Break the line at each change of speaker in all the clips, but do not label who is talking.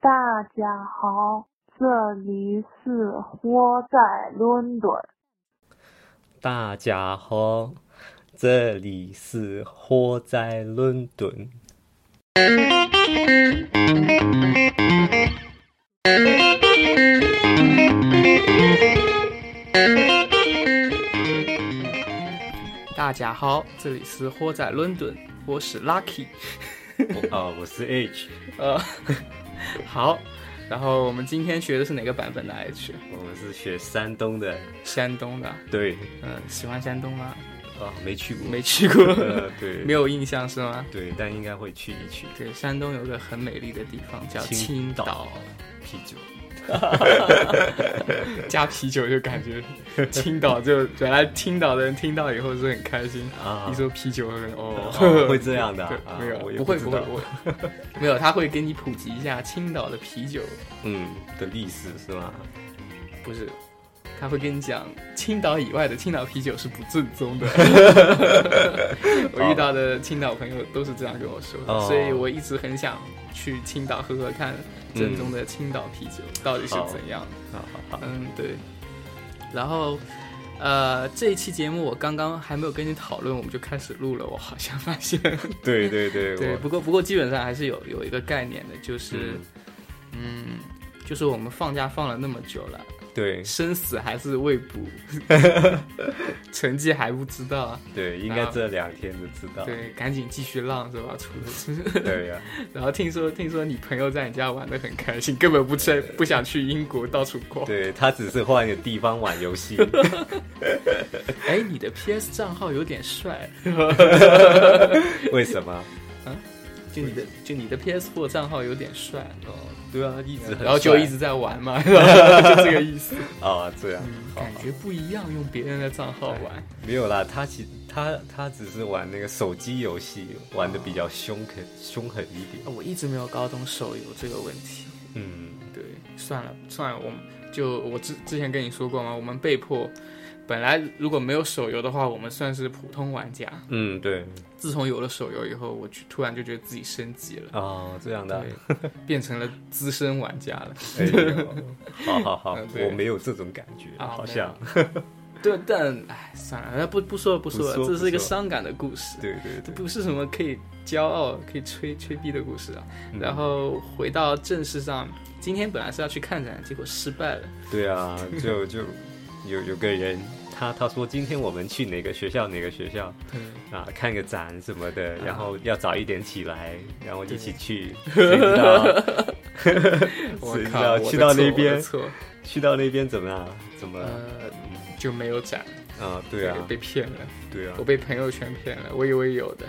大家好，这里是活在伦敦。
大家好，这里是活在伦敦。
大家好，这里是豁仔伦敦，我是 Lucky。
啊，我是 H，
呃， 好，然后我们今天学的是哪个版本的 H？
哦我们是学山东的。
山东的。
对，
嗯、喜欢山东吗？
啊，没去过，
没去 过，
呃，对，
没有印象是吗？
对，但应该会去一去。
对，山东有个很美丽的地方叫
青
青岛，
啤酒，
加啤酒就感觉 青岛就原来青岛的人听到以后是很开心
啊
一说啤酒人哦
哦会这样的啊
对
啊
没有
我也
不
不
会
知
不会
道
不会， 没有他会给你普及一下青岛的啤酒。
嗯，的历史是吗？
不是，他会跟你讲，青岛以外的青岛啤酒是不正宗 的。我遇到的青岛朋友都是这样跟我说的，
哦
所以我一直很想去青岛喝喝看正宗的青岛啤酒到底是怎样。
好嗯好好，
嗯，对。然后，呃，这一期节目我刚刚还没有跟你讨论，我们就开始录了。我好像发 现，
对对对，
对，
我
不过不过基本上还是有有一个概念的，就是
嗯，
嗯，就是我们放假放了那么久了。
对
生死还是未卜，成绩还不知道，
对，应该这两天就知道。
对，赶紧继续浪是吧？出
对呀，
然后听说听说你朋友在你家玩的很开心，根本不在不想去英国到处逛。
对他只是换个地方玩游 戏。
哎，你的 PS 账号有点帅，
为什么？
就你的就你的 PS 4账号有点帅，哦，
对啊，一直很
然后就
帅
一直在玩 嘛，就这个意 思。
啊这样，好
感觉不一样，用别人的账号玩。
没有啦，他其他他只是玩那个手机游戏，玩的比较凶狠凶狠一点。
哎我一直没有搞懂手游这个问题。
嗯，
对，算了算了，我们就我之之前跟你说过嘛，我们被迫，本来如果没有手游的话，我们算是普通玩家。
嗯，对，
自从有了手游以后，我就突然就觉得自己升级了，
哦，这样的啊，
对，变成了资深玩家了。
哎呦好好 好，
嗯对
我没有这种感觉，
啊
好像，
对，但哎，算了，那不不说了，不说了，
不说
这是一个
不说
伤感的故事，
对对
这
对，
不是什么可以骄傲、可以吹吹逼的故事啊。
嗯
然后回到正事上，今天本来是要去看展，结果失败了。
对啊，就就有有个人，他他说今天我们去哪个学校哪个学校
嗯，
啊，看个展什么的，
啊
然后要早一点起来，然后一起
对
去，谁知道
我
谁知
靠，
道
我的
去到
错
那
我的
边
错，
去到那边怎么样？怎么？
呃，就没有展。
啊，对啊，
被骗了，
对啊
我，被朋友圈骗了，我以为有的。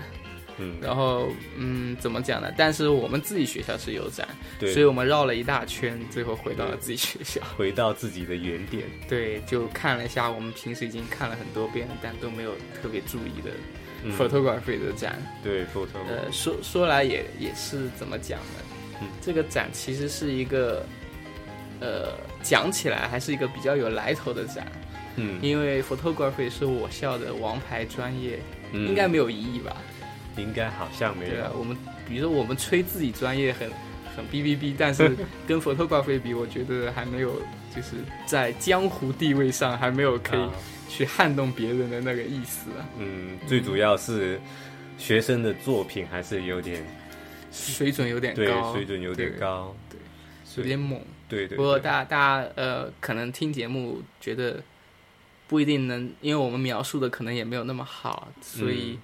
嗯，
然后，嗯，怎么讲呢？但是我们自己学校是有展，
对，
所以我们绕了一大圈，最后回到了自己学校。
回到自己的原点，
对，就看了一下我们平时已经看了很多遍，但都没有特别注意的
嗯
photography 的展。
对 photo，
呃，说说来也也是怎么讲呢？
嗯
这个展其实是一个，呃，讲起来还是一个比较有来头的展，
嗯，
因为 photography 是我校的王牌专业，
嗯
应该没有疑义吧？
应该好像没
对啊，
有，
我们比如说我们吹自己专业很很哔哔哔，但 是跟 photography 比，我觉得还没有就是在江湖地位上还没有可以
啊
去撼动别人的那个意思啊，
嗯，最主要是学生的作品还是有点
水准有点
对
高，
水准有点，高，
对
所
有
以
点猛。
对对，
不过
对
大家大家呃，可能听节目觉得不一定能，因为我们描述的可能也没有那么好，所以。
嗯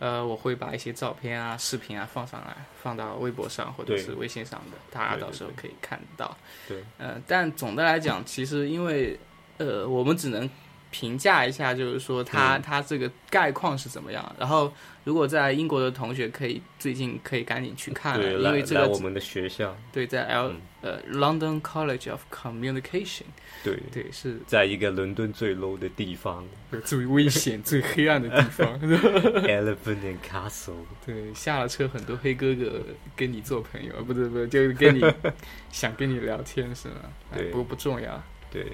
呃，我会把一些照片啊、视频啊放上来，放到微博上或者
对
是微信上的，大家
对对
到时候可以看到。
对，
呃，但总的来讲，其实因为呃，我们只能评价一下，就是说它、
嗯
它这个概况是怎么样。然后，如果在英国的同学可以最近可以赶紧去看了，
对
因
来
为这
来
个
我们的学校，
对在 L、
嗯
呃 London College of Communication，
对，
对是
在一个伦敦最 low 的地 方
最危险、最黑暗的地方。
，Elephant and Castle，
对，下了车很多黑哥哥跟你做朋友，不是不是，就是 跟你想跟你聊天是吗？哎
对
不不重要。
对，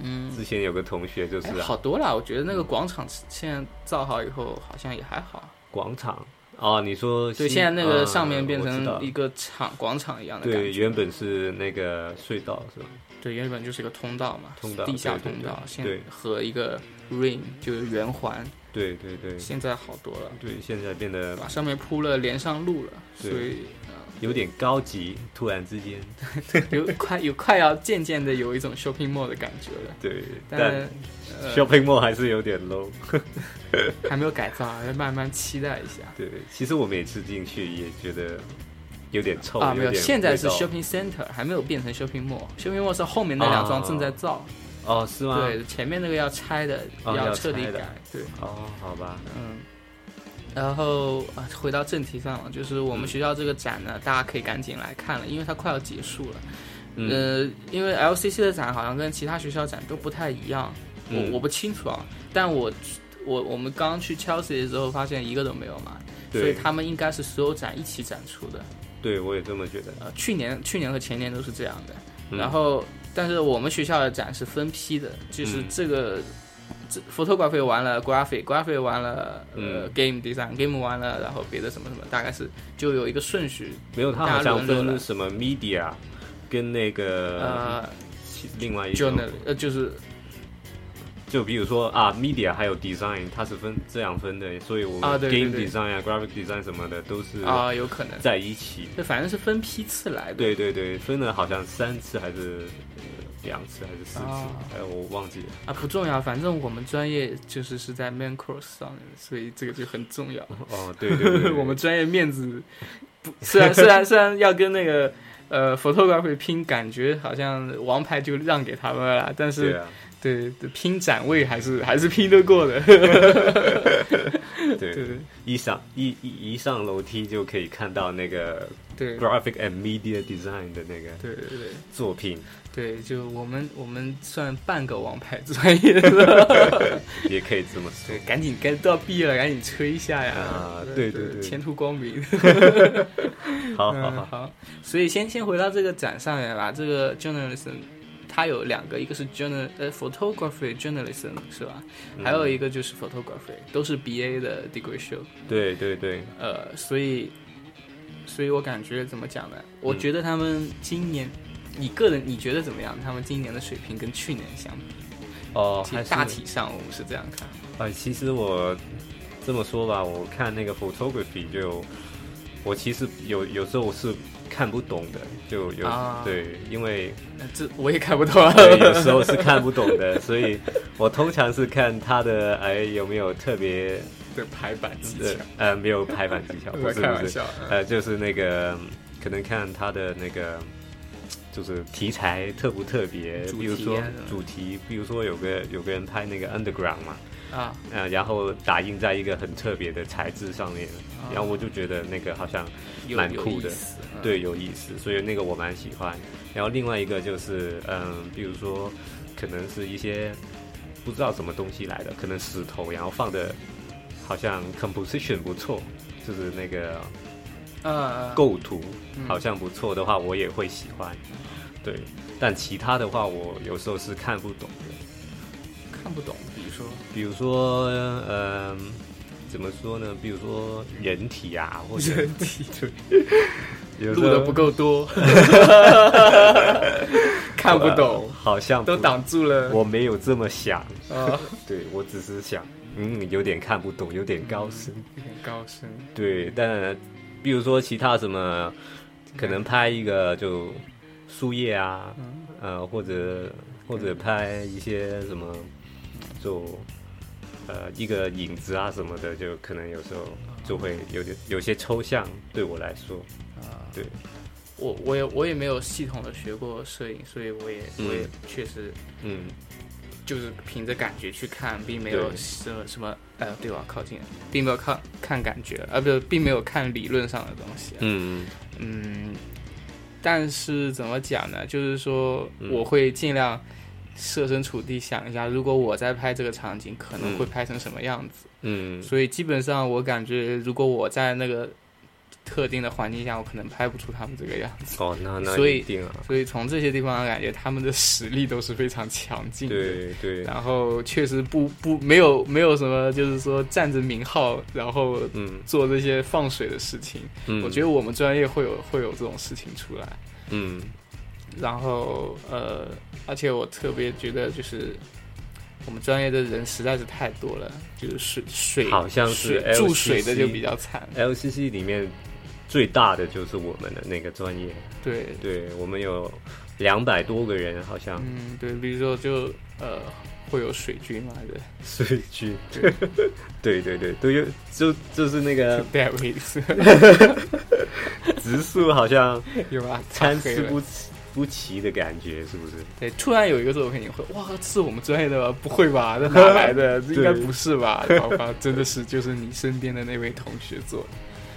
嗯，
之前有个同学就是
哎，
啊，
好多了。我觉得那个广场现在造好以后，好像也还好。
广场哦，你说
对，
西
现在那个
啊
上面变
我知道
成一个场广场一样的感
对，
觉。
原本是那个隧道是吧？
对，原本就是一个通道嘛，
通道
地下
对对
通
对
道，现
对
和一个 ring 就是圆环，
对对对
现在好多了，
对，现在变得
把上面铺了连上路了，所
对
以呃
有点高级，突然之间，
有快有快要渐渐的有一种 shopping mall 的感觉了，
对，但
但 呃
shopping mall 还是有点 low。
还没有改造，啊要慢慢期待一下。
对，其实我每次进去也觉得哦有点臭
啊，没有，
点
现在
味
是
道
shopping center，还没有变成 shopping mall。shopping mall 是后面那
啊
两幢正在造，
哦，是吗？
对，前面那个要拆的，
哦要
彻底
拆的
改，对，
哦，好吧，
嗯。然后啊，回到正题上了，就是我们学校这个展呢，大家可以赶紧来看了，因为它快要结束了。
嗯
呃，因为 LCC 的展好像跟其他学校展都不太一样，我、
嗯
我不清楚啊。但我我我们刚去 Chelsea 的时候发现一个都没有买，所
对
以他们应该是所有展一起展出的。
对我也这么觉得。
呃，去年去年和前年都是这样的。
嗯
然后，但是我们学校的展是分批的，就是
嗯
这个、这 photography 完了，graphic，graphic 完了，呃、
嗯
g a m e design，game 完了，然后别的什么什么，大概是就有一个顺序。
没有，它
大
好
家
像
轮流来
分什么 media 跟那个
呃
其另外一种，
，journal，呃，就是
就比如说啊，media 还有 design，它是分这样分的，所以我
啊
们
对
game
对对
design 啊、graphic design 什么的都是
啊、有可能，
在一起。
就反正是分批次来的。
对对对，分了好像三次还是呃两次还是四次，
啊
哎，我忘记了。
啊，不重要，反正我们专业就是是在 main course 上面的，所以这个就很重要。
哦，对对对对
我们专业面子 不，虽然虽然虽然要跟那个呃 photography 拼，感觉好像王牌就让给他们了啦，但
对
是
啊，
对对拼展位还是还是拼得过的。
对，
对
一上一一一上楼梯就可以看到那个
对
graphic and media design 的那个
对对对
作品，
对，就我们我们算半个王牌专业 了。
也可以这么说
对，。赶紧该都要毕业了，赶紧吹一下呀！
啊对对对
前途光明。
好好
嗯，
好，
好， 所以先先回到这个展上面吧。这个 journalism 它有两个，一个是 journal 呃 photography journalism 是吧？还有一个就是 photography，都是 BA 的 degree show。
对对对，
呃，所以所以我感觉怎么讲呢？我
嗯
觉得他们今年，你个人你觉得怎么样？他们今年的水平跟去年相比，
哦，
其
还
实
是
大体上我们是这样看。
哎，其实我这么说吧，我看那个 photography 就，我其实有有时候我是看不懂的，就有、
啊
对，因为
那这我也看不懂啊。
对有时候是看不懂的，所以我通常是看他的哎有没有特别
的排版技
呃
巧，
呃没有排版技巧， 不
我
是
开
不
玩
是
笑，
呃就是那个嗯可能看他的那个。就是题材特不特别，
主
比如
题
说
啊什么
主题，比如说有个有个人拍那个 underground 嘛，
啊，
呃，然后打印在一个很特别的材质上面，
啊
然后我就觉得那个好像
有
蛮
有
酷
意
的
思嗯
对有意思，所以那个我蛮喜欢。然后另外一个就是，嗯，比如说可能是一些不知道什么东西来的，可能石头，然后放的好像 composition 不错，就是那个
呃，
构图
嗯
好像不错的话，我也会喜欢。对，但其他的话我有时候是看不懂的。
看不懂，比如说
比如说，嗯、怎么说呢？比如说人体啊，或者
人体
有时
录
候
的不，够 多，看不懂
呃，好像不
都挡住了。
我没有这么想，
啊，
对我只是想，嗯，有点看不懂，有点高深。
有点高深，
对，但比如说其他什么，可能拍一个就树叶啊，
嗯
呃，或者或者拍一些什么，就呃一个影子啊什么的，就可能有时候就会有点有些抽象，对我来说，
啊，
对，
我我也我也没有系统的学过摄影，所以我也
嗯
我也确实
嗯，
就是凭着感觉去看，并没有
对
什么什么呃，对我要靠近了，并没有看看感觉，啊，不，并没有看理论上的东西，啊
嗯
嗯，但是怎么讲呢？就是说，我会尽量设身处地想一下，如果我在拍这个场景，可能会拍成什么样子。
嗯
所以基本上，我感觉如果我在那个特定的环境下，我可能拍不出他们这个样子。
哦，那那
所以
一定啊，
所以从这些地方感觉他们的实力都是非常强劲的。
对对，
然后确实不不没有没有什么，就是说占着名号，然后
嗯
做这些放水的事情。
嗯，
我觉得我们专业会有会有这种事情出来。
嗯
然后呃，而且我特别觉得就是我们专业的人实在是太多了，就是水水
好像是
水注水的
LCC
就比较惨。
，LCC 里面最大的就是我们的那个专业，
对，
对我们有两百多个人，好像
嗯，对，比如说就呃会有水军嘛，对
水军， 对对对，都有就就是那 个
戴维斯
植树好像
有吧？
参
黑
差
了
不齐不齐的感觉，是不是？
对，突然有一个作品你会，哇，这是我们专业的吧？不会吧？这哪 来的？这应该不是吧？好吧，真的是就是你身边的那位同学做，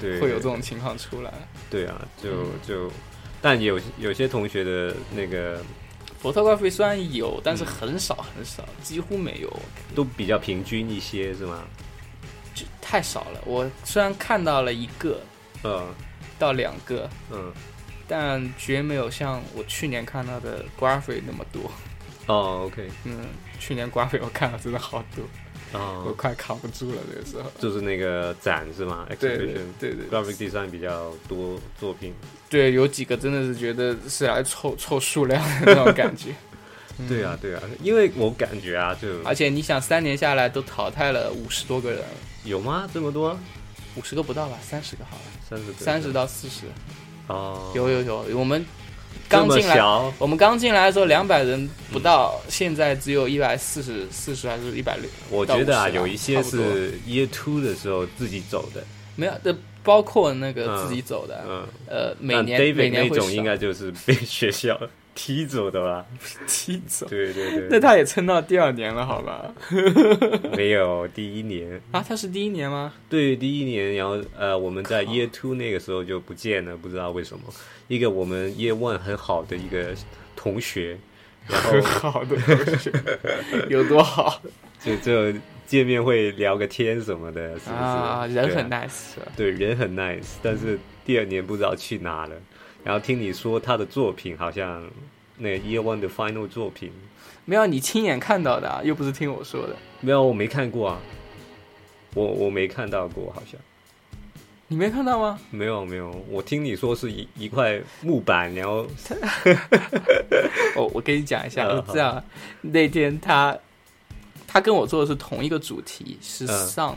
对，
会有这种嗯情况出来。
对啊，就就，但有有些同学的那个
photography 虽然有，但是很少很少，几乎没有，
都比较平均一些，是吗？
就太少了。我虽然看到了一个
嗯
到两个，
嗯，
但绝没有像我去年看到的 graphy 那么多。
哦，OK，
嗯，去年 graphy 我看了真的好多，我
哦，
快扛不住了那个时候。
就是那个展是吗
对对对
？Exhibition
对
graphic design 比较多作品。
对，有几个真的是觉得是来凑 凑数量的那种感 觉。
对啊对啊，因为我感觉啊，就
嗯而且你想，三年下来都淘汰了五十多个人，
有吗？这么多？
五十个不到吧，三十个好了，
三十
三十到四十，
哦，
有有有，我们
这
刚
么
进来，
小
我们刚进来的时候两百人不到，现在只有一百四十四十还是一百六，
我觉得啊，
到50
有一些
差不多
是 year two 的时候自己走的，
没有，这包括那个
嗯
自己走的，
嗯，
呃，每
但
年每
David
年
那
会
种
少
应该就是被学校踢走的 吧？
踢走，
对对
那
对，
他也撑到第二年了，好吧？
没有第一年，
啊，他是第一年吗？
对第一年，然后呃，我们在 Year Two 那个时候就不见了，不知道为什么。一个我们 Year One 很好的一个同学，然后
很好的同学，有多 好
就就见面会聊个天什么的，是不是？
啊？人很
对啊
nice，
对，人很 nice，但是第二年不知道去哪了。然后听你说他的作品好像那个 Year One 的 Final 作品，
没有你亲眼看到的啊，又不是听我说的。
没有，我没看过啊，我我没看到过，好像。
你没看到吗？
没有没有，我听你说是一一块木板，然后
哦，我跟你讲一下，
嗯
是这样，那天他他跟我做的是同一个主题，是
嗯
sound、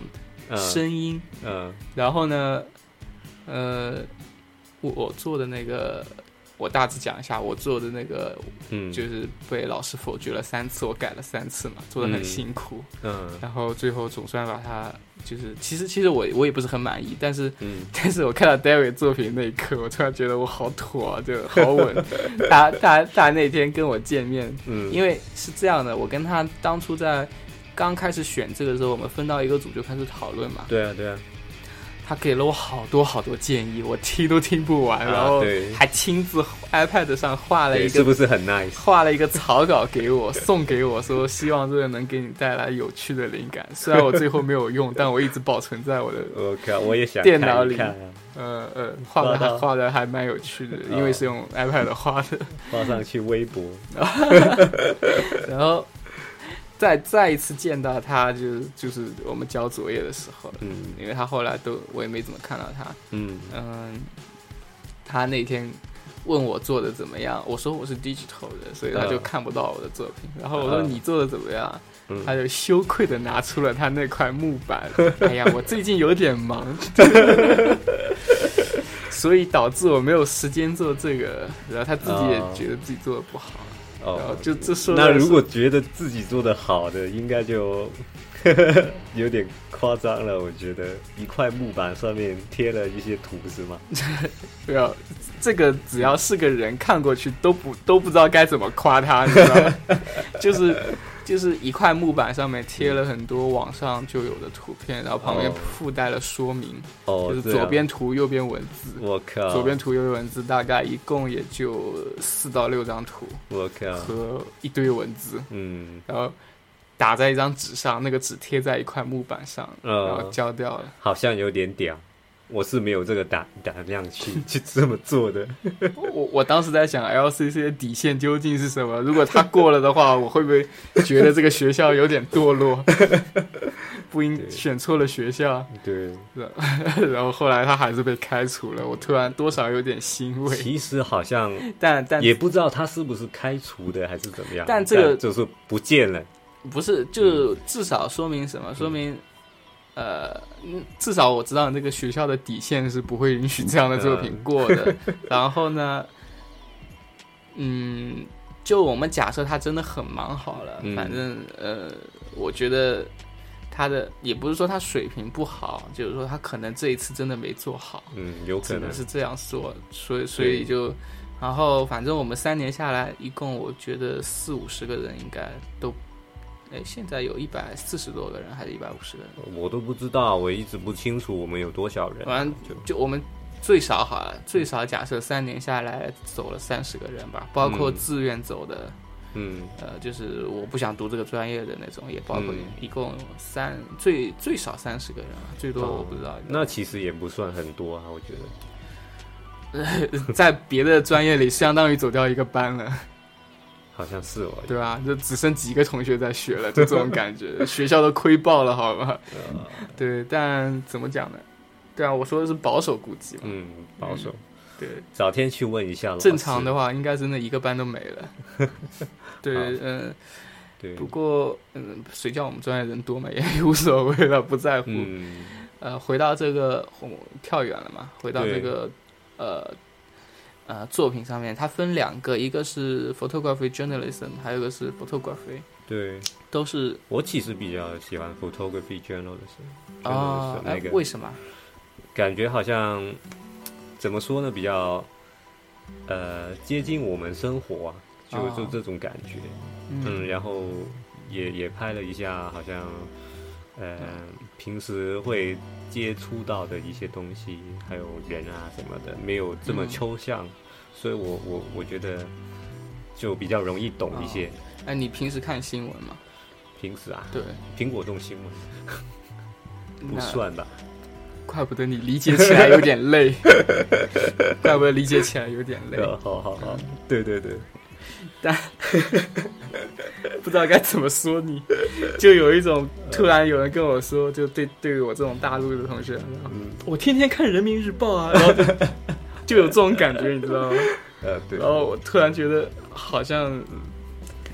嗯
声音。
嗯
然后呢，呃，我我做的那个，我大致讲一下，我做的那个
嗯，
就是被老师否决了三次，我改了三次嘛，做的很
嗯
辛苦。
嗯
然后最后总算把它，就是其实其实我我也不是很满意，但是
嗯
但是我看到 David 作品那一刻，我突然觉得我好土啊，就好稳。他他他那天跟我见面，
嗯，
因
为
为是这样的，我跟他当初在刚开始选这个时候，我们分到一个组就开始讨论嘛。
对啊对啊，
他给了我好多好多建议，我听都听不完，
啊
然后
对
还亲自 iPad 上画了
对
一
是
个
不是很 nice？
画了一个草稿给我， 送给我说，希望这个能给你带来有趣的灵感。虽然我最后没 有用，但我一直保存在我的
我靠，我也想
电脑
看一
里
看啊，
呃呃画
画
的还
的
画的还蛮有趣的，
啊
因为是用 iPad 画 的。
发上去微博，
然后再再一次见到他，就是就是我们交作业的时候，
嗯
因为他后来都我也没怎么看到他，
嗯
嗯，他那天问我做的怎么样，我说我是 digital 的，所以他就
嗯
看不到我的作品。然后我说
嗯
你做的怎么样？
嗯
他就羞愧的拿出了他那块木 板。哎呀，我最近有点忙，所以导致我没有时间做这个。然后他自己也
哦
觉得自己做的不好，然后
哦。
就这说到
那如果觉得自己做的好的，应该就 有点夸张了。我觉得一块木板上面贴了一些图是吗？
不要啊这个，只要是个人看过去都不都不知道该怎么夸他，你知道吗？ 就是就是一块木板上面贴了很多网上就有的图片，然后旁边
哦
附带了说明，
哦，
就是
这
左
样啊
边图右边文字，
我靠，
左边图右边文字，大概一共也就四到六张图
我靠，
和一堆文字，
嗯，
然后打在一张纸上，那个纸贴在一块木板上，
哦
然后焦掉了。
好像有点屌。我是没有这个胆胆量去去这么做 的。
我我当时在想 LCC 的底线究竟是什么？如果他过了的话， 我会不会觉得这个学校有点堕落？ 不应
对
选错了学校，
对，
然后后来他还是被开除了，我突然多少有点欣慰。
其实好像
但但
也不知道他是不是开除的还是怎么样，
但这个
就是不见了。
不是，就至少说明什么？说明，呃，嗯至少我知道这个学校的底线是不会允许这样的作品过的。然后呢，嗯，就我们假设他真的很忙好了，
嗯
反正呃，我觉得他的也不是说他水平不好，就是说他可能这一次真的没做好。
嗯，有可
只
能
能是这样说，所以所以就，然后反正我们三年下来，一共我觉得四五十个人应该都，哎，现在有一百四十多个人还是一百五十个人，
我都不知道，我一直不清楚我们有多少人。
反正
就
就我们最少好了，最少假设三年下来走了三十个人吧，包括
嗯
自愿走的，
嗯
呃，就是我不想读这个专业的那种，也包括
嗯
一共三、最最少三十个人吧，最多
哦
我不知道。
那其实也不算很多啊，我觉得。
在别的专业里，相当于走掉一个班了。
好像是哦，
对吧？就只剩几个同学在学了，就这种感 觉，学校都亏爆了，好吧？
啊
对，但怎么讲呢？对啊，我说的是保守估计嘛。
嗯，保守。
对，
找天去问一下老师
正常的，话应该真的一个班都没了。 对，嗯，
对，
不过嗯，谁叫我们专业人多嘛，也无所谓了，不在乎。
嗯，
呃，回到这个，我跳远了嘛，回到
对
这个，呃。呃，作品上面它分两个，一个是 photography journalism，还有一个是 photography，
对
都是
我其实比较喜欢 photography journal 的是
啊，
那
哎
个
为什么？
感觉好像怎么说呢，比较呃接近我们生活啊，就
哦
就这种感觉。嗯，然后也也拍了一下，好像呃平时会接触到的一些东西，还有人啊什么的，没有这么
嗯
抽象，所以我我我觉得就比较容易懂一些。
哎，你平时看新闻吗？
平时啊，
对，
苹果动新闻不
那
算吧？
怪不得你理解起来有点 累，怪不得理解起来有点累，
呃好好
嗯
好，对对对，
不知道该怎么说你，就有一种
嗯
突然有人跟我说，就对对于我这种大陆的同学，然后
嗯
我天天看人民日报啊，然后就 就有这种感觉，你知 道吗？
呃对
然，后我突然觉得好像。嗯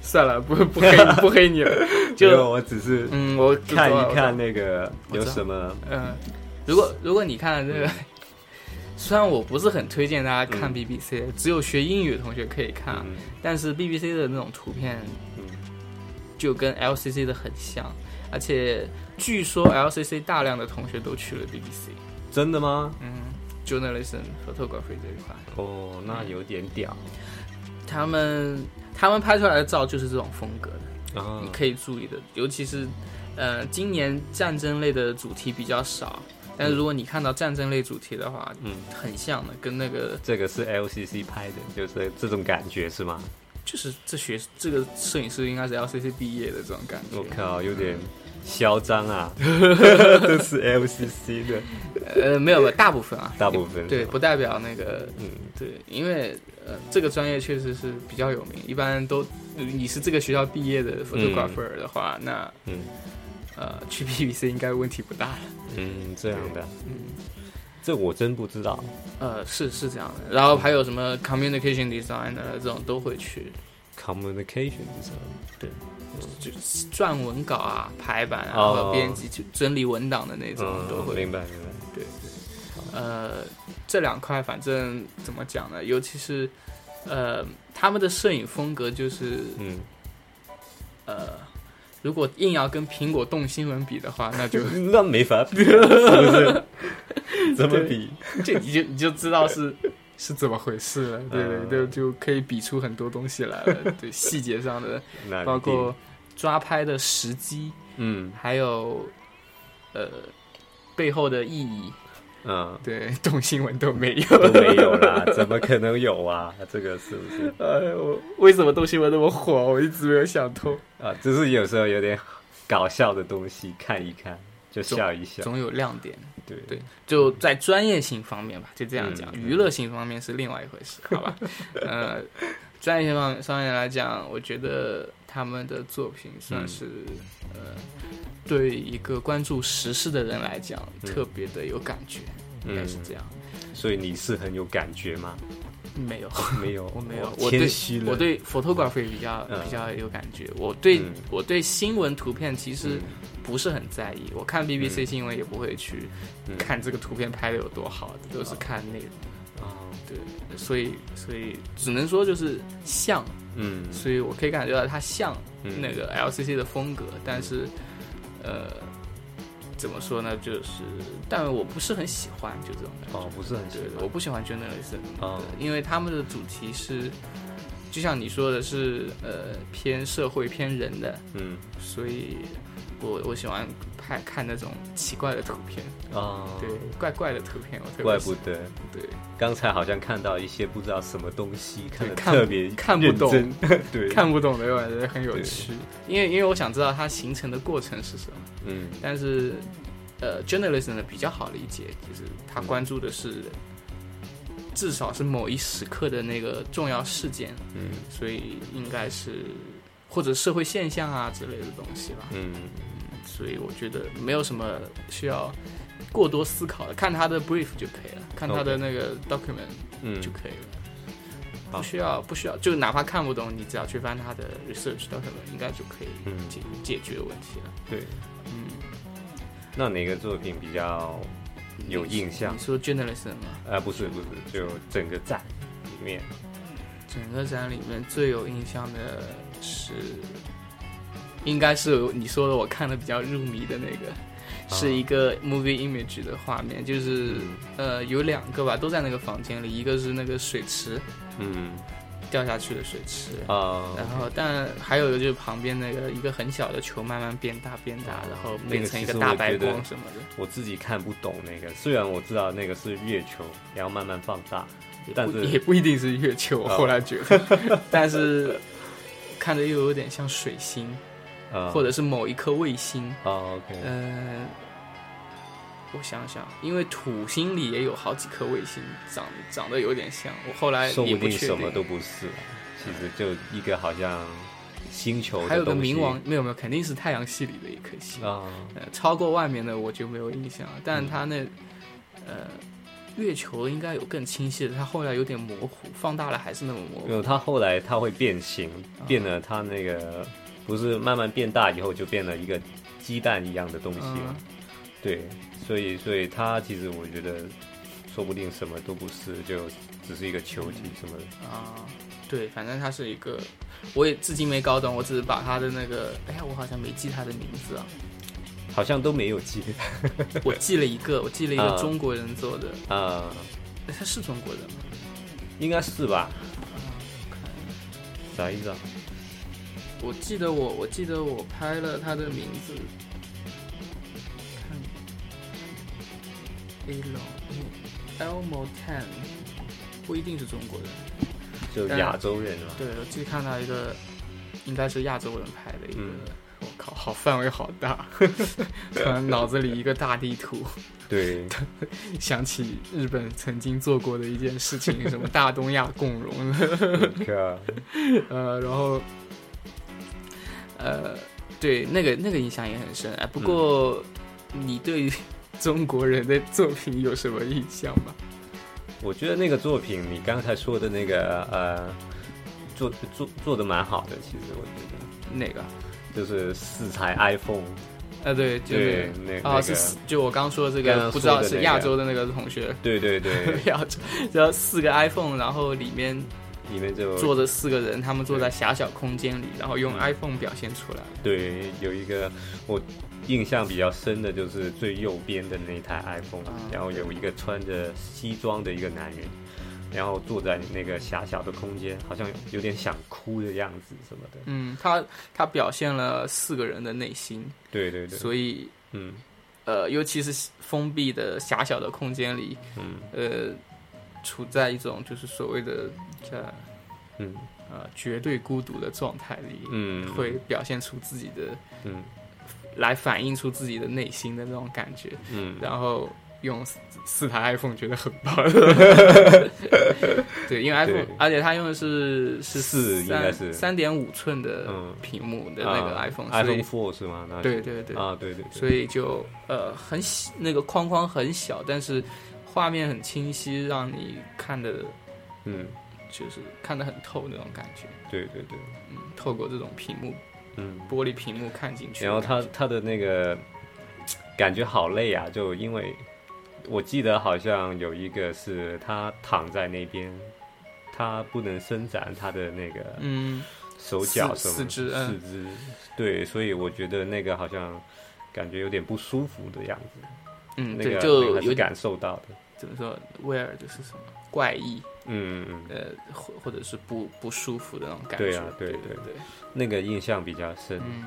算了，不 不黑你不黑你了，
没
就
有我只是
嗯，我
看
我
一看那个
我
有
知道
什么
嗯，如果如果你看这个， 虽然我不是很推荐大家看
嗯
BBC，、只有学英语的同学可以看，
嗯
但是 BBC 的那种图片
嗯
就跟 LCC 的很像，而且据说 LCC 大量的同学都去了 BBC，
真的吗？
嗯，journalism photography 这一块，
哦，那有点屌
他们他们拍出来的照就是这种风格的。
啊
你！可以注意的，尤其是呃，今年战争类的主题比较少，但是如果你看到战争类主题的话，
嗯，
很像的，跟那个
这个是 LCC 拍的，就是这种感觉是吗？
就是这学这个摄影师应该是 LCC 毕业的这种感觉
我。靠，有点嚣张 啊！这是 LCC 的
呃，没有，没有大部分啊，
大部分
对，
是吧
不代表那个
嗯
对，因为呃，这个专业确实是比较有名，一般都你是这个学校毕业的 photographer 的话，那
嗯
呃去 BBC 应该问题不大。
嗯，这样的，
嗯。
这我真不知道。
呃，是是这样的，然后还有什么 communication designer 这种都会去，
Communication 是吧
就撰文稿啊、排版啊，
哦
和编辑就整理文档的那种都
嗯，
会。
明白明白。
对对，呃，这两块反正怎么讲呢？尤其是呃，他们的摄影风格就是
嗯，
呃，如果硬要跟苹果动新闻比的话，那 就
那没法比，啊 是不是？怎么比？
就你就你就知道是。 呃是怎么回事了？对对
嗯
对，就可以比出很多东西来了。对细节上 的，
那一定
包括抓拍的时机，
嗯
还有呃背后的意义，
嗯
对，懂新闻都没
都
有。
没有啦，怎么可能有啊？这个是不是？
呃，我 为什么动新闻那么火？我一直没有想通。
啊，就是有时候有点搞笑的东西看一看，就笑一笑，
总有亮点。
对
对，就在专业性方面吧，就这样
嗯
讲。娱乐性方面是另外一回 事，好吧？呃，专业性方上面来讲，我觉得他们的作品算是、
嗯
呃，对一个关注时事的人来讲，特别的有感觉，
嗯
应该是这样。
所以你是很有感觉吗？
没有，
没有，
我没有
哇，
我
哦谦
对
虚了
我对 photography 比较
嗯
比较有感觉，我对
嗯
我对新闻图片其实不是很在意，我
嗯
看 BBC 新闻也不会去看这个图片拍的有多好，都是看内容。
哦
对，所以所以只能说就是像，
嗯
所以我可以感觉到它像
嗯
那个 LCC 的风格，但是呃，怎么说呢，就是但我不是很喜欢，就这种感觉。
哦，不是很喜
对，
欢
我不喜欢 journalism，、
哦
对因为他们的主题是，就像你说的是，呃，偏社会偏人的，
嗯
所以我我喜欢看看那种奇怪的图片，
哦，
对，怪怪的图片，我特别
怪
喜
不得
对
刚才好像看到一些不知道什么东西，看的
看
特别
看不
认
懂
真，对，
看不懂的，我感觉很有
对
趣，因为因为我想知道它形成的过程是什么，
嗯
但是呃，journalism 呢比较好理解，就是他关注的是。至少是某一时刻的那个重要事件，
嗯
所以应该是或者社会现象啊之类的东西吧。
嗯
所以我觉得没有什么需要过多思考的，看他的 brief 就可以了，看他的
OK
那个 document
嗯
就可以了。
好
不需要，不需要，就哪怕看不懂，你只要去翻他的 research document，应该就可以
嗯
解、解决问题了。
对，
嗯，
那哪个作品比较有印象
你？说 journalism 吗？
啊，不是不是，就整个站里面，
整个展里面最有印象的是，应该是你说的我看的比较入迷的那个，
啊
是一个 movie image 的画面，就是
嗯
呃有两个吧，都在那个房间里，一个是那个水池
嗯
掉下去的水池，
啊，
然后但还有一个就是旁边那个一个很小的球慢慢变大变大，
哦
然后变成一个大白光什么的，
我自己看不懂那个，虽然我知道那个是月球，然后慢慢放大，但
不也
是
不一定是 月球，我
哦
后来觉得，但是看着又有点像水星，
呃，
或者是某一颗卫星，
哦 OK，
嗯，我想想，因为土星里也有好几颗卫星长长得有点像，我后来
说
呃也
不
不
定
确
什么
定。
都不是，其实就一个好像星球的
还有个
东西
冥王，没有没有，肯定是太阳系里的一颗星。
啊，
呃，超过外面的我就没有印象了，但它那，呃，月球应该有更清晰的，它后来有点模糊，放大了还是那么模
因
糊。
为它后来它会变形，
啊
变得它那个不是慢慢变大以后就变了一个鸡蛋一样的东西了
嗯，，
对，所以所以它其实我觉得说不定什么都不是，就只是一个球体什么的，
啊，对，反正它是一个，我也至今没搞懂，我只是把它的那个，哎呀，我好像没记它的名字啊，
好像都没有接
我记了一个，我记了一个
啊
中国人做的，
啊、
哎他是中国人吗？啊
应该是吧？啥意思啊？
我记得我我记得我拍了他的名字，看，Elmo Tan，不一定是中国人。
就亚洲人嘛，
对，我记得看到一个，应该是亚洲人拍的一个，
嗯
我靠，好范围好 大，突然脑子里一个大地图。
对，
想起日本曾经做过的一件事情，什么大东亚共荣，
可
呃，然后，呃，对，那个那个印象也很深。哎，不过、你对于中国人的作品有什么印象吗？
我觉得那个作品，你刚才说的那个呃，做做做的蛮好的，其实我觉得
哪个？
就是四台 iPhone，
啊，对，就
对
是，
那
啊、
那
是
个，
四就我刚说的这
刚
个，
刚
不知道
说的
是
那
亚
个
洲的那个同学，，
对对对
亚洲，然后四个 iPhone，然后里面
里面就
坐着四个人，他们坐在狭小空间里，然后用
嗯
iPhone 表现出来。
对有一个我印象比较深的就是最右边的那台 iPhone，、
啊
然后有一个穿着西装的一个男人。然后坐在那个狭小的空间，好像有点想哭的样子什么的。
嗯，他他表现了四个人的内心，
对对对，
所以
嗯
呃，尤其是封闭的狭小的空间里，
嗯
呃，处在一种就是所谓的叫
嗯
呃绝对孤独的状态里，
嗯，
会表现出自己的
嗯
来反映出自己的内心的那种感觉，
嗯，
然后用四四台 iPhone 觉得很 棒，对，因为 iPhone，
对
而且它用的是是
四应该是
三点五寸的
嗯啊
屏幕的那个 iPhone，、所
iPhone
以
Four 是吗？那是
对对对
啊，对对，
所
以
以就呃很小，那个框框很小，但是画面很清晰，让你看的
嗯，
就是看得很透那种感觉，
对对对，
嗯，透过这种屏幕
嗯，
玻璃屏幕看进去
然
的
后
感觉，
他他的那个感觉好累啊，就因为我记得好像有一个是他躺在那边，他不能伸展他的那个
嗯。
手脚什
四
么
四肢嗯
四肢对，所以我觉得那个好像感觉有点不舒服的样子，
嗯，
那个
对，就
那个还
有
是
点
感受到的，
怎么说，weird 就是什么怪异，
嗯嗯嗯，
呃，或或者是不不舒服的那种感觉。
对啊
对
对
对
对那个印象比较深，
嗯。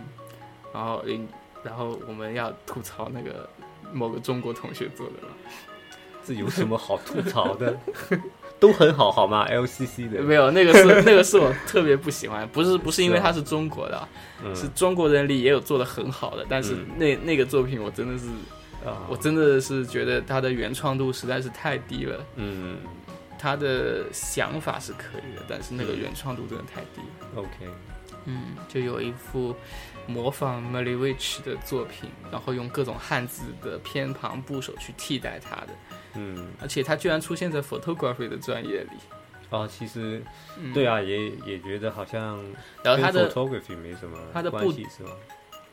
然后，嗯，然后我们要吐槽那个某个中国同学做的了，
这有什么好吐槽 的？都很好，好吗？LCC 的
没有，那个是那个是我特别不喜欢，不是不是因为
是啊
他是中国的啊，
嗯
是中国人里也有做的很好的，但是
嗯
那那个作品我真的是，
啊，
我真的是觉得他的原创度实在是太低了，
嗯
他的想法是可以的，但是那个原创度真的太低了。
，OK，
嗯，就有一幅模仿 m a l e w i c h 的作品，然后用各种汉字的偏旁部首去替代它的，
嗯，
而且它居然出现在 photography 的专业里。
啊，其实
嗯、
对，啊，也也觉得好像
然
跟
后它的
photography 没什么
它的
关
布
系是吧？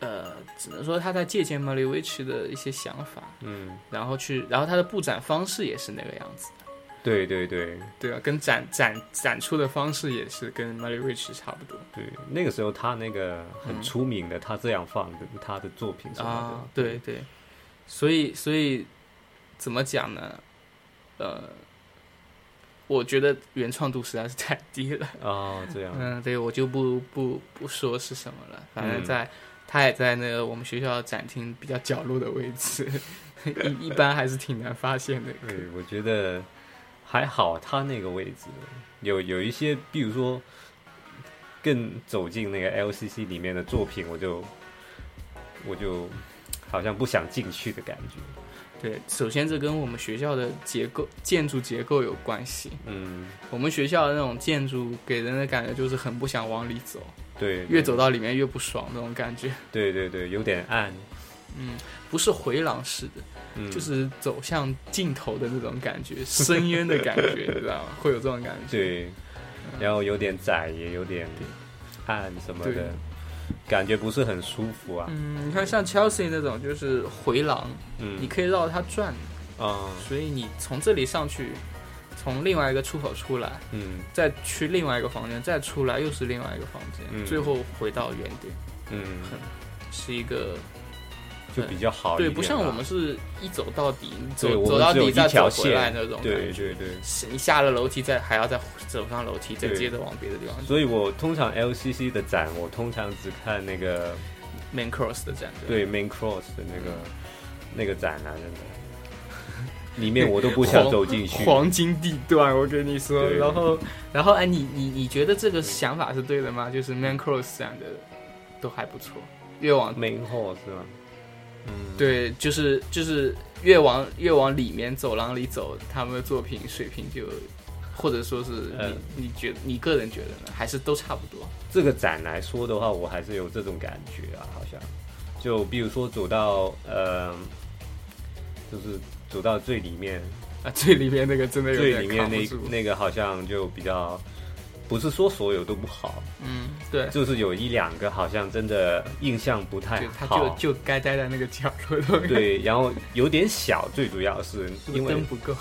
呃，只能说他在借鉴 m a l e w i c h 的一些想法，
嗯，
然后去，然后他的布展方式也是那个样子，
对对对
对啊，跟展展展出的方式也是跟 m a l e w i c h 差不多
对，那个时候他那个
嗯
很出名的，他这样放的他的作品什么的，
啊对对，所以所以怎么讲呢？呃，我觉得原创度实在是太低了。
哦，这样，
嗯，对我就不不不说是什么了，反正
嗯
在、他也在那个我们学校展厅比较角落的位置， 一一般还是挺难发现的。
对，我觉得还好，他那个位置有有一些，比如说更走进那个 LCC 里面的作品，我就我就好像不想进去的感觉。
对，首先这跟我们学校的结构、建筑结构有关系。
嗯，
我们学校的那种建筑给人的感觉就是很不想往里走，
对，
越走到里面越不爽那种感觉。
对对对，有点暗，
不是回廊式的，
嗯，
就是走向尽头的那种 感觉，深渊的感觉，你知道吗？会有这种感觉。
对，然后有点窄，也有点暗什么
嗯对
的，感觉不是很舒服啊。
嗯，你看像 Chelsea 那种就是回廊，
嗯
你，可以绕它转，
啊，
所以你从这里上去，从另外一个出口出来，
嗯
再去另外一个房间，再出来又是另外一个房间，
嗯
最后回到原点，
嗯，
是一个
就比较好一
对，
点啊。
不像我们是一走到底，你走
对我们
走到
只有
底
一
再
条
走回来
线
那种感
对对
觉。
对。
是你下了楼梯再还要再走上楼梯，再
对
接着往别的地方走。
所以我通常 LCC 的展，我通常只看那个
Main Cross 的站，吧
对 Main Cross 的那个
嗯
那个展啊，真的， 里面我都不想走进去。
黄金地段，我跟你说。
对
然后，然后哎，你你你觉得这个想法是对的吗？就是 Man Cross 展的都还不错，越往
Main Hall 是吗？
对，就是就是越往越往里面走廊里走，他们的作品水平就，或者说是你、
呃
你觉你个人觉得呢？还是都差不多？
这个展来说的话，我还是有这种感觉啊，好像就比如说走到呃，就是走到最里面，
啊，最里面那个真的有
最
点
里面
扛不
那
住。
那个好像就比较，不是说所有都不好，
嗯，对。
就是有一两个好像真的印象不太
就他就
好。
就该待在那个角落的，
对，然后有点小，最主要是因为
灯不够，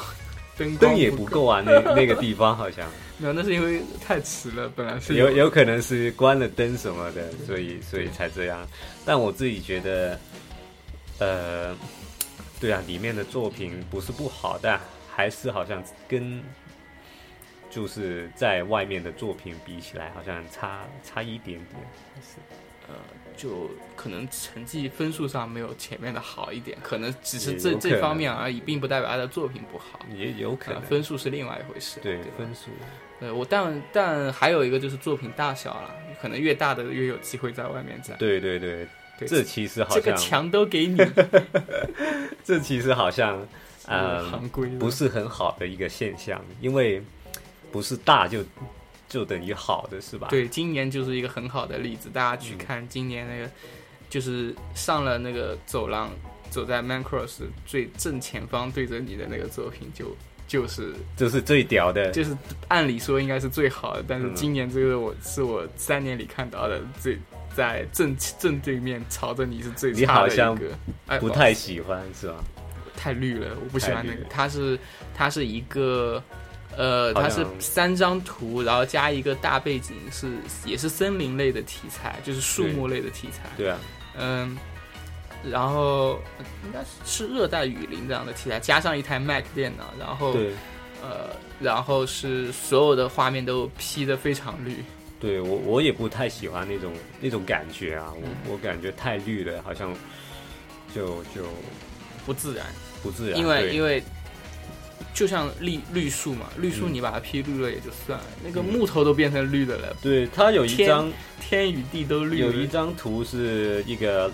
灯光
灯也不够啊，那那个地方好像
没有，那是因为太迟了，本来是
有有可能是关了灯什么的，所以所以才这样。但我自己觉得，呃，对啊，里面的作品不是不好，但还是好像跟就是在外面的作品比起来，好像差差一点点。还是
就可能成绩分数上没有前面的好一点，可能只是
也
这
有可
这
能
方面而已，并不代表他的作品不好。
也有可
呃
能，
分数是另外一回事。
对
对吧
分数，
对我但但还有一个就是作品大小啦，可能越大的越有机会在外面展。
对对对，
对
这其实好
这
像
个墙都 给你，
这其实好像 呃
行规了
不是很好的一个现象，因为不是大就就等于好的是吧？，嗯
对，今年就是一个很好的例子，大家去看今年那个，就是上了那个走廊，走在 Mancross 最正前方对着你的那个作品就。就是
这是最屌的，
就是，按理说应该是最好的，但是
嗯
今年这个我是我三年里看到的最在正正对面朝着你是最
你
差
好
的一
像
个，哎，
不
不
太喜欢是吧？
太绿了，我不喜欢那
太绿
个
了。
它是它是一个，呃，
好
它
像
是三张图，然后加一个大背景是也是森林类的题材，就是树木类的题材。
对啊，
嗯，然后应该是热带雨林这样的题材，加上一台 Mac 电脑，然后
对
呃，然后是所有的画面都 P 的非常绿。
对，我我也不太喜欢那种那种感觉啊，我我感觉太绿了，好像就就
不自然，
不自然。
因为因
为
为就像绿绿树嘛，绿树
嗯
你把它 P 绿了也就算了，那个
嗯
木头都变成绿的了，
对它有一
天
张
天与地都绿
有
了。
一张图是一个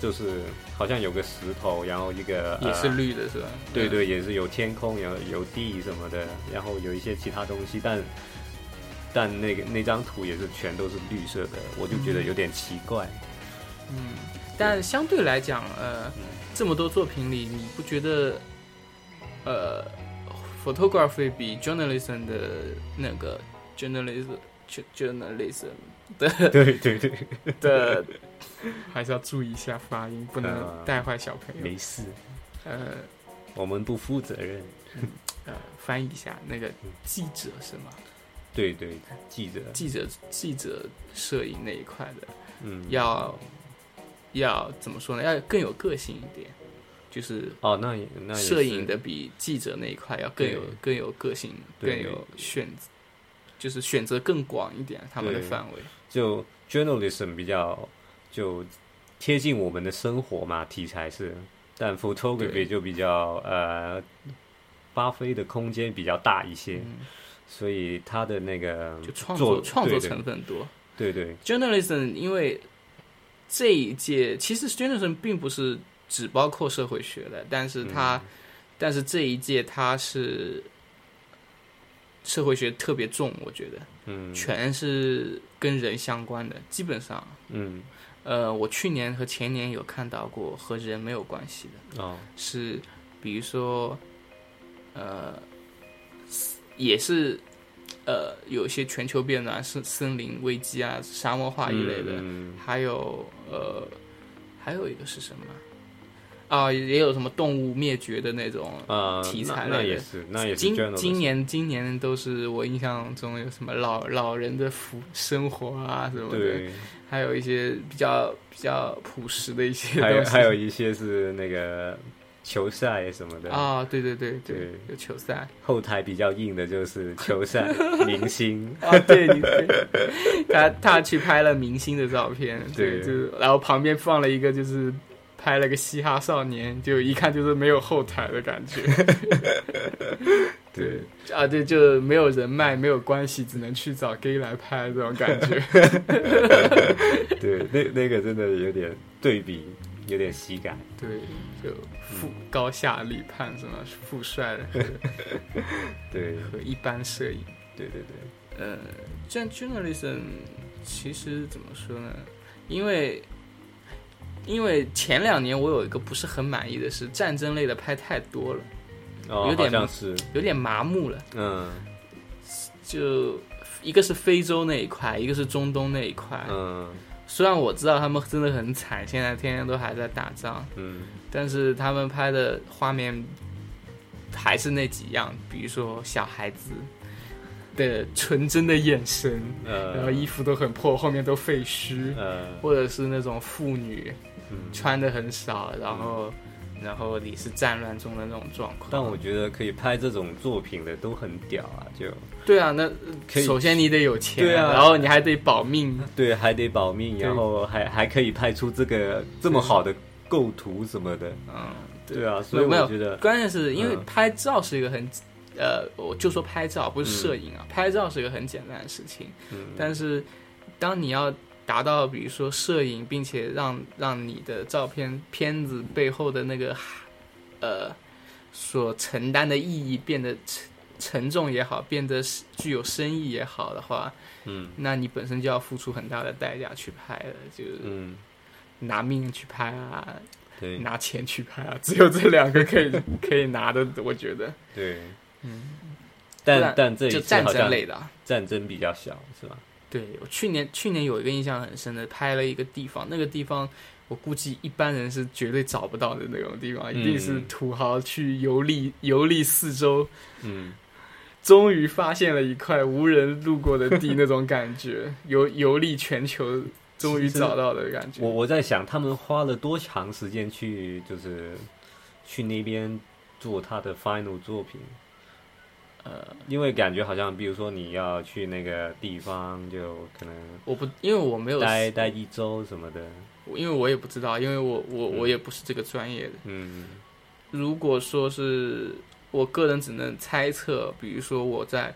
就是好像有个石头，然后一个
也是
呃
绿的是吧？嗯
对对，也是有天空，有有地什么的，然后有一些其他东西，但但那个那张图也是全都是绿色的，我就觉得有点奇 怪。
嗯，但相对来讲，呃，
嗯
这么多作品里，你不觉得，呃，photography 比 journalism 的那个 journalism jo- journalism 的
对对对，
的，还是要注意一下发音，不
呃
能带坏小朋友。
没事，
呃
我们不负责任。
呃，翻译一下那个记者是吗？
嗯对对，记者，
记者记者摄影那一块的，
嗯，
要要怎么说呢？要更有个性一点，就是
哦，那也那也
摄
是
影的比记者那一块要更有
对
更有个性，更
对
有选，就是选择更广一点他们的
对
范围。
就 journalism 比较就贴近我们的生活嘛，题材是，但 photography
对
就比较呃发挥的空间比较大一些，
嗯，
所以它的那个
就创
作
作创作
对对
成分多。
对对
journalism 因为这一届其实 journalism 并不是只包括社会学的，但是它、
嗯
但是这一届它是社会学特别重，我觉得，
嗯
全是跟人相关的，基本上。
嗯
呃，我去年和前年有看到过和人没有关系的，
哦
是比如说，呃，也是呃有一些全球变暖、森森林危机啊、沙漠化一类的，
嗯
还有呃，还有一个是什么啊？也有什么动物灭绝的那种
啊、
题材
那那
类
也
的
是那也是
今
journalism
今年今年都是我印象中有什么老老人的福生活啊什么的，
对，
还有一些比较比较朴实的一些
还有
东西，
还有一些是那个球赛什么的。
啊、对对对对
对，
有球赛
后台比较硬的就是球赛明 星，
啊，对，你对他他去拍了明星的照片，
对
就是然后旁边放了一个就是拍了个嘻哈少年，就一看就是没有后台的感觉
对，
啊，对，就没有人脉，没有关系，只能去找 gay 来拍这种感觉。
对，那那个真的有点对比，有点喜感。
对，就富高下立判什么富帅和
对，
和一般摄影。
对对对，
呃，这样 journalism 其实怎么说呢？因为因为前两年我有一个不是很满意的是战争类的拍太多了，
哦，
有点
好像是，
有点麻木了。
嗯
就一个是非洲那一块，一个是中东那一块。
嗯
虽然我知道他们真的很惨，现在天天都还在打仗，
嗯，
但是他们拍的画面还是那几样，比如说小孩子的纯真的眼神，然后
呃
衣服都很破，后面都废墟，
呃
或者是那种妇女
嗯，
穿的很少，然后然后你是战乱中的那种状况。
但我觉得可以拍这种作品的都很屌啊，就
对啊，那
可以
首先你得有钱，
对啊
然后你还得保命，
对，还得保命，
对
然后还还可以拍出这个这么好的构图什么的，
嗯，
对啊，所以
有没
我
有
觉得，
关键是因为
嗯
拍照是一个很。呃，我就说拍照，不是摄影啊。拍照是一个很简单的事情，
嗯，
但是当你要达到比如说摄影，并且让让你的照片片子背后的那个呃所承担的意义变得沉沉重也好，变得是具有深意也好的话，
嗯
那你本身就要付出很大的代价去拍了，就是
嗯，
拿命去拍啊，
对
拿钱去拍啊，只有这两个 可以可以拿的，我觉得。
对，
嗯，不
但
然
但这一
就
次
战
好
争
像
类的啊。
战争比较小，是吧？
对我去年去年有一个印象很深的，拍了一个地方，那个地方我估计一般人是绝对找不到的那种地方，
嗯
一定是土豪去游历游历四周，
嗯
终于发现了一块无人路过的地那种感 觉，游游历全球，终于
其实
找到的感，觉。
我我在想他们花了多长时间去就是去那边做他的 final 作品。呃，因为感觉好像，比如说你要去那个地方，就可能
我不，因为我没有，
待待一周什么的，
因为我也不知道，因为我我我也不是这个专业的。
嗯
如果说是我个人只能猜测，比如说我在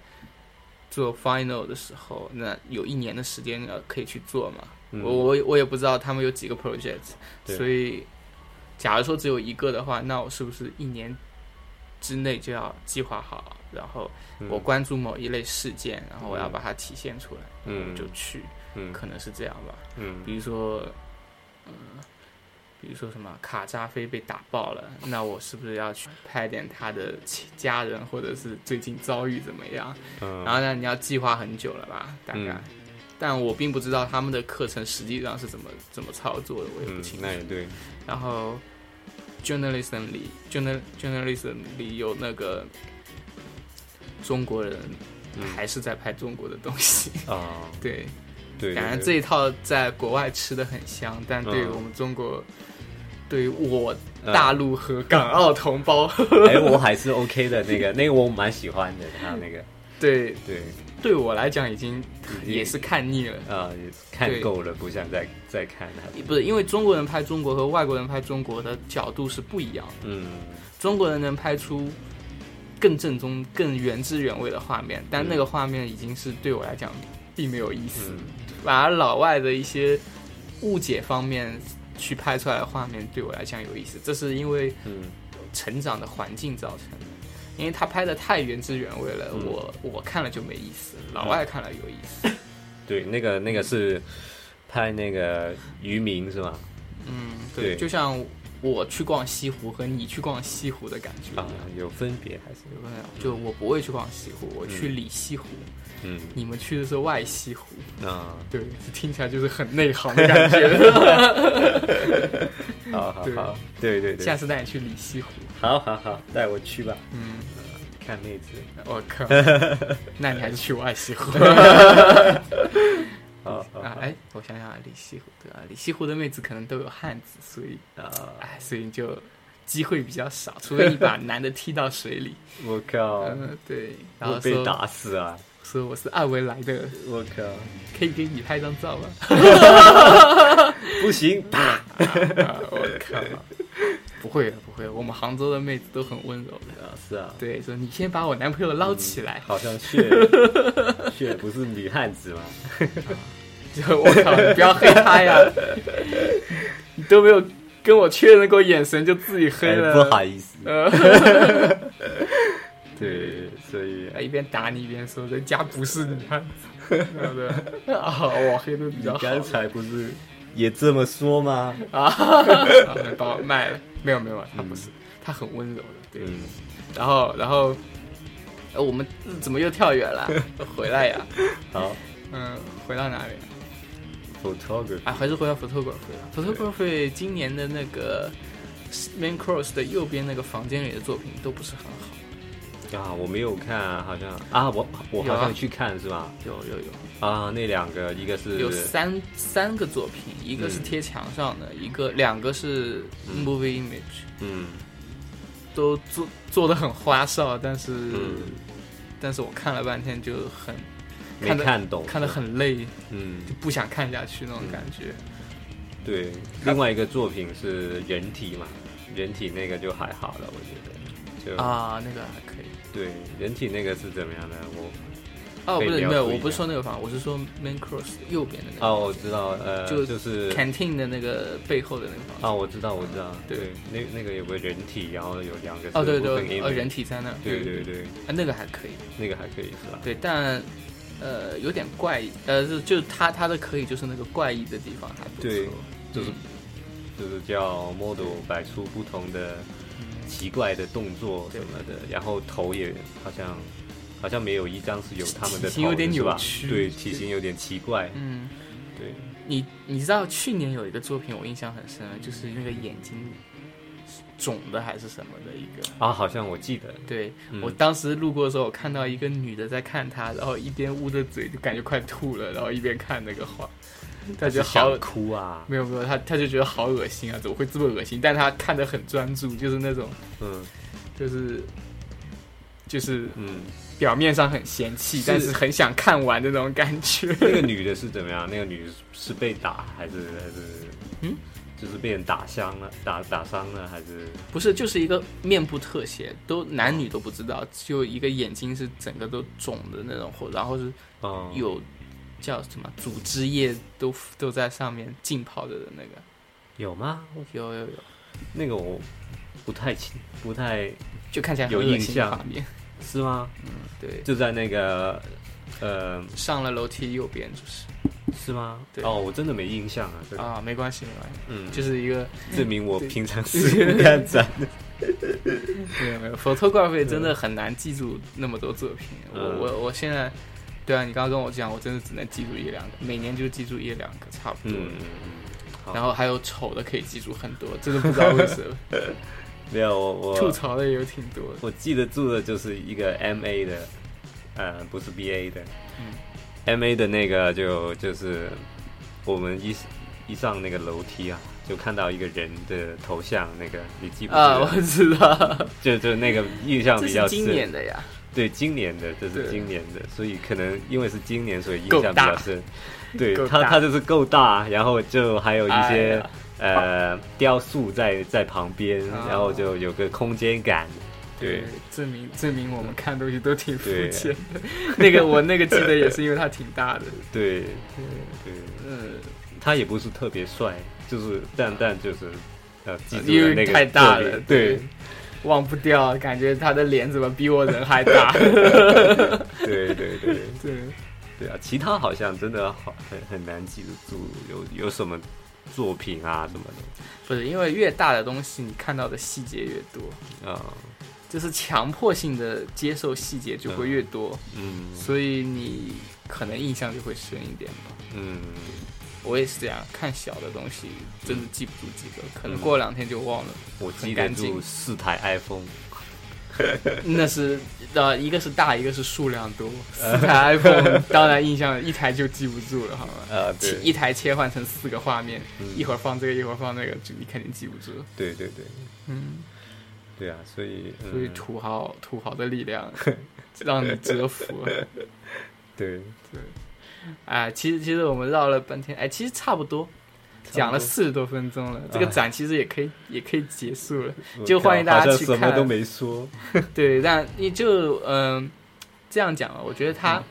做 final 的时候，那有一年的时间要可以去做嘛。
嗯
我我也我也不知道他们有几个 project，
对
所以假如说只有一个的话，那我是不是一年之内就要计划好，然后
嗯
我关注某一类事件，然后我要
嗯
把它体现出来，
嗯
我就去，
嗯
可能是这样吧。
嗯
比如说，呃，比如说什么卡扎菲被打爆了，那我是不是要去拍点他的亲家人，或者是最近遭遇怎么样？
嗯
然后呢，你要计划很久了吧，大概。
嗯
但我并不知道他们的课程实际上是怎么怎么操作的，我也不
嗯
清，楚。
那也对，
然后 journalism 里 journal journalism 里有那个中国人
嗯
还是在拍中国的东西，
啊，
对。
对，
感觉
对
这一套在国外吃的很香，但对于我们中国，对于我大陆和港澳同胞，
哎，我还是 OK 的那个，那个我蛮喜欢的，他那个，
对
对，
对我来讲已经
已经
也是看腻了。
啊、也是看够了，不想再再看他。
不是因为中国人拍中国和外国人拍中国的角度是不一样的，
嗯
中国人能拍出更正宗、更原汁原味的画面，但那个画面已经是对我来讲并没有意思，
嗯
反而老外的一些误解方面去拍出来的画面对我来讲有意思，这是因为。
嗯
成长的环境造成的，因为他拍的太原汁原味了，
嗯
我我看了就没意思，老外看了有意思。
对，那个那个是拍那个渔民是吗？
嗯，
对
就像我去逛西湖和你去逛西湖的感觉一
啊
样。，
有分别还是
有没有就我不会去逛西湖，我去
嗯
里西湖，
嗯
你们去的是外西湖，
啊，
对，听起来就是很内行的感觉。
好好
对
好，对 对
下
对，
次带你去里西湖，
好好好，带我去吧，啊
嗯，
看妹子。
我 靠，那你还是去外西湖。
好好
啊，
好
哎，我想想啊，李西湖对啊，李西湖的妹子可能都有汉子，所以
啊，
哎，所以就机会比较少，除非 你把男的踢到水里，
我靠，
嗯、对，然
我
后
被
说
打死啊！
说我是二维来的，
我 靠，
可以给你拍张 照吗？
不行，啪！
啊我靠，不会的，啊不会的，我们杭州的妹子都很温柔的，
啊，是啊，
对，说你先把我男朋友捞起来，
嗯好 像血血不是女汉子吗？
就我靠，你不要黑 他呀，你都没有跟我确认过眼神就自己黑
哎
了，
不好意思，
啊呃。
对，所以哎
一边打你一边说人家不是女 汉子，对不对？ 啊，我黑的比
你
较好
刚才不是也这么说吗？
啊，把 我卖了。没有没有，他不是，他很温柔的，对。
嗯，
然后然后，呃，我们怎么又跳 远了？回来呀，
好
嗯，回到哪里？
，photography，
啊，还是回到 photography 了。photography 今年的那个 main cross 的右边那个房间里的作品都不是很好。
啊，我没有看，好像啊，我我
有
好
啊
像去看是吧？
有有有，
啊，那两个，一个是
有三三个作品，一个是
嗯
贴墙上的，一个两个是
嗯
movie image。
嗯
都做做的很花哨，但是、
嗯，
但是我看了半天就很
没
看得
看懂，
看得很累，
嗯，
就不想看下去那种感觉。
对。另外一个作品是人体嘛，人体那个就还好了，我觉得就
啊啊，那个还可以，
对人体那个是怎么样呢？我
哦，
可以
不是
描
没有，
述一
我不是
下
说那个房，我是说 Main Cross 右边的那个
哦，我知道，呃，
就
就是
canteen 的那个背后的那个房。
啊，我知道，我知道，
对
对，那那个有个人体，然后有两个
哦，对
是不分
对，
给
哦，
你
人体在那儿。
对对对，
啊，那个还可以。
那个还可以是吧？
对，但呃有点怪异，呃就就它它的可以就是那个怪异的地方还不错。
对就是
嗯
就是叫 model 摆出不同的
嗯
奇怪的动作什么的，然后头也好像好像没有一张是有他们的
体型
头
有点
的是吧
扭曲
对，体型有点奇怪，
嗯，
对，
你你知道去年有一个作品我印象很深，就是那个眼睛肿的还是什么的一个。
啊，好像我记得，
对、
嗯
我当时路过的时候，我看到一个女的在看他，然后一边捂着嘴，就感觉快吐了，然后一边看那个画，她觉
就
得好
想哭啊，
没有没有，她她就觉得好恶心啊，怎么会这么恶心？但她看得很专注，就是那种
嗯
就是就是
嗯，
表面上很嫌弃，
是
但是很想看完的那种感觉。
那个女的是怎么样？那个女是被打还是还是
嗯，
就是被人打伤了，打打伤了还是
不是，就是一个面部特写，都男女都不知道，只有一个眼睛是整个都肿的那种，或然后是
嗯
有叫什么组织液都都在上面浸泡着的那个，
有吗？我
有有有，
那个我不太清，不太
就看起来很
有印
恶心的
象
画面。
是吗？
对，
就在那个呃，
上了楼梯右边就是
是吗？
对
哦，我真的没印象啊，这个、
啊，没关系没关系，
嗯，
就是一个
证明我平常是不看 展的。
没有没有，photography 真的很难记住那么多作品。我
嗯
我我现在，对啊，你刚刚跟我讲，我真的只能记住一两个，每年就记住一两个差不多。
嗯，好
然后还有丑的可以记住很多，真的不知道为 什么，
没有我
吐
我
槽的也有挺多的。
我记得住的就是一个 M A 的，呃，不是 B A 的，
嗯
M A 的那个就就是我们一一上那个楼梯啊，就看到一个人的头像，那个你记不记得？
啊，我知道，
就就那个印象
这
比较
是
深。
今年的呀，
对，今年的，这是
对
今年的，所以可能因为是今年，所以印
够
象比
大
较深。对
够
它，
大
它就是够大，然后就还有一
哎
些
呀、
呃雕塑在在旁边，
啊
然后就有个空间感。对，，
证明证明我们看东西都挺肤
对
浅的。那个我那个记得也是因为它挺大的，
对，对，
嗯，
他也不是特别帅，就是但但就是呃，记住
因
了
为
那个
太大
特别
了
对
忘不掉，感觉他的脸怎么比我人还 大？
对对对
对。
对啊！其他好像真的好很很难记得住，有有什么作品啊什么
不是因为越大的东西，你看到的细节越多，
的啊、
就是强迫性的接受细节就会越多，
嗯
所以你可能印象就会深一点吧。
嗯
我也是这样，看小的东西真的记不住几个，可能过两天就忘了。
我
很
记得
干净
住四台 iPhone，
那是呃，一个是大，一个是数量 多。四台 iPhone 当然印象一台就记不住了，好吗？
啊对
切一台切换成四个画面，
嗯
一会儿放这个，一会儿放那个，就你肯定记不住。
对对对
嗯。
对啊，所以、嗯、
所以土豪土豪的力 量让你折服。
对
对，哎，其实其实我们绕了半天，哎，其实差不多。啊讲了四十多分钟了，这个展其实也可以，也可以结束了。就欢迎大家去
好像什么
看
都没说，
对，但你就嗯、这样讲吧，啊我觉得
嗯
它、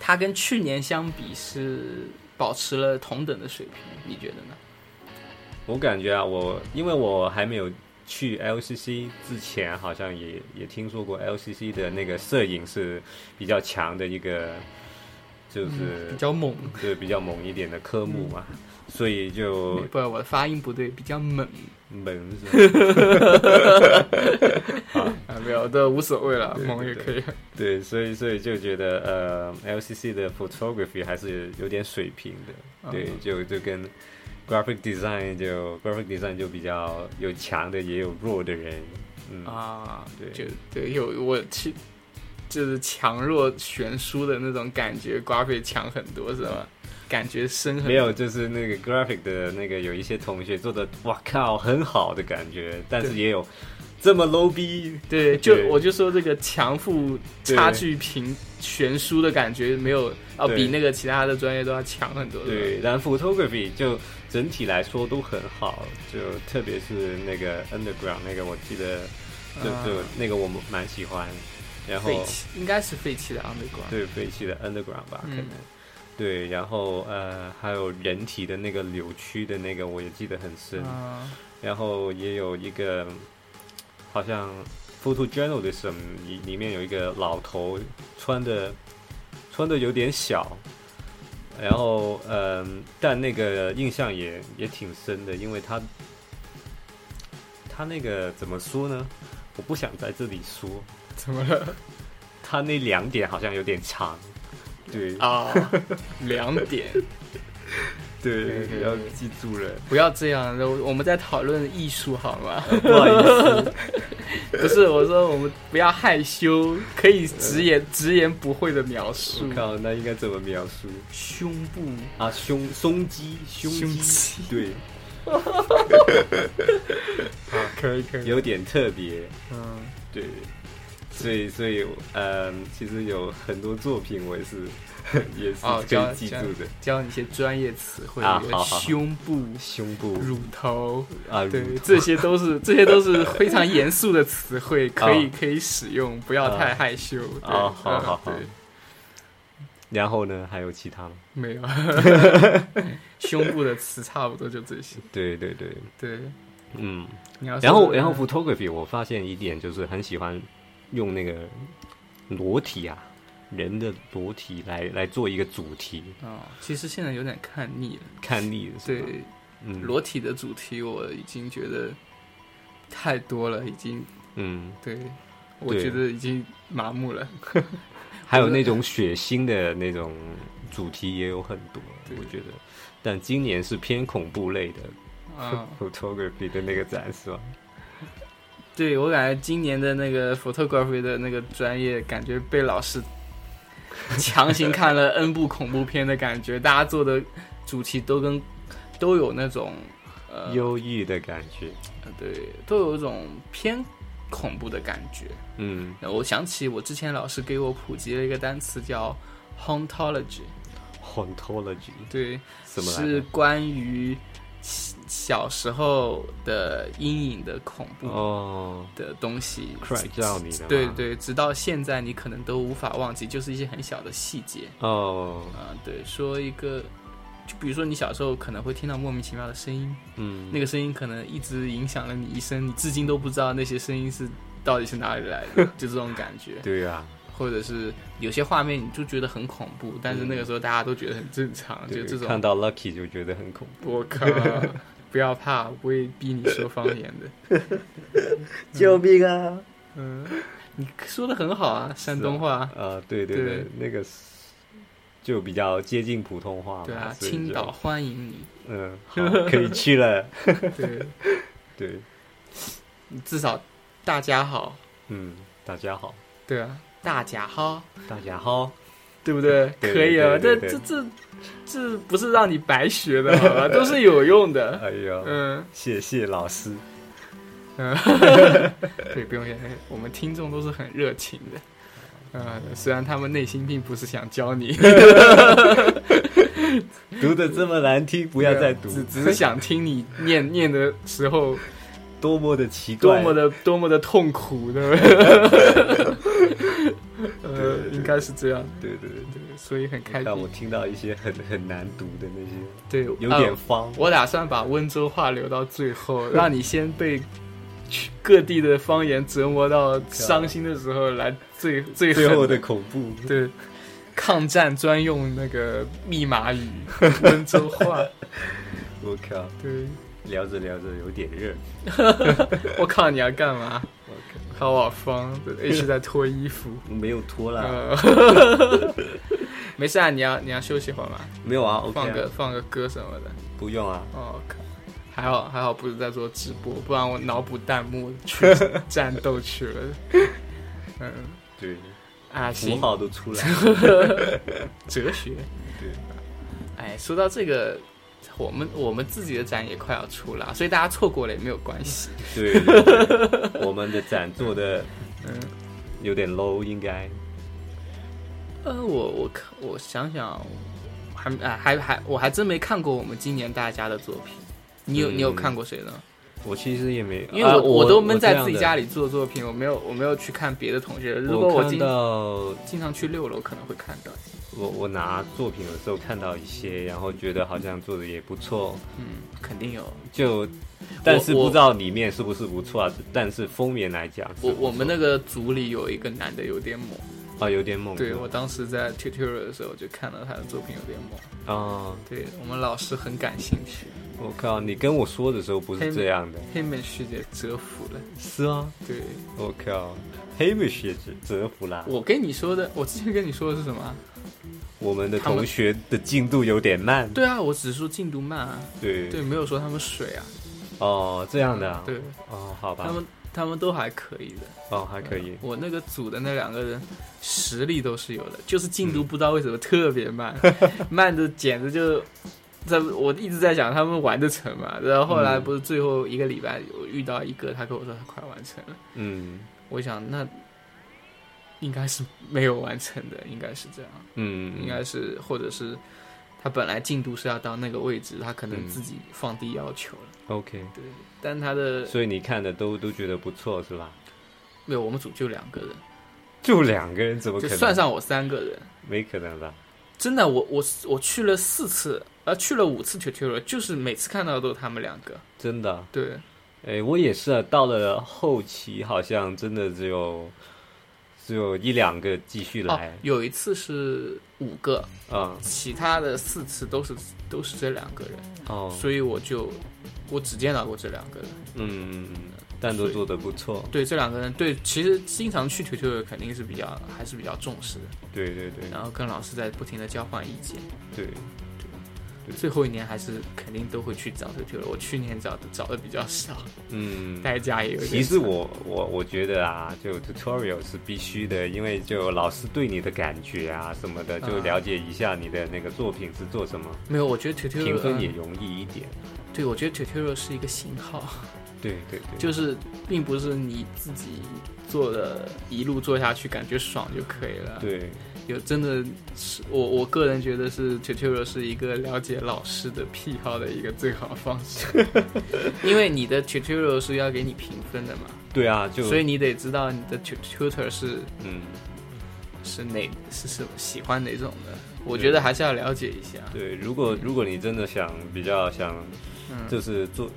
它跟去年相比是保持了同等的水平，你觉得呢？
我感觉啊，我因为我还没有去 LCC 之前，好像也也听说过 LCC 的那个摄影是比较强的一个，就是、
嗯比较嗯猛，
对比较猛一点的科目嘛，所以就
不，我的发音不对，比较猛
猛是吧
啊，没有，都无所谓了，
对
猛
对
也
对
可以。
对，所以所以就觉得呃，LCC 的 photography 还是有点水平的，对，
嗯
就就跟 graphic design 就 graphic design 就比较有强的，也有弱的人，嗯，
啊，
对
就对，有我去，就是强弱悬殊的那种感觉，瓜费强很多是吧？感觉深 很
没有，就是那个 graphic 的那个有一些同学做的，哇靠，很好的感觉，但是
对
也有这么 low 逼，
对，就
对
我就说这个强富
对
差距平悬殊的感觉没有啊，
对
比那个其他的专业都要强很多。
对，然后 photography 就整体来说都很好，就特别是那个 underground 那个，我记得就
啊
就那个我蛮喜欢，然后
废弃应该是废弃的 underground，
对废弃的 underground 吧，可
嗯
能。对，然后呃，还有人体的那个扭曲的那个，我也记得很深。
嗯
然后也有一个好像 photojournalism 里里面有一个老头穿的穿的有点小，然后嗯、但那个印象也也挺深的，因为他他那个怎么说呢？我不想在这里说，
怎么了？
他那两点好像有点长，对
啊，两点，
对
对
要
对
记住了，
不要这样，我我们在讨论艺术好吗？
呃不好意思。
不是，我说我们不要害羞，可以直言直言不讳的描述
呃我靠，那应该怎么描述
胸部，
啊？胸胸肌，胸
胸
肌，
肌
对，
可以可以，
啊有点特别，
嗯，
对。所以，所以，嗯，其实有很多作品我也是， 也是
哦
可
教
以记
教
住的。
教你一些专业词汇，
啊
比如
好好好
胸部、
胸部
乳头，
啊，
对
乳，
这些都 是这些都是非常严肃的词汇，可以可以使用，不要太害羞。对
啊哦好好好
嗯对，
然后呢，还有其他吗？
没有， 胸部的词差不多就这些。
对对对，
对，
嗯。
你要说嗯
然后，然后 photography 我发现一点就是很喜欢用那个裸体啊，人的裸体来来做一个主题，
哦，其实现在有点看腻了。
看腻了是吧，
对，
嗯，
裸体的主题我已经觉得太多了，已经
嗯，
对我
对
觉得已经麻木了。
还有那种血腥的那种主题也有很多，
对
我觉得。但今年是偏恐怖类的、
啊、
photography 的那个展是吧？
对我感觉今年的那个 photography 的那个专业，感觉被老师强行看 了 N 部恐怖片的感觉，大家做的主题都跟都有那种呃，
忧郁的感觉，
对，都有一种偏恐怖的感觉。
嗯
那我想起我之前老师给我普及了一个单词叫 hauntology，
，hauntology
对，
什么来
是
着？
关于小小时候的阴影的恐怖
哦
的东西。
，cry 叫你的，
对，对，直到现在你可能都无法忘记，就是一些很小的细节
哦，
啊、对，说一个，就比如说你小时候可能会听到莫名其妙的声音，
嗯，
那个声音可能一直影响了你一生，你至今都不知道那些声音是到底是哪里来 的，就这种感觉。
对啊，
或者是有些画面你就觉得很恐怖，但是那个时候大家都觉得很正常，就
对
这
看
种。
到 Lucky 就觉得很恐怖，
我 靠，不要怕，我不会逼你说方言的。
救命啊！
嗯，你说的很好啊，山东话。
啊，对对对
对，
那个是就比较接近普通话嘛，
对啊，
所以
青
就
岛，欢迎 你。
嗯， 好，可以去了，
对，
对，
至少大家好。
嗯，大家好，
对啊，大家好，
大家 好，
对不对？
对
可以啊，
对
这
对
这这这不是让你白学的，好 吧？都是有用的。
哎呦，
嗯
谢谢老师，
嗯，对，不用谢，我们听众都是很热情的。嗯，虽然他们内心并不是想教你，
读的这么难听， 不要再读，
啊只只是想听你念念的时候
多么的奇
多
怪，
么的多么的痛苦，对吧？ 呃，应该是这样，
对，对对
对，所以很开
对，让我
心。
听到一些很很难读的那些，
对，
有
啊
点方，
我打算把温州话留到最后， 让你先被各地的方言折磨到伤心的时候来最 最
最后
狠
的恐怖，
对抗战专用那个密 码语温州话。
我靠，
对，
聊着聊着有点热，
我靠，你要干嘛？
我靠，
靠我方，H 在脱衣服。
没有拖啦，
呃， 没事啊，你要你要休息会儿嘛，
没有啊，OK，
放个
啊
放个歌什么的。
不用啊，
哦，靠还好还好不是在做直播，不然我脑补弹幕去战斗去了。 嗯
对，
啊，
符
行，
号都出来了。
哲学。
对，
哎，说到这个，我们我们自己的展也快要出了，所以大家错过了也没有关系。
对，对对我们的展做的
嗯，
有点 low，应该嗯
呃，我我看我想想，还啊还还我还真没看过我们今年大家的作品。你有、你有
嗯
看过谁的吗？
我其实也没，
因为
啊
我、
我
都闷在自
这
己
样的
家里做作品，我没有我没有去看别的同学。如果
我
我
看
经
到
经常去六楼，可能会看到。
我我拿作品的时候看到一些，然后觉得好像做的也不错，
嗯，肯定有。
就但是
我
不知道里面是不是不错啊。但是封面来讲是不
我
错，
我们那个组里有一个男的有点猛，
啊有点猛，
对我当时在 tutorial 的时候就看到他的作品有点猛，
啊，
对我们老师很感兴趣，
我靠，你跟我说的时候不是这样的，
黑美学姐折服了。
是啊，
对
我靠，黑美学姐折服啦。
我跟你说的，我之前跟你说的是什么啊？
我们的
他们
同学的进度有点慢，
对啊，我只是说进度慢啊，
对
对，没有说他们水啊，
哦，这样的啊，
对
哦，好吧，
他们他们都还可以的。
哦还可以，
我那个组的那两个人实力都是有 的，就是进度不知道为什么特别慢，
嗯
慢的简直就在我一直在想他们玩得成嘛。然后后来
嗯
不是最后一个礼拜我遇到一个，他跟我说他快完成了，
嗯
我想那应该是没有完成的，应该是这样，
嗯，
应该是或者是他本来进度是要到那个位置，他可能
嗯
自己放低要求了，
OK，
对，但他的
所以你看的都都觉得不错是吧？
没有，我们组就两个人，
就两个人怎么可
就
能？
算上我三个人。
没可能吧？
真的，我我我去了四次，呃，去了五次 tutorial，就是每次看到的都是他们两个。
真的啊，
对，
哎，我也是啊。到了后期，好像真的只有只有一两个继续
哦
来，
有一次是五个，
啊、
其他的四次都是都是这两个人，
哦，
所以我就我只见到过这两个人。
嗯，嗯嗯但都做的不错，
对，这两个人，对，其实经常去 tutorial 肯定是比较还是比较重视的，
对对对
然后跟老师在不停的交换意见。
对，对
最后一年还是肯定都会去找 tutorial，我去年找的找的比较少，
嗯。
代价也有点
其实
惨
我我我觉得啊，就 tutorial 是必须的，因为就老师对你的感觉啊什么的，就
啊
了解一下你的那个作品是做什么，
没有，我觉得 tutorial
评分也
嗯
容易一点。
对，我觉得 tutorial 是一个信号，
对对对，
就是并不是你自己做的，一路做下去感觉爽就可以了。，
对
有真的是我我个人觉得是 tutorial 是一个了解老师的癖好的一个最好方 式，因为你的 tutorial 是要给你评分的嘛，
对啊，就
所以你得知道你的 tu- tutor 是
嗯，
是哪是什么喜欢哪种的，我觉得还是要了解一下。
对，如果如果你真的想比较想，
嗯，
就是做、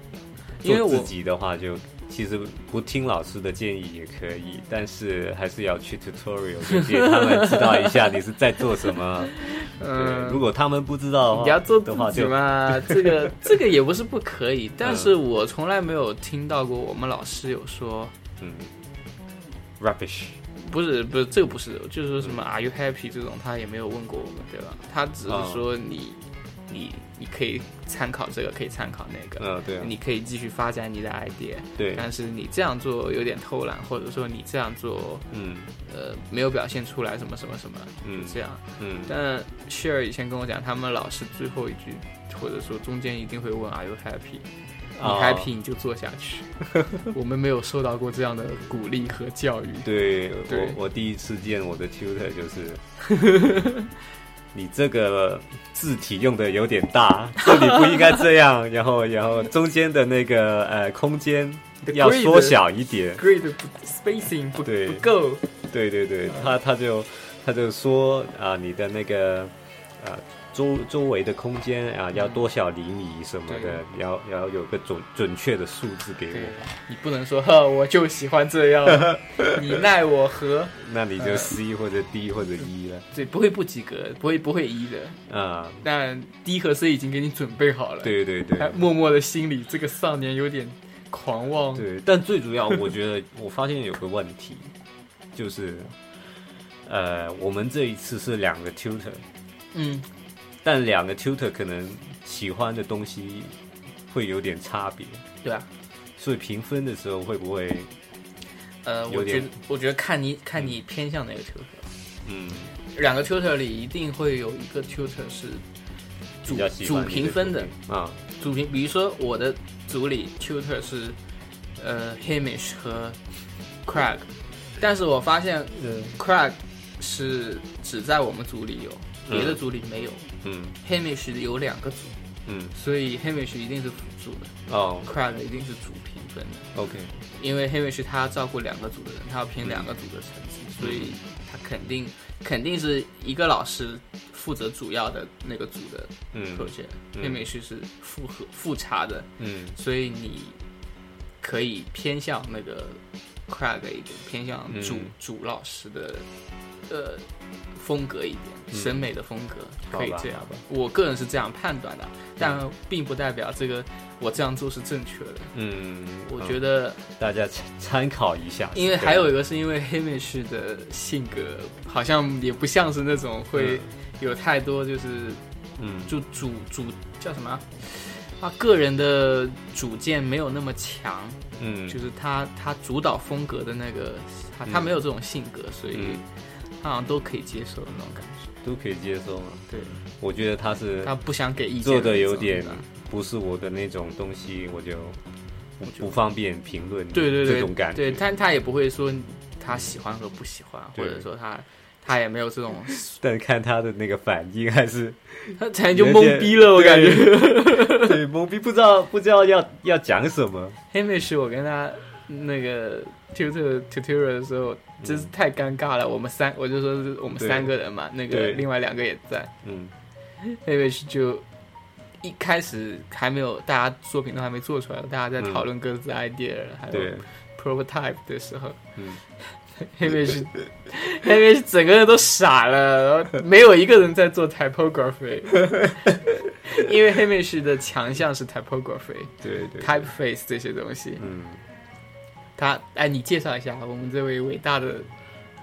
因为
做
我
自己的话就。其实不听老师的建议也可以，但是还是要去 tutorial，就给他们知道一下你是在做什 么。对，
嗯，
如果他们不知道的话，
你要做自
的话
己
哦就嗯
嘛，这个这个也不是不可以，但是我从来没有听到过我们老师有说，
嗯，rubbish，
不是不是这个不是，就是说什
嗯
么 Are you happy 这种，他也没有问过我们，对吧？他只
哦
是说你、你你可以参考这个，可以参考那个，
嗯，对啊，
你可以继续发展你的 idea，
对，
但是你这样做有点偷懒，或者说你这样做
嗯
呃没有表现出来什么什么什么，
嗯
就这样。
嗯，
但 Share 以前跟我讲，他们老师最后一句，或者说中间一定会问 Are you happy？你
哦
happy 你就做下去。 我们没有受到过这样的鼓励和教育。
对
对
我我第一次见我的 tutor 就是， 你这个字体用的有点大，这里不应该这样，然后然后中间的那个呃空间
The
要
grid
缩小一点，
Grade 不 spacing 不
对
不够，
对对
嗯
对，他他就他就说啊、你的那个啊、周周围的空间啊、
嗯
要多少厘米什么的，要要有个准准确的数字给
对
我，
你不能说呵，我就喜欢这 样，你奈我何？
那你
呃
就 C 或者 D 或者 E 了
对，不会不及格，不会不会一的。
啊、
但 D 和 C 已经给你准备好了。，
对对对。
默默的心里，这个少年有点狂妄。
对，但最主要，我觉得我发现有个问题，就是，呃，我们这一次是两个 tutor，
嗯，
但两个 tutor 可能喜欢的东西会有点差别，
对啊。
所以评分的时候会不会，
呃，
有
我觉
点
得我觉得看你看你偏向哪个 tutor，
嗯，
两个 tutor 里一定会有一个 tutor 是主
比较喜
主
欢你
评分的
作品啊，
主评，比如说我的组里 tutor 是呃 Hamish 和 Craig，但是我发现
嗯
Craig 是只在我们组里有，别的组里没有、
嗯
Hamish 有两个组，
嗯，
所以 Hamish 一定是辅助的
哦
c r a g 一定是主评分的。
，OK，
因为 Hamish 他要照顾两个组的人，他要评两个组的成绩，所以
嗯
他肯定肯定是一个老师负责主要的那个组的
嗯
project，、
嗯
Hamish 是复合复查的，
嗯
所以你可以偏向那个 Craig 一点，偏向
嗯
主、主老师的呃风格一点，审美的风格、
嗯好吧
可以这样
好吧
我个人是这样判断的，但并不代表这个我这样做是正确的。
嗯，
我
嗯
觉得
大家参参考一下，
因为
对
还有一个是因为黑美式的性格好像也不像是那种会
嗯
有太多就是
嗯
就主主叫什么啊，他个人的主见没有那么强，
嗯
就是他他主导风格的那个他
嗯
他没有这种性格，所以
嗯
他好像都可以接受的那种感觉。
都可以接受嘛。
对，
我觉得他是
他不想给意见
做
的
的有
那种
点
对吧
不是我的那种东西，我就不
我就
不方便评论。
对对对
这种感觉。
对，但他也不会说他喜欢和不喜欢，或
对
者说他他也没有这种，
但看他的那个反 应，还是
他才就懵逼了，我感觉。
对对懵逼，不知道不知道要要讲什么。
黑妹是我跟他那个 tutor tutorial 的时候，真是太尴尬了。我们三，我就说是我们
对
三个人嘛，那
嗯
个
对
另外两个也在。
嗯
黑妹是就一开始还没有，大家作品都还没做出来，大家在
嗯
讨论各自的 idea，、还有
对，
prototype 的时候，
嗯
黑妹是 黑妹是整个人都傻了，然后没有一个人在做 typography，因为黑妹是的强项是 typography、
对对对
typeface 这些东西。
嗯。
他哎，你介绍一下我们这位伟大的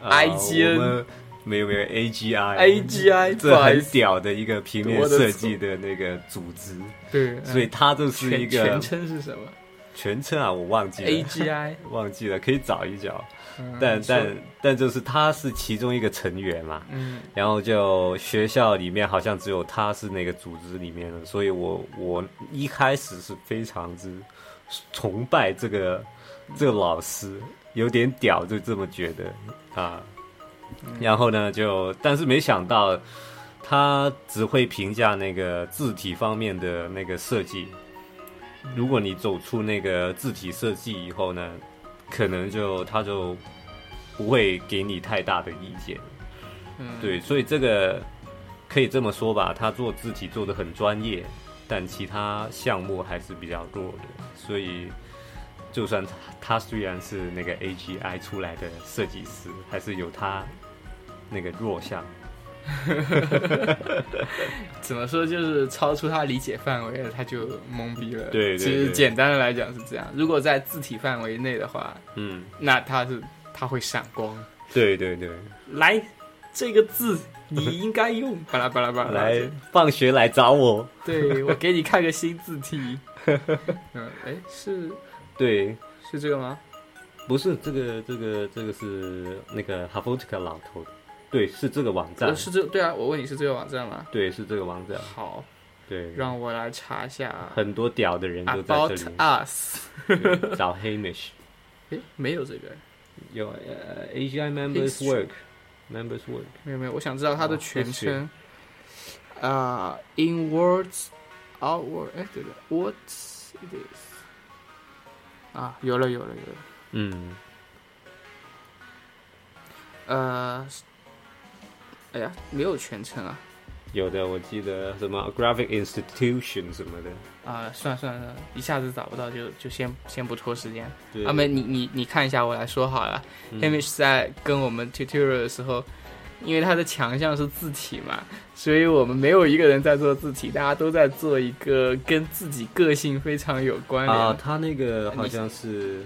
啊
IGN
我们没有没有 AGI
哎 AGI，不
这
好意
很
思，
屌的一个平面设计的那个组织，
对，嗯
所以它就是一
全
个
全称是什么
全称啊，我忘记了，
？AGI，
忘记了，可以找一找。
嗯
但
你说
但但就是他是其中一个成员嘛，
嗯
然后就学校里面好像只有他是那个组织里面的，所以我我一开始是非常之崇拜这个这个老师，有点屌，就这么觉得啊。然后呢，就但是没想到他只会评价那个字体方面的那个设计。如果你走出那个字体设计以后呢，可能就他就不会给你太大的意见。
嗯，
对，所以这个可以这么说吧，他做字体做的很专业，但其他项目还是比较弱的，所以就算他他虽然是那个 AGI 出来的设计师，还是有他那个弱项。
怎么说就是超出他理解范围了，他就懵逼了。
对对
其实
对
简单的来讲是这样，如果在字体范围内的话，
嗯，
那他是他会闪光，
对对对，
来这个字你应该用， 巴拉巴拉巴拉，
来 放学来找我。
对我给你看个新字 体。嗯，哎，是
对，
是这个吗？
不是这个这个这个是那个 h a v o t i k a 老头，对，是这个网站
呃，是这对啊，我问你是这个网站吗？
对，是这个网站，
好，
对，
让我来查一下。
嗯很多屌的人都在这
About
里。
us，
对找 Hamish
哎，没有这个，
有呃 AGI members
History
work members work
没有没有，我想知道它的全
哦
称。啊、i n w o r d s outward，哎，对对，what it is？啊，有了有了有了，
嗯
呃，哎呀，没有全称啊，
有的我记得什么 graphic institution 什么的
啊、算了算了，一下子找不到就就先先不拖时间。
对
阿妹，啊你你你看一下，我来说好了。
嗯
Hamish 在跟我们 tutorial 的时候，因为他的强项是字体嘛，所以我们没有一个人在做字体，大家都在做一个跟自己个性非常有关联。
啊他那个好
你
像是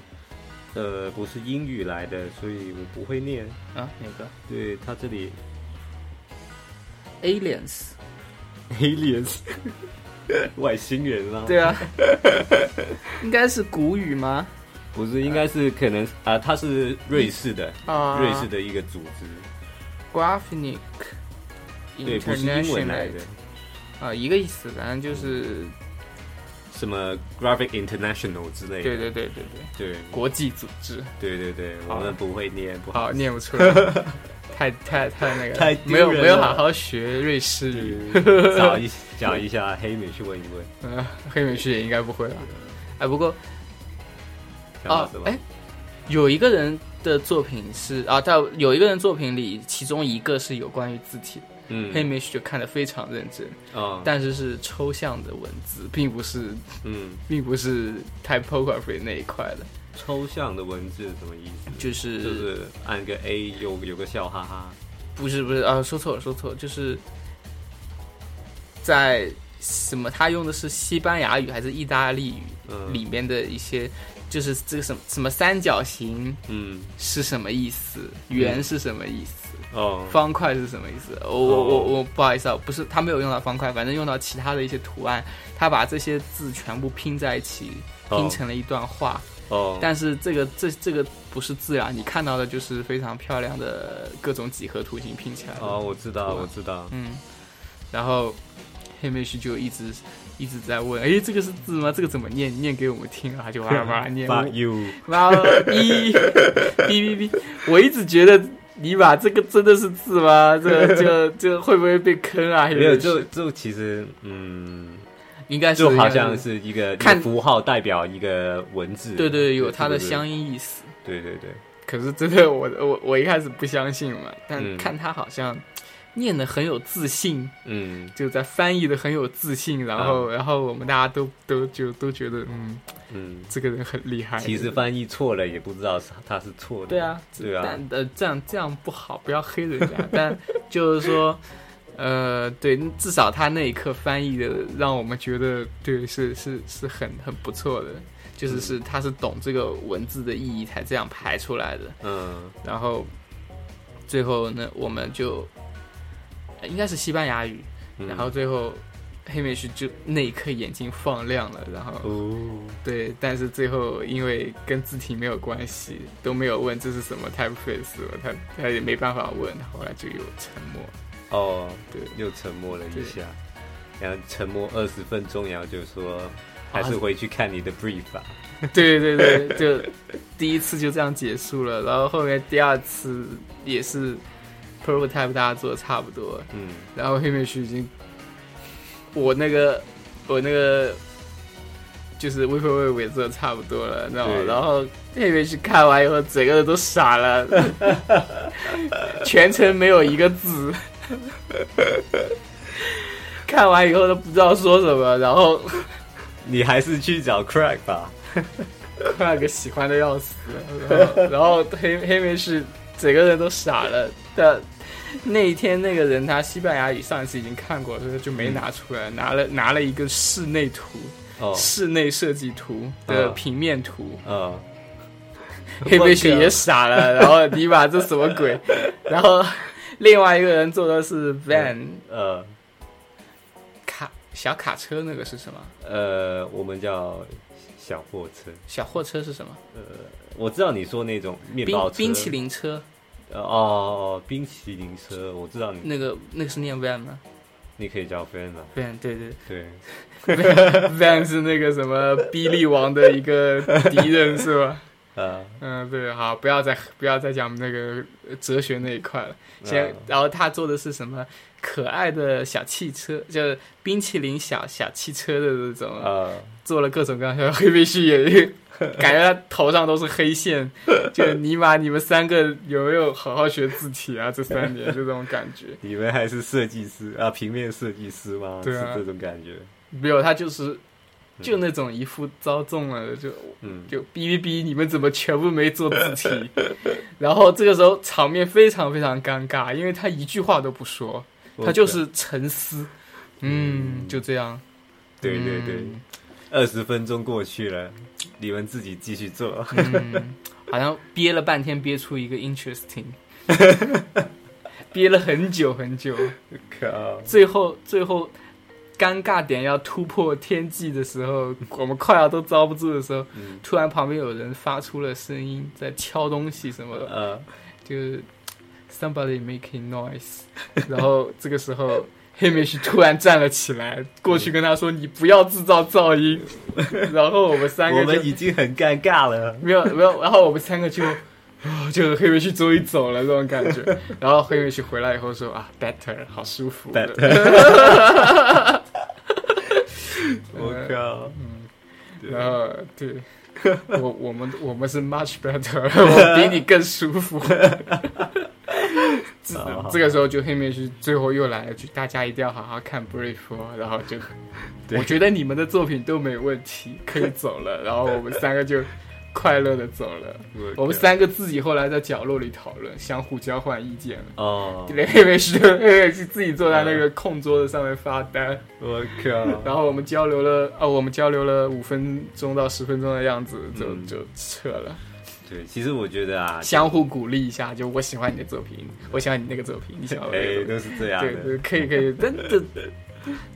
呃不是英语来的所以我不会念
啊，哪个
对他这 里
？Aliens。
aliens 外星人啦
对啊， 应该是古语吗？
不是应该是可能啊他是瑞士的
啊，
瑞士的一个组织
Graphic
对不是英文来嗯
International
的
啊，一个意思，反正就是
什么 Graphic International 之类的。
对对对对对，
对
国际组织，
对对对，我
好
们不会念，不好
好念不出来， 太太太那个了，
太丢
没有
人
没有
了
好好学瑞士语，
嗯 找 一找一下黑美去问一问，
嗯，黑美区也应该不会吧？哎，不过
然
哦
后嗯什，么
哎，有一个人的作品是啊，但有一个人作品里，其中一个是有关于字体的，黑
嗯，
美区就看得非常认真，
哦，
但是是抽象的文字，并不是
嗯，
并不是 typography 那一块的，
抽象的文字什么意思？
就是
就是按个 A 有有个笑哈哈，
不是不是啊，说错了说错了，就是在什么他用的是西班牙语还是意大利语
嗯
里面的一些，就是这个什么什么三角形
嗯，
是什么意思，圆是什么意思，
哦，
方块是什么意
嗯
思？我我我我不好意思啊，不是他没有用到方块，反正用到其他的一些图案，他把这些字全部拼在一起，
哦
拼成了一段话。
哦，
但是这个这这个不是自然，你看到的就是非常漂亮的各种几何图形拼起来的。
哦，我知道，我知道，
嗯，然后黑妹须就一直一直在问，诶，这个是字吗？这个怎么念？念给我们听啊！他就哇哇念，
But you，
哇一哔哔哔，我一直觉得。你把这个真的是字吗？这个这个这个会不会被坑啊？
没有，
黑妹须
就就其实，嗯，
应该是
就好
应该
像是一个一
看
个符号代表一个文字，
对对，有它的
对
相，应意思。
对对对，
可是真的我，我我一开始不相信嘛，但
嗯
看他好像念的很有自信，
嗯
就在翻译的很有自信，然后、然后我们大家都都就都觉得嗯，
嗯，
这个人很厉害。
其实翻译错了也不知道是它是错的，
对啊，
对啊
但呃这样这样不好，不要黑人家。 但就是说，呃，对，至少他那一刻翻译的让我们觉得对是是是很很不错的，就是是他是懂这个文字的意义才这样排出来的。
嗯
然后最后呢，我们就呃应该是西班牙语，
嗯
然后最后黑美是就那一刻眼睛放亮了，然后
哦，
对，但是最后因为跟字体没有关系，都没有问这是什么 typeface，他他也没办法问，后来就有沉默。
哦，
对，
又沉默了一
对
下，然后沉默二十分钟，然后就说还哦是回去看你的 brief 吧。
对对对，就第一次就这样结束了，然后后面第二次也是 prototype 大家做的差不多，
嗯
然后黑美区已经，我那个我那个就是微博微也做的差不多了，然后
对
然后黑美区看完以后，整个人都傻了，全程没有一个字。看完以后都不知道说什么，然后
你还是去找 Craig 吧。
快给喜欢的要死，然后 然后黑黑莓是整个人都傻了。但那一天那个人他西班牙语上一次已经看过了，所以就没拿出来，拿了拿了一个室内图、
哦，
室内设计图的
啊
平 面图，
呃，
黑莓
啊
是也傻了。然后你把这什么 鬼？然后另外一个人做的是
嗯
van
呃
卡小卡车，那个是什么？
呃，我们叫小货车。
小货车是什么？
我知道你说那种面包
冰
车，
冰淇、淋车，
呃、哦，冰淇淋车，我知道你，
那个那个是念 van 吗
你可以叫 friend 了。
？van 对对。
对，
Van 是那个什么比利王的一个敌人是吧？
呃，
嗯，对，好，不要再不要再讲那个哲学那一块了。先
嗯，
然后他做的是什么可爱的小汽车，就是冰淇淋小小汽车的这种，
呃，
做了各种各样的黑必须也感觉他头上都是黑线，就尼玛你们三个有没有好好学字体啊？这三年就这种感觉。
你们还是设计师啊，平面设计师吗？
对啊
是这种感觉。
没有，他就是就那种一副遭中了就
嗯
就哔哔哔，你们怎么全部没做字体？ 然后这个时候场面非常非常尴尬，因为他一句话都不说，
我
他就是沉思，嗯，就这样，
对对对，
嗯
二十分钟过去了，你们自己继续做。
嗯，好像憋了半天，憋出一个 interesting，憋了很久很久，
靠！
最后最后尴尬点要突破天际的时候，我们快要都遭不住的时候，
嗯
突然旁边有人发出了声音，在敲东西什么的，
呃，
就是 somebody making noise，然后这个时候 Hamish 突然站了起来，
嗯
过去跟他说：“你不要制造 噪音。”然后我们三
我
个就
们已经很尴尬了。
没有没有，然后我们三个就，啊就黑尾去终于走了这种感觉。 然后黑尾去回来以后说啊，better，好舒服。
我靠，
呃嗯然后对，我我们我们是 much better，我 比你更舒服。这
好好
这个时候就黑面去最后又来了句：“大家一定要好好看 brief 哦。”然后就，
对
我觉得你们的作品都没问题，可以走了。然后我们三个就快乐的走 了。我们三个自己后来在角落里讨论，相互交换意见了。
哦，
连黑美是黑美是自己坐在那个空桌子上面发呆，
我靠，
然后我们交流了，哦，我们交流了五分钟到十分钟的样子，就、
嗯
就撤了，
对，其实我觉得啊，
相互鼓励一下，就我喜欢你的作品，我喜欢你那个作品，你喜欢我那
哎
个，作
都是这样
品，对
的，
对，可以可以，但这。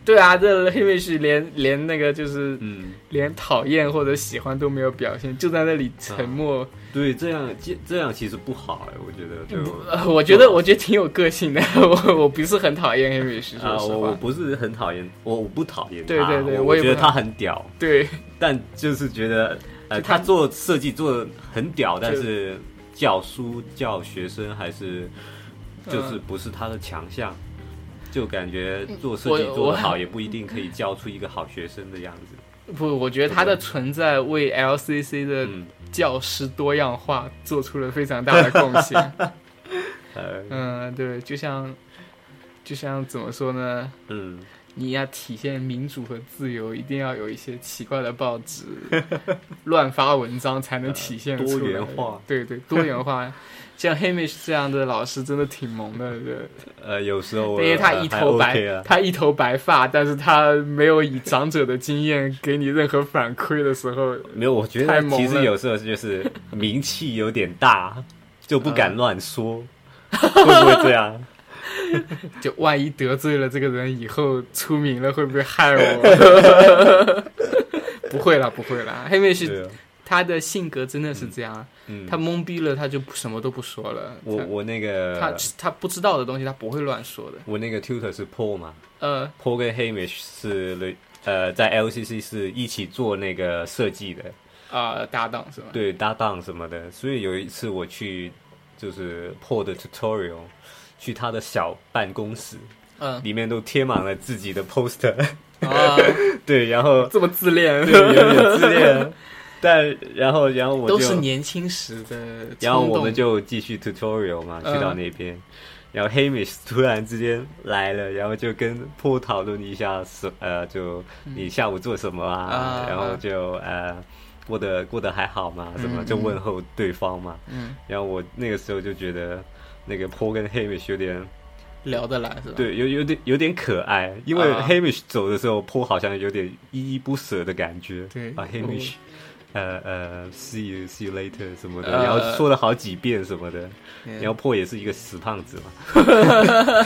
对啊，这黑美是连连那个就是
嗯，
连讨厌或者喜欢都没有表现，就在那里
啊
沉默。
对，这样这这样其实不好哎，我觉得就
呃我觉得我觉得挺有个性的，我我不是很讨厌黑美是，说
啊，
实
我
话。
我不是很讨厌，我我不讨厌他，
对对对
我
我也
觉
不
得
讨
他很屌，
对，
但就是觉得呃，
就
他
他
做设计做的很屌，但
就是
教书教学生还是
嗯
就是不是他的强项。就感觉做设计
我
做
我
得好，也不一定可以教出一个好学生的样子。
不，我觉得它的存在为 LCC 的
嗯，
教师多样化做出了非常大的贡 献。
呃，
嗯，对，就像就像怎么说呢？
嗯，
你要体现民主和自由，一定要有一些奇怪的报纸乱发文章，才能体现
多
出来
元化。
对对，多元化。像 Hamish 这样的老师真的挺萌的，对。
呃，有时候
因
我
为他
呃
一
还
头白
OK 啊，
他一头白发，但是他没有以长者的经验给你任何反馈的时候，
没有，我觉
太
得
猛
其
了
实有时候就是名气有点大，就不
嗯
敢乱说，会不会这 样？
就万一得罪了这个人，以后出名了会不会害我？ 不会啦，不会啦。黑妹是
对啊，
他的性格真的是这样，啊
嗯，
他懵逼了他就什么都不说了。
我呃我那
他
个
他不知道的东西他不会乱说的。
我那个 tutor 是 Paul 嘛
呃，
，Paul 跟 Hamish 是呃在 LCC 是一起做那个设计的，
啊，搭档是吧？
对搭档什么的。所以有一次我去就是 Paul 的 tutorial，去他的小办公室，
嗯
里面都贴满了自己的 poster，
啊，
对，然后
这么自恋，
对，有点自恋。 但然后，然后我就，
都是年轻时的冲动。
然后我们就继续 tutorial 嘛，
嗯
去到那边。然后 Hamish 突然之间来了，然后就跟 Paul 讨论一下什呃，就你下午做什么啊？
嗯啊
然后就呃，过得过得还好吗？什么、
嗯
就问候对方嘛。
嗯
然后我那个时候就觉得，那个 Paul 跟 Hamish 有点
聊得来是吧？
对，有有点有点可爱，因为
啊
Hamish 走的时候，Paul 好像有点依依不舍的感觉。
对
啊，Hamish，呃呃，see you see you later 什么的，
呃
然后说了好几遍什么的，
嗯，
然后 Paul 也是一个死胖子嘛。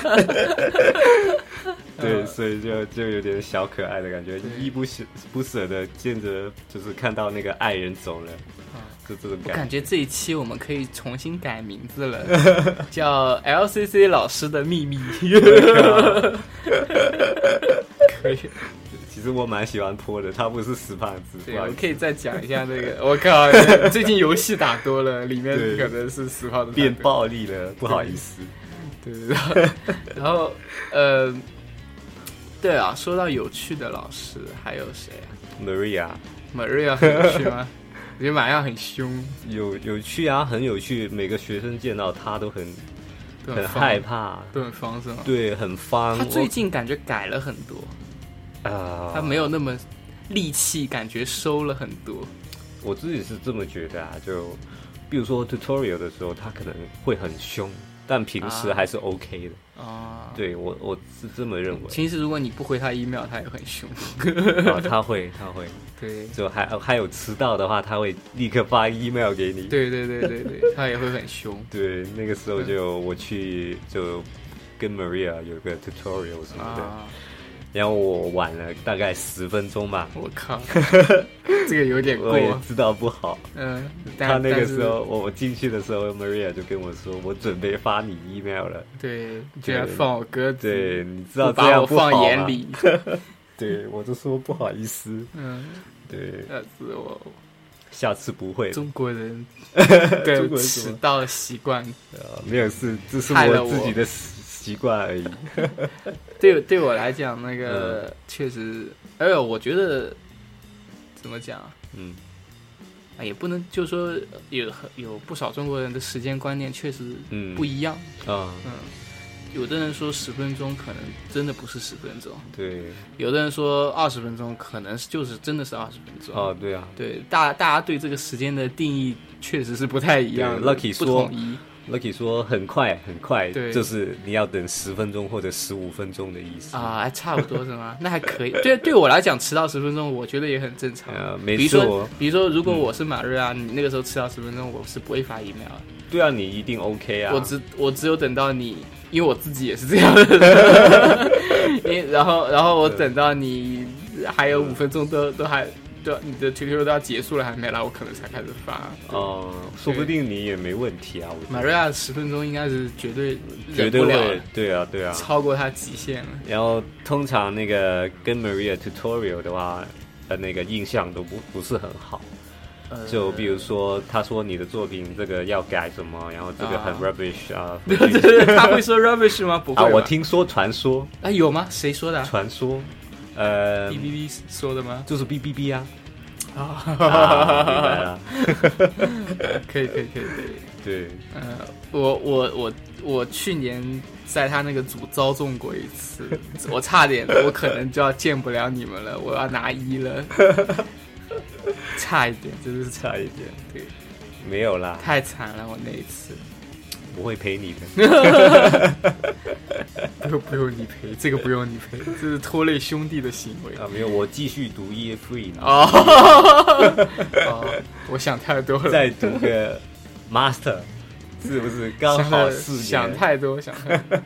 对，所以就就有点小可爱的感觉，依依不舍不舍的见着，就是看到那个爱人走了，
啊
就这种
我
感
感
觉。
觉这一期我们可以重新改名字了， 叫 LCC 老师的秘密。啊可以，
其实我蛮喜欢 Paul 的，他不是死胖子，
对，
不好
我
意思
可以再讲一下那个。我靠，最近游戏打多了，里面
对
可能是十号的
变。暴力了，不好意思。
对，然后， 然后，呃，对啊，说到有趣的老师，还有谁啊
Maria。
？Maria 很有趣吗？我觉得 Maria 很凶，
有有趣啊，很有趣。每个学生见到他都很
都
很
很
害
怕，
怕，
都很方是吗？
对，哦很方。
他最近感觉改了很多。
我啊，
他没有那么力气，感觉收了很多。
我自己是这么觉得啊。就比如说 tutorial 的时候，他可能会很凶，但平时
啊
还是 OK 的。
啊，
对我我是这么认为。
其实如果你不回他 email，他也很凶。
啊，他会他会，
对，
就还还有迟到的话，他会立刻发 email 给你。
对对对对 对，他也会很凶。
对，那个时候就我去就跟 Maria 有个 tutorial 什么的。
啊，
然后我晚了大概十分钟吧，
我靠，这个有点过
我，也知道不好。
嗯，但
他那个
但是
时候，我进去的时候，Maria 就跟我说，我准备发你 email 了。
对，居
对
然放我鸽子，
对，你知
不
道这
把
样
嗯我
不好
放
吗
眼。里，
对，我就说不好意思。
嗯，
对，
但是我
下次不会了。
中 国人
中
的
国人怎
迟
么
到习惯，
呃没有事，这是
害了
我自己
我
的习习惯而已。
对对我来讲，那个、
嗯
确实，哎呦，我觉得怎么讲啊，
嗯
啊也不能就说呃有很有不少中国人的时间观念确实
嗯，
不一样，
啊，
嗯，有的人说十分钟可能真的不是十分钟，
对，
有的人说二十分钟可能是就是真的是二十分钟，
哦，对啊
对，大大家对这个时间的定义确实是不太一样
对
的
，Lucky
不
说
统一，
，Lucky 说很快很快，
对
就是你要等十分钟或者十五分钟的意思。
啊，还差不多是吗？那还可以。对，对我来讲，迟到十分钟，我觉得也很正 常。
呃，
比
每
如
次
说
我，，
比如说，如果我是马瑞啊，你那个时候迟到十分钟，我是不会发 email 的。
对啊，你一定 OK 啊。
我只我只有等到你，因为我自己也是这样的人。 因为然后然后我等到你还有五分钟都都还都你的 QQ 都要结束了还没来，我可能才开始发。
哦，说不定你也没问题啊。我觉
马
得
瑞亚十分钟应该是绝对
绝
忍
对
不了
会
了，，
对啊，对啊。
超过他极限了。
然后通常那个跟 Maria tutorial 的话，呃，那个印象都不不是很好。
呃
就比如说，他说你的作品这个要改什么，然后这个很
啊
rubbish 啊。
对对对，他会说 rubbish 吗？不会
啊，我
吧
听说传说
啊，有吗？谁说的啊、
传说，呃
B，B B 说的吗？
就是 B B B 啊。啊，明白了。
啊， 可以可以可以可以。
对，
呃，我我我我去年在他那个组遭中过一次， 我差点我可能就要见不了你们了，我要拿一 了，差一点，真的是差，
差一点。
对，
没有啦，
太惨了，我那一次。
我会陪你 的。
不用不用你赔，这个不用你赔，这是拖累兄弟的行为。
啊，没有，我继续读 E free 呢。
哦， 哦我想太多了，
再读 个 master，是不是刚
想
好
太
四年？
想太多，想太多。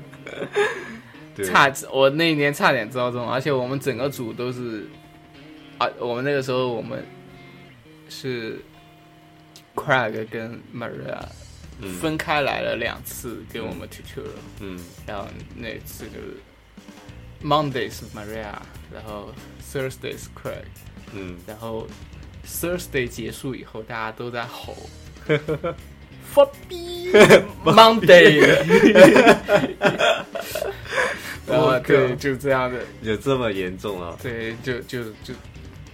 对
差，我那一年差点遭中，而且我们整个组都是，啊，我们那个时候我们是 Craig 跟 Maria
嗯
分开来了两次给我们 tutorial，、
嗯
然后那次就是 Monday 是 Maria，然后 Thursday 是 Craig，
嗯，
然后 Thursday 结束以后大家都在吼。For B Monday，然后对，就这样的，
有这么严重啊？
对，就就就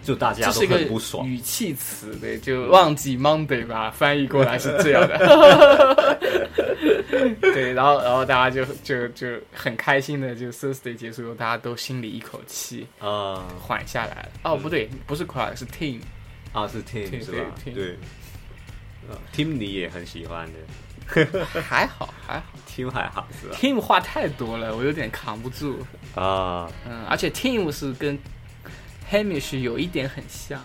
就大家
这
都
是一个
很不爽。
语气词，对，就忘记 Monday 吧，翻译过来是这样的。 对，然后然后大家就就就很开心的，就 Thursday 结束后，大家都心里一口气
啊
缓下来了。哦，不对，不是 cry，是 team。
啊，是 Tim
对
是吧？
对，Tim
对。啊 Tim 你也很喜欢的
还好还好
，Tim 还好是吧？
，team 话太多了，我有点扛不住。
啊，
嗯，而且 team 是跟 Hamish 有一点很像。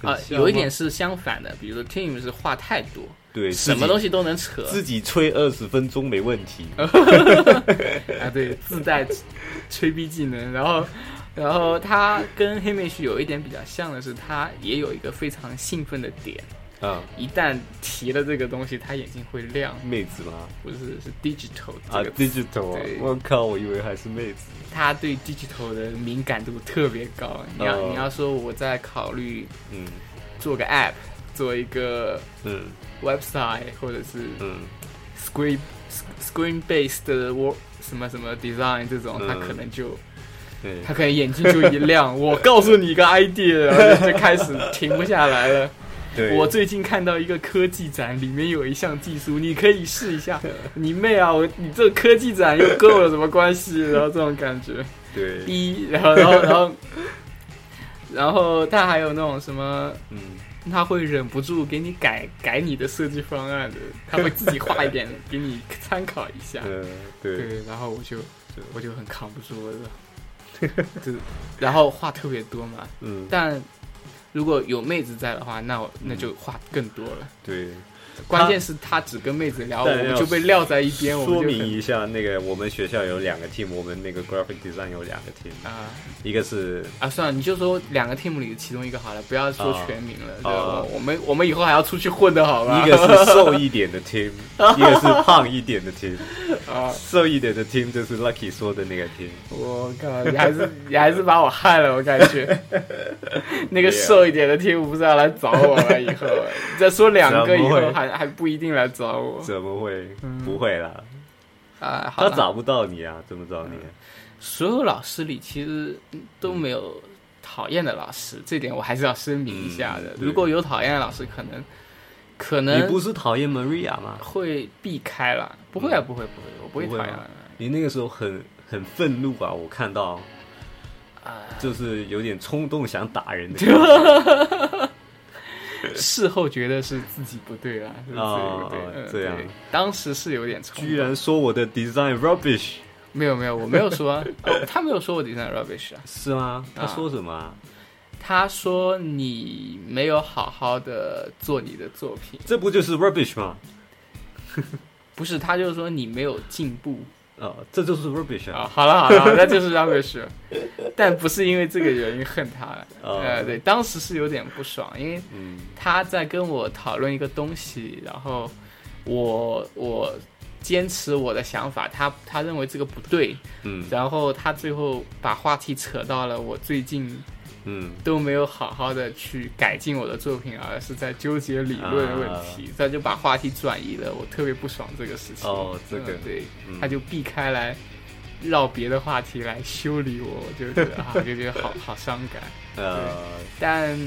很
啊，
像
有一
吗
点是相反的，比如说 team 是话太多，
对，
什么东西呃都能扯，
自己吹二十分钟没问题。
啊，对，自带吹逼技能。然后，然后他跟黑妹是有一点比较像的是，他也有一个非常兴奋的点，
啊，
一旦提了这个东西，他眼睛会亮，
妹子吗？
不是是 digital
啊
这个词，
，digital，啊
对
我靠，我以为还是妹子。
他对 digital 的敏感度特别高。你要、
哦
你要说我在考虑
嗯
做个 app，做一个
嗯
website 或者是
嗯
screen screen based 的 work 什么什么 design 这种，他可能就。
对
他可能眼睛就一亮， 我告诉你一个 idea，然后就开始停不下来了。
对，
我最近看到一个科技展，里面有一项技术，你可以试一下。 你妹啊！我你这科技展又跟我有什么关系？然后这种感觉，
对，
一，然后然后然后，然后他还有那种什么，
嗯
他会忍不住给你改改你的设计方案的，他会自己画一点给你参考一下。
呃对，
对，然后我就
对
我就很扛不 住了，就然后话特别多嘛。
嗯
但如果有妹子在的话，那我那就话更多了。
对。
关键是他只跟妹子聊，我
但
们
嗯要
就被撂在一边，我
说
们就
明
很
一下，那个我们学校有两个 team，我们那个 graphic design 有两个 team，
啊
一个是
啊，算了，你就说两个 team 里的其中一个好了，不要说
啊
全名了，对
啊
吧？我们我们以后还要出去混的好吧？
一个是瘦一点的 team，一个是胖一点的 team。
啊，
瘦一点的 team 就是 Lucky 说的那个 team。
我靠，你还是 你还是把我害了，我感 觉。那个瘦一点的 team 不是要来找我了？以 后你再说两个
怎
以
么会
后还还不一定来找我
怎么会？不会啦，
啊。好
他
了，
找不到你啊，怎么找你？
所有老师里其实都没有讨厌的老师，这点我还是要声明一下的
嗯。对
如果有讨厌的老师，可能可
你
能
不是讨厌 Maria 吗？
会避开了。不会啊，不会不会，我不会
不会
讨厌啊
吗
了
你那个时候很很愤怒啊，我看到
啊。
就是有点冲动想打人的感觉
事后觉得是自己不对了，是自己不对
哦，
嗯
这样
对当时是有点冲动，
居然说我的 design rubbish
没有没有，我没有说啊， 哦他没有说我 design rubbish 啊，
是吗？他说什么啊？
他说你没有好好的做你的作品，
这不就是 rubbish 吗？
不是，他就是说你没有进步
哦，这就是 rubbish
啊。
啊！
好了好了， 那就是 rubbish，但不是因为这个原 因恨他了，
哦
呃，对，当时是有点不爽，因为
嗯
他在跟我讨论一个东西，然后我我坚持我的想法，他他认为这个不对，
嗯
然后他最后把话题扯到了我最近
嗯，
都没有好好的去改进我的作品，而是在纠结理论问
啊
题，他就把话题转移了，我特别不爽这个事情。
哦这个
嗯对，
嗯
他就避开来绕别的话题来修理我，我就觉得啊，我就觉得好好伤 感。
呃，
但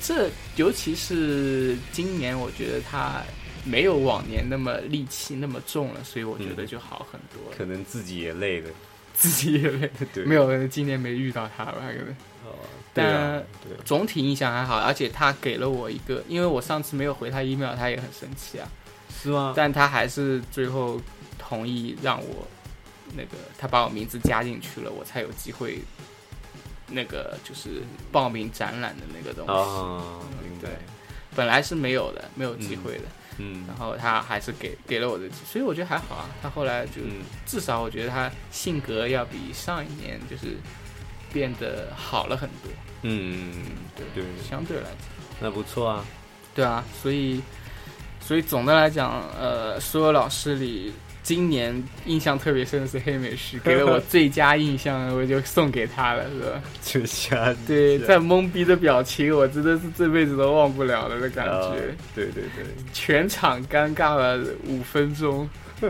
这尤其是今年，我觉得他没有往年那么戾气那么重了，所以我觉得
嗯
就好很多了。
可能自己也累了，
自己也没
对，
没有，今年没遇到他吧？可能。
哦，对啊
但，
对，
总体印象还好，而且他给了我一个，因为我上次没有回他 email，他也很生气啊，
是吗？
但他还是最后同意让我那个他把我名字加进去了，我才有机会那个就是报名展览的那个东西，
哦，明白
对，本来是没有的，没有机会的，
嗯
然后他还是给给了我的，所以我觉得还好啊，他后来就、
嗯
至少我觉得他性格要比上一年就是变得好了很多，
嗯，对，
相对来讲。
那不错啊，
对啊，所以所以总的来讲，呃，所有老师里，今年印象特别深的是黑美师，给了 我最佳印象，我就送给他了，是吧？
就瞎
对，
是
在懵逼的表情，我真的是这辈子都忘不了的那感
啊
觉，
对对对，
全场尴尬了五分钟。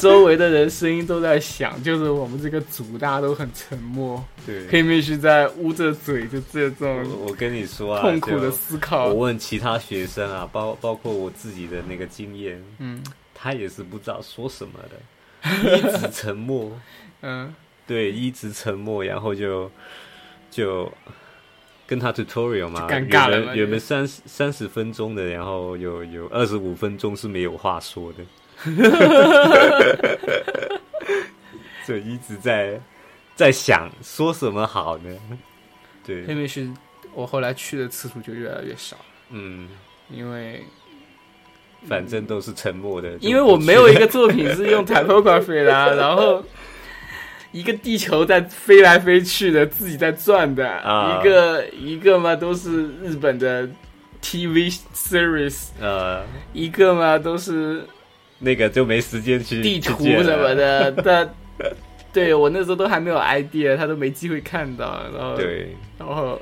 周围的人声音都在响，就是我们这个组大家都很沉默。
对，
黑妹是在捂着嘴，就这种
我我跟你说啊，
痛苦
就
的思考。
我问其他学生啊，包包括我自己的那个经验，
嗯
他也是不知道说什么的， 一直沉默，
嗯，
对，一直沉默，然后就就跟他 tutorial 嘛，
就尴尬了
原本
嘛就
原本三三十分钟的，然后有有二十五分钟是没有话说 的，就一直在在想说什么好呢？
黑
对，
妹是我后来去的次数就越来越少，
嗯，
因为
反正都是沉默的，就
因为我没有一个作品是用 typography 的啊，然后一个地球在飞来飞去的，自己在转的，
啊
一个一个嘛都是日本的 TV series，
呃。
一个嘛都是
那个就没时间去
地图
去见了
什么的，但。对我那时候都还没有 idea，他都没机会看到，然后
对，
然后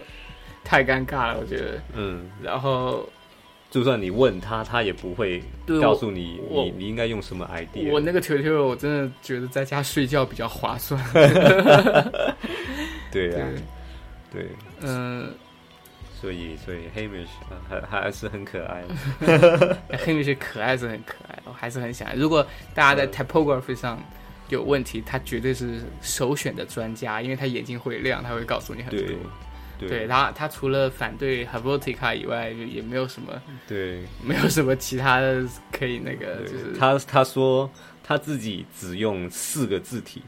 太尴尬了，我觉得。
嗯，
然后
就算你问他，他也不会
对我
告诉你
我
你你应该用什么 idea。
我那个 tutorial 我真的觉得在家睡觉比较划算。
对
对
啊，，对，
嗯、
所以所以黑美是还还是很可 爱的。
哎黑米是可爱是很可爱，我还是很想。如果大家在 typography 上有问题，他绝对是首选的专家，因为他眼睛会亮，他会告诉你很多。
对
对他，他除了反对 h a v o t i c a 以外，也没有什么，
对
没有什么其他的可以那个，
对，
就是
他他说他自己只用四个字体。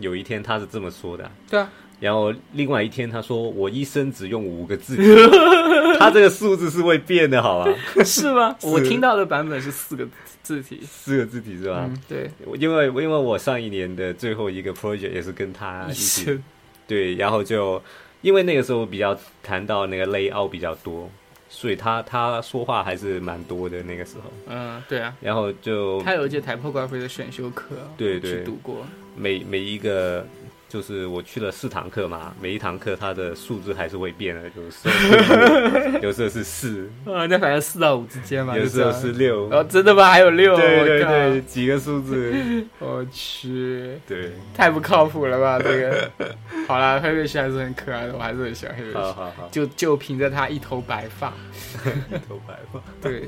有一天他是这么说的，
对啊，
然后另外一天他说我一生只用五个字 体， 他这个数字是会变的，好吧？
是吗？我听到的版本是四个字体。
四个字体是啊吧？
嗯，对，
我因为因为我上一年的最后一个 project 也是跟他一
医
起
生，
对，然后就因为那个时候比较谈到那个 layout 比较多，所以他他说话还是蛮多的那个时候，
嗯，对啊，
然后就
他有一节 typography 的选修课，
对
我去
对
读过，
每每一个就是我去了四堂课嘛，每一堂课它的数字还是会变的，就是 有时候是四，
呃，那反正四到五之间吧，
有时候
就是是
六，
哦，真的吗？还有六，
对
我
对
靠
对，，几个数字，
我去，
对，
太不靠谱了吧？这个，好啦，黑瑞是还是很可爱的，我还是很喜欢黑瑞
好
希，
好好，
就就凭着他一头白发，
一头白发，
对，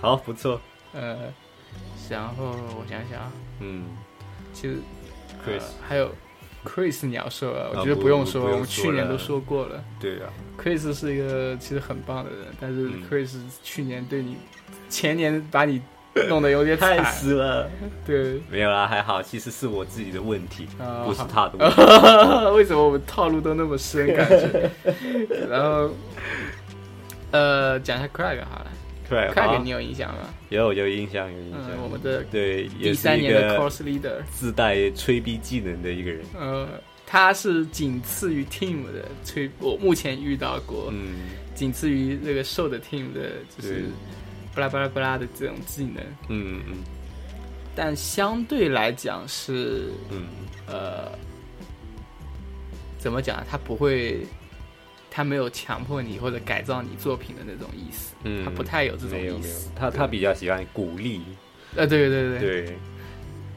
好不错，
呃，然后我想想，啊，
嗯
其实呃
，Chris，
还有 Chris 你要说了，我
啊
觉得
不
用
不
说，
不用
我们
说
去年
了
都说过了。
对啊，
Chris 是一个其实很棒的人，但是
嗯
Chris 去年对你，前年把你弄得有点惨，
太湿了，
对，
没有啦，还好，其实是我自己的问题，
啊
不是
好
他的问题，
为什么我们套路都那么深？感觉，然后，呃，讲一下 Craig 好了
对，好
，Craig 你有印象吗？
有有印象有印
嗯，我
象，
们的
对，
第
也
三
是一
年的
个
Course Leader，
自带吹逼技能的一个人，
呃，他是仅次于 Team 的吹，我目前遇到过，
嗯。
仅次于那个瘦的 Team 的，就是
对
巴拉巴拉巴拉的这种技能，
嗯嗯
但相对来讲是
嗯
呃，怎么讲啊？他不会，他没有强迫你或者改造你作品的那种意思，
嗯，
他不太有这种
没有
意
没有
思。，
他他比较喜欢鼓励，
呃，对对对，
对，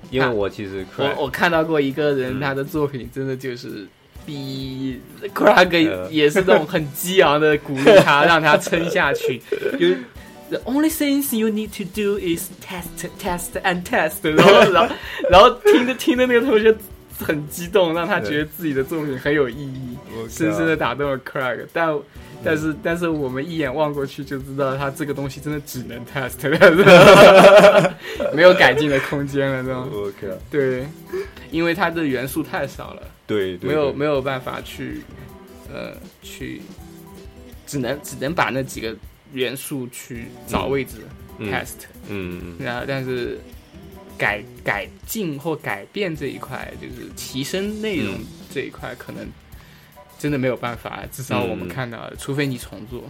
因为我其实
我
crack，
我看到过一个
嗯
人，他的作品真的就是。比 Krag
呃
也是那种很激昂的鼓励他，让他撑下去。就是 The only things you need to do is test, test and test。然后，然后，然后听着听着那个同学很激动，让他觉得自己的作品很有意义。
我
深深的打动了 Craig，但但是但是我们一眼望过去就知道他这个东西真的只能 test，没有改进的空间了，这种
我靠，
对，因为它的元素太少了，
对，对
没有
对
没有办法去呃去，只能只能把那几个元素去找位置、
嗯
test，
嗯嗯
然后但是改改进或改变这一块，就是提升内容
嗯
这一块，可能真的没有办法。至少我们
嗯
看到的，除非你重做。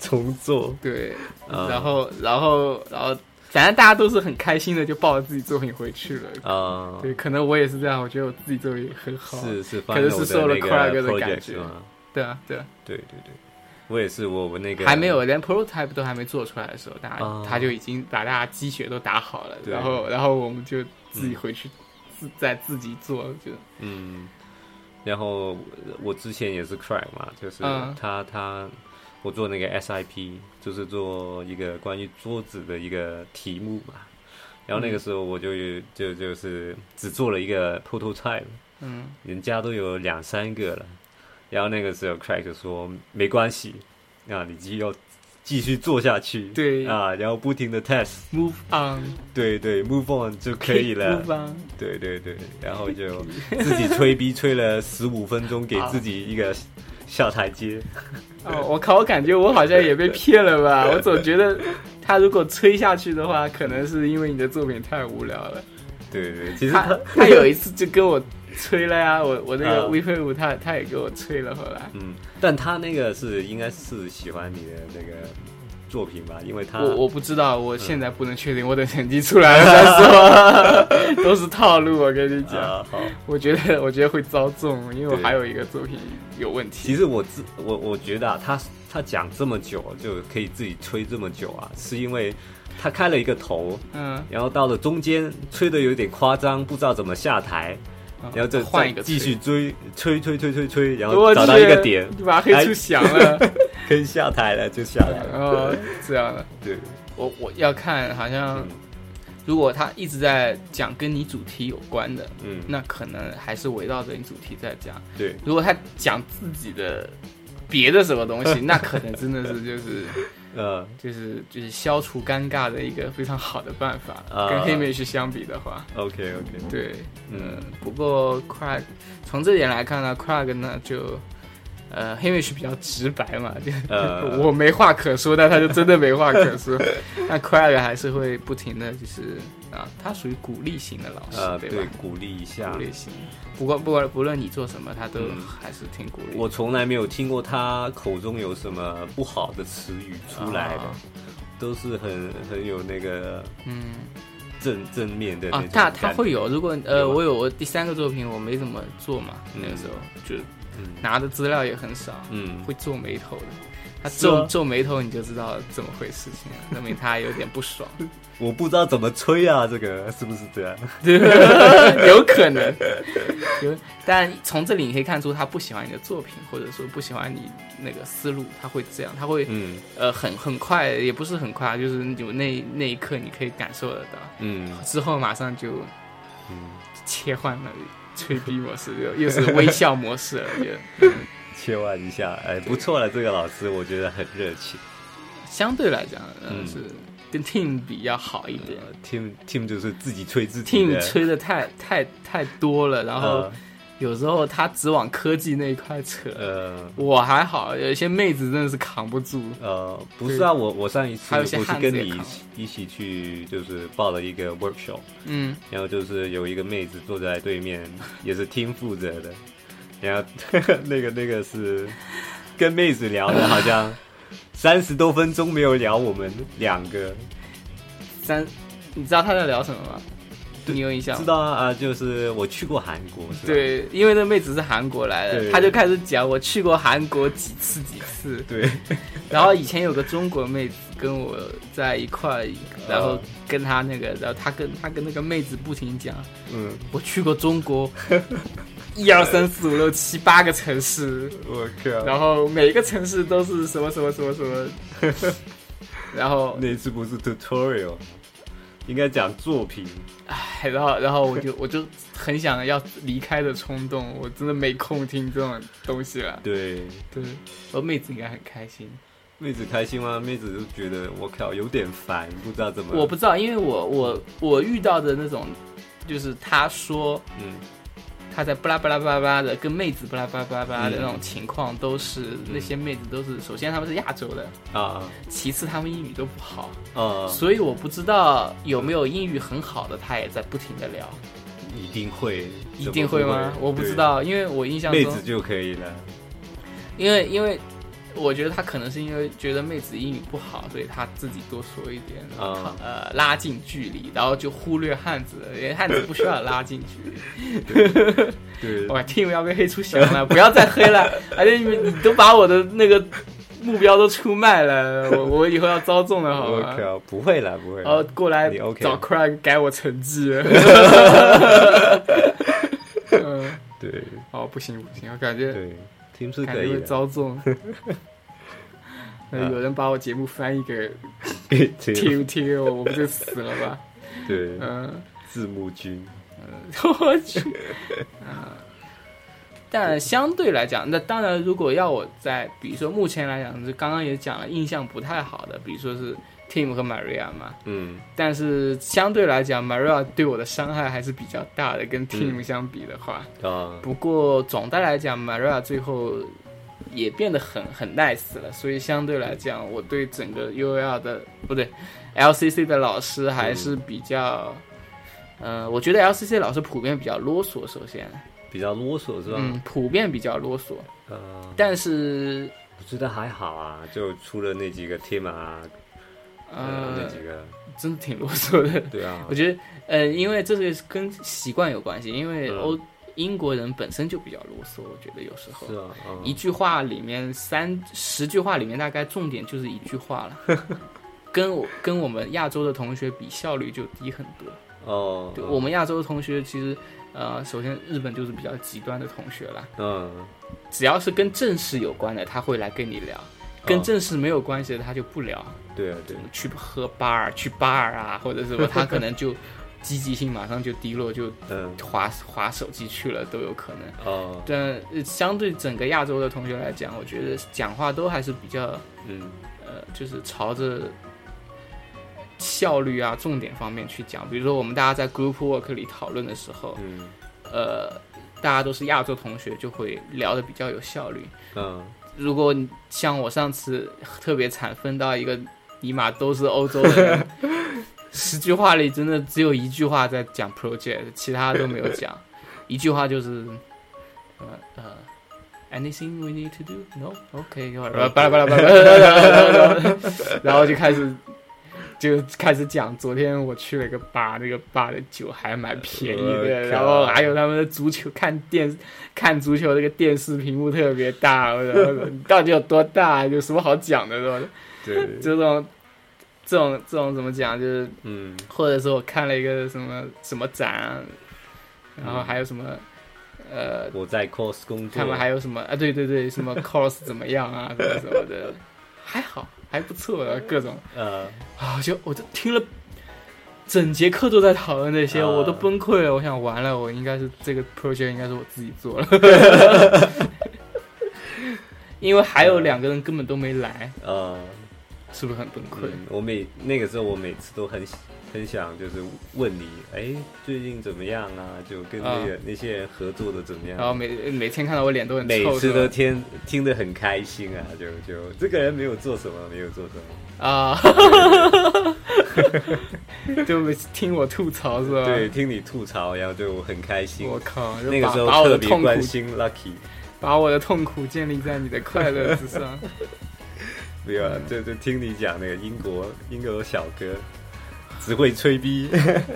重做，
对，
啊
然后然后然后，反正大家都是很开心的，就抱着自己作品回去了。
啊，
对，可能我也是这样，我觉得我自己作品很好。
是是，
可能是受了 crack 的
project
感觉
是吗？
对啊，对啊，
对对对，我也是，我我那个
还没有，连 prototype 都还没做出来的时候，大家、
啊
他就已经把大家鸡血都打好了，
对
然后然后我们就自己回去、自再自己做，就
嗯，然后呃我之前也是 crack 嘛，就是
嗯
他、他我做那个 SIP，就是做一个关于桌子的一个题目嘛。然后那个
嗯
时候我就、就就是只做了一个 prototype，
嗯。
人家都有两三个了。然后那个时候 crack 就说没关系，啊，你继续要继续做下去，
对
啊，然后不停的 test，
Move on，
对对，move on 就可以了。
嗯 Move on，
对对对，然后就自己吹逼吹了十五分钟，给
啊
自己一个下台阶。
哦，我靠，我感觉我好像也被骗 了吧？我总觉得他如果吹下去的话，可能是因为你的作品太无聊 了。
对对，其实
他
他
他有一次就跟我吹了呀，我我那个
啊
微飞舞他他也跟我吹了，后来
嗯，但他那个是应该是喜欢你的那个作品吧，因为他
我我不知道，我
嗯
现在不能确定，我等成绩出来了再说，都 是套路，我跟你讲。
啊好。
我觉得，我觉得会遭重，因为我
对
还有一个作品有问题。
其实我自我我觉得啊，他他讲这么久就可以自己吹这么久啊，是因为他开了一个头，
嗯，
然后到了中间吹的有点夸张，不知道怎么下台，
嗯
然后就
换一个
继
吹
续追吹吹吹吹吹，然后
我
找到
去
一个点，
你把黑处想了，
可以下台了就下来
然
了。
后这样的。
对，
我我要看，好像
嗯
如果他一直在讲跟你主题有关的，
嗯，
那可能还是围绕着你主题在讲；
对，
如果他讲自己的别的什么东西，那可能真的是就是
呃，
就是就是消除尴尬的一个非常好的办法。
啊
跟黑美去相比的话，
OK OK，
对，
嗯
嗯，不过 Craig 从这点来看呢，Craig 呢就。呃，黑妹是比较直白嘛，就、
呃
我没话可说，但他就真的没话可 说。那 Craig 还是会不停的，就是啊，他属于鼓励型的老师，
呃，
对吧
对，？鼓励一下
鼓。励型。不过不管不论你做什么，他都
嗯
还是挺鼓励。
我从来没有听过他口中有什么不好的词语出来的，
啊
都是很很有那个
嗯
正正面的那
啊
种，
他
感觉。
他会有。如果呃，
有啊吗
我有我第三个作品，我没怎么做嘛，那个时候就
嗯
拿的资料也很少，
嗯
会皱眉头的。他
是啊
皱皱眉头，你就知道怎么回事情了，证明他有点 不爽，
我不知道怎么吹啊，这个是不是这样？
对 吧有可能。有，但从这里你可以看出他不喜欢你的作品，或者说不喜欢你那个思路，他会这样，他会
嗯
呃，很很快，也不是很快，啊就是有那那一刻你可以感受得到，
嗯
之后马上就
嗯，
切换了吹逼模式， 又又是微笑模式了。就
切换一下，哎，不错了，这个老师我觉得很热情。
相对来讲，嗯，
嗯
是跟 Team 比较好一点。
Team Team 呃就是自己吹自己
Team
的，
吹的太太太多了，然
嗯
后有时候他只往科技那一块扯。
呃
我还好，有些妹子真的是扛不住。
呃呃，不是啊，我我上一次
还有
我
一些
是
汉
跟
字也
你一
扛
起一起去，就是报了一个 workshop，
嗯，
然后就是有一个妹子坐在对 面，也是 Team 负责的，然后 那个那个是跟妹子聊的，好 像三十多分钟没有聊我们两个，
三，你知道他在聊什么吗？你有印象吗
知？道啊啊，就是我去过韩国，是吧？
对，因为那妹子是韩国来的，
对
她就开始讲我去过韩国几次几次，
对，
然后以前有个中国妹子跟我在一块儿，然后跟她那个，然后她跟她跟那个妹子不停讲，
嗯，
我去过中国一二三四五六七八个城市，
我靠，
然后每个城市都是什么什么什么什么， 然后
那次不是 tutorial，应该讲作品。
唉然后然后我就我就很想要离开的冲动，我真的没空听这种东西了。
对，
对，我妹子应该很开心。
妹子开心吗？妹子就觉得我靠有点烦，不知道怎么。
我不知道，因为我我我遇到的那种，就是他说
嗯
他在巴拉巴拉巴拉巴拉的跟妹子巴拉巴拉巴拉巴拉的
嗯
那种情况，都是、那些妹子都是，首先他们是亚洲的，
啊
其次他们英语都不好，
啊，
所以我不知道有没有英语很好的，他也在不停的聊，
一定会，
一定会吗
怎么？
我不知。道，因为我印
对
象
妹
中
子，就可以了。
因为因为。我觉得他可能是因为觉得妹子英语不好，所以他自己多说一点，然后
啊
他呃拉近距离，然后就忽略汉子，因为汉子不需要拉近距离。
对，
哇，Team 要被黑出翔了，不 要再黑了！而且你们你都把我的那个目标都出卖了，我我以后要遭纵了，好啊哦
我
吗？
靠，不会啦，不会
然后
啦。
过来
你 OK
找 Craig 改我 成绩。嗯，
对
哦，不行不行，我感觉
对，team 是
感
可
觉
以
会
的，
遭纵。呃
啊
有人把我节目翻译 给
给 team
Team Team，我不就死了吗？
对
嗯。
字幕君，
我去，啊！ 但相对来讲，那当然，如果要我在，比如说目前来讲，就刚刚也讲了，印象不太好的，比如说是 Tim 和 Maria 嘛。
嗯
但是相对来讲，Maria 对我的伤害还是比较大的，跟 Tim
嗯
相比的话。
啊
不过总的来讲，Maria 最后也变得很很 nice 了，所以相对来讲，我对整个 UL 的不对 LCC 的老师
嗯
还是比较，嗯、呃，我觉得 LCC 老师普遍比较啰嗦，首先，
比较啰嗦是吧？
嗯，普遍比较啰嗦，
呃，
但是
我觉得还好啊，就除了那几个 team 啊，呃，那
呃，
几个，
真的挺啰嗦的。
对啊
我，觉得，呃，因为这个是跟习惯有关系，因为
嗯
欧、英国人本身就比较啰嗦，我觉得有时候
是啊，嗯
一句话里面三十句话里面大概重点就是一句话了， 跟我跟我们亚洲的同学比效率就低很多。
哦，
对
嗯
我们亚洲的同学其实，呃，首先日本就是比较极端的同学啦，
嗯，
只要是跟正事有关的，他会来跟你聊。跟
哦
正事没有关系的，他就不聊。
对啊，对，
去喝 bar，去 bar 啊，或者什么，他可能就积极性马上就低落，就
嗯，
划划手机去了都有可能。
哦，
但呃相对整个亚洲的同学来讲，我觉得讲话都还是比较
嗯，
呃就是朝着效率啊、重点方面去讲。比如说，我们大家在 group work 里讨论的时候，
嗯
呃，大家都是亚洲同学，就会聊得比较有效率。
嗯，
如果你像我上次特别惨，分到一个尼玛都是欧洲的人，十句话里真的只有一句话在讲 project，其他都没有讲， 一句话就是，呃呃。Anything we need to do? No. OK. 然后巴拉巴拉巴拉巴拉巴拉，然后就开始就开始讲。昨天我去了一个吧，那个吧的酒还蛮便宜的，然后还有他们的足球看电看足球那个电视屏幕特别大，我说你到底有多大？有什么好讲的，是吧？
对，
这种这种这种怎么讲？就是
嗯
或者说我看了一个什么什么展啊，然后还有什么呃，
我在 cos 工作，
他们还有什么啊？对对对，什么 cos 怎么样啊？什么什么的，还好还不错啊，各种
呃
啊，我就我就听了。整节课都在讨论这些，
啊
我都崩溃了。我想完了，我应该是这个 project 应该是我自己做了， 因为还有两个人根本都没来，
呃，
是不是很崩溃？
嗯，我每那个时候我每次都很很想就是问你，哎，最近怎么样啊？就跟那个、那些人合作的怎么样
然？后每每天看到我脸都很
每
臭，
次都
是吧
听听得很开心啊，就就这个人没有做什么，没有做什么，
啊， 就每次听我吐槽是吧？
对，，听你吐槽，然后就我很开心。
啊我靠，就
那个
把
时候
把我
特
的
别
痛
关
苦，
心 Lucky，
把我的痛苦建立在你的快乐之上。
没有啊，就就听你讲那个英国英国小哥，只会吹逼，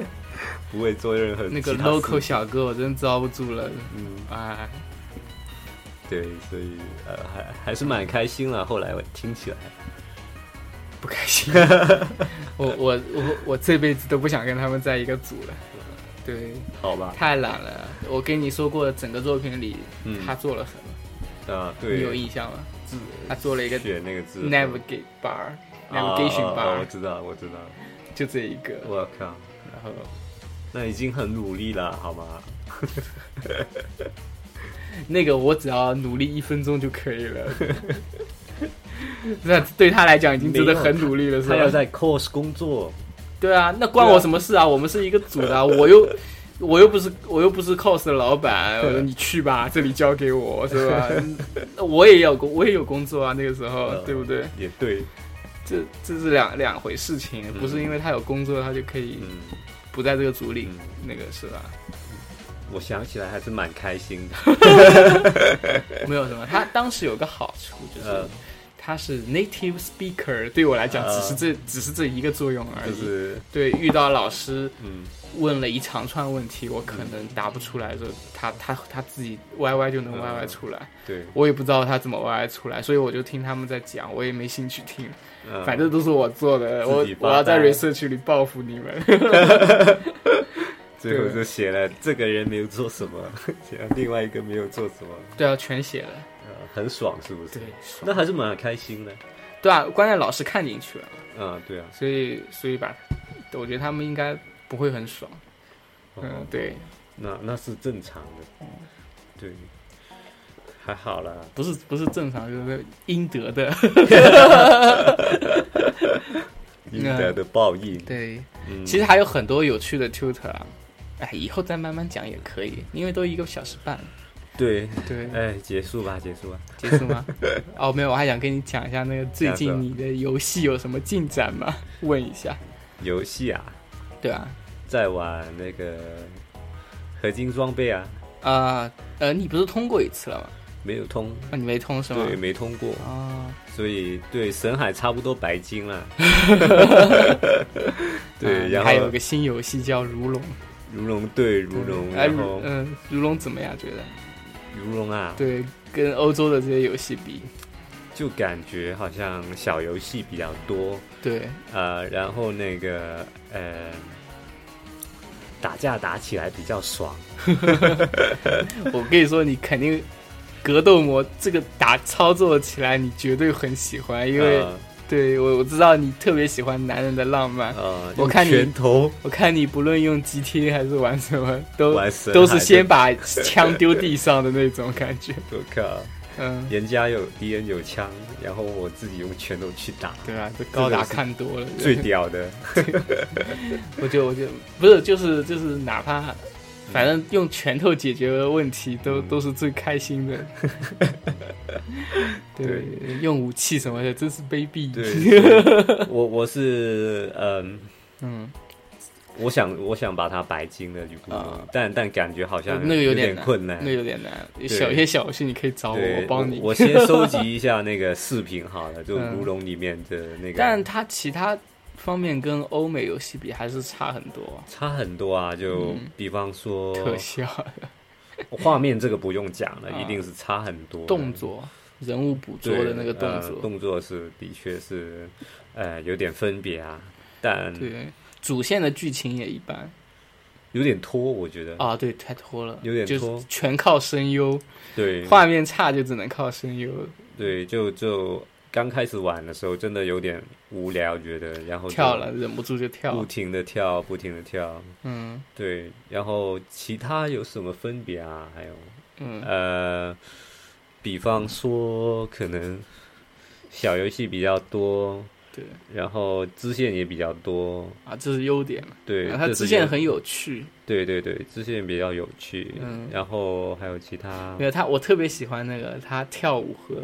不会做任何
那个
其他事
local 小哥，我真遭不住了，
嗯，
哎，
对，所以呃，还还是蛮开心了。后来我听起来，
不开心。 我我我我这辈子都不想跟他们在一个组了，对，
好吧，
太懒了。我跟你说过，整个作品里
嗯
他做了什么，
啊，
你有
对，
印象吗？他做了一个
选那个字
navigate bar。
啊
navigation
啊
bar，、
啊我知道，我知道，
就这一个，
我靠，
然后
那已经很努力了，好吗？
那个我只要努力一分钟就可以 了。 那对他来讲已经真的很努力了，是
他要
吧？
在 cos 工作，
对啊，那关我什么事啊？我们是一个组的啊、我又我又不是我又不是 cos 的老板，我说你去吧，这里交给 我，是吧？那我也有工，我也有工作啊，那个时候，
呃
对不对？
也对，
这这是两两回事情，不是因为他有工作他就可以
嗯，
不在这个组里，
嗯
那个是吧？
我想起来还是蛮开心的。
没有什么，他当时有个好处就是
呃，
他是 native speaker，对我来讲
呃
只是这、只是这一个作用而
就
已。
是
对，遇到老师
嗯
问了一长串问题，我可能答不出来的时候，他他他自己 YY 就能 YY
嗯
出来，
对，
我也不知道他怎么 YY 出来，所以我就听他们在讲，我也没兴趣听，
嗯
反正都是我做的，我
自己发
我要在
呆
research 里报复你们。
最后
对
就写了这个人没有做什么， 写了另外一个没有做什么，
对啊，全写了，
呃，很爽是不是
对？，
那还是蛮开心的。
对啊，关键老师看进去了。
嗯，对啊，
所以所以把，我觉得他们应该不会很爽。嗯
哦，，
对，
那那是正常的，对，还好啦。
不是不是正常，就是应得的。
应得的报应，
嗯对，
嗯，
其实还有很多有趣的 tutor 啊，哎，以后再慢慢讲也可以，因为都一个小时半了。
对，
对，
哎，结束吧，结束吧。
结束吗？哦，没有，我还想跟你讲一下那个最近你的游戏有什么进展吗？问一下。
游戏啊，
对啊，
在玩那个合金装备啊，
啊呃，你不是通过一次了吗？
没有通，
那你没通是吗
对，？没通过，
啊，
所以对神海差不多白金 了。
啊
对，然
还有
后
个新游戏叫《如龙》。
如龙对如龙，
哎，
然
如
后
嗯，如龙怎么样？觉得？
如龙啊，
对，跟欧洲的这些游戏比，
就感觉好像小游戏比较多，
对，
呃，然后那个呃，打架打起来比较爽。
我跟你说，你肯定格斗模这个打操作起来，你绝对很喜欢，因为、
呃
对我我知道你特别喜欢男人的浪漫。
呃，
我
用
看你
拳头
我看你不论用 GTA 还是玩什么，都
玩神
都是
海
先
的
把枪丢地上的那种感觉。
我靠，
嗯，
人家有敌人有枪，然后我自己用拳头去打，
对啊，这高达
这个是
看多了，
最屌 的。
我就我就不是就是就是哪怕，反正用拳头解决问题都、
嗯
都是最开心 的。对，用武器什么的真是卑鄙。
对，所以 我我是嗯，
嗯，
我想我想把它白金的这部分
啊
但但感觉好像
那个有
点
难，
困难
那。个有点难。小一些小游戏你可以找我，
对，
我帮你。
我我先收集一下那 个视频好了，就
嗯
如龙里面的那个，
但它其他方面跟欧美游戏比还是差很多，
差很多啊。就比方说
特效、
画面这个不用讲了，
啊
一定是差很多的。
动作、人物捕捉
对
的那个动
呃、
作，
动作是的确是，呃，有点分别啊，但
对主线的剧情也一般
有点拖，我觉得。
啊，对，太拖了，
有点
就是
拖
全靠声优。
对，
画面差就只能靠声优了
对，就就刚开始玩的时候真的有点无聊，觉得，然后就
跳了，忍不住就
不
跳。
停的跳，不停的跳，
嗯
对，然后其他有什么分别啊？还有
嗯，
呃，比方说可能小游戏比较多，
对
然后支线也比较多，
啊，这是优点嘛。
对，
啊它
这是
支线
有
很有趣，
对对对，支线比较有趣，
嗯
然后还有其他
没有他，我特别喜欢那个他跳舞 和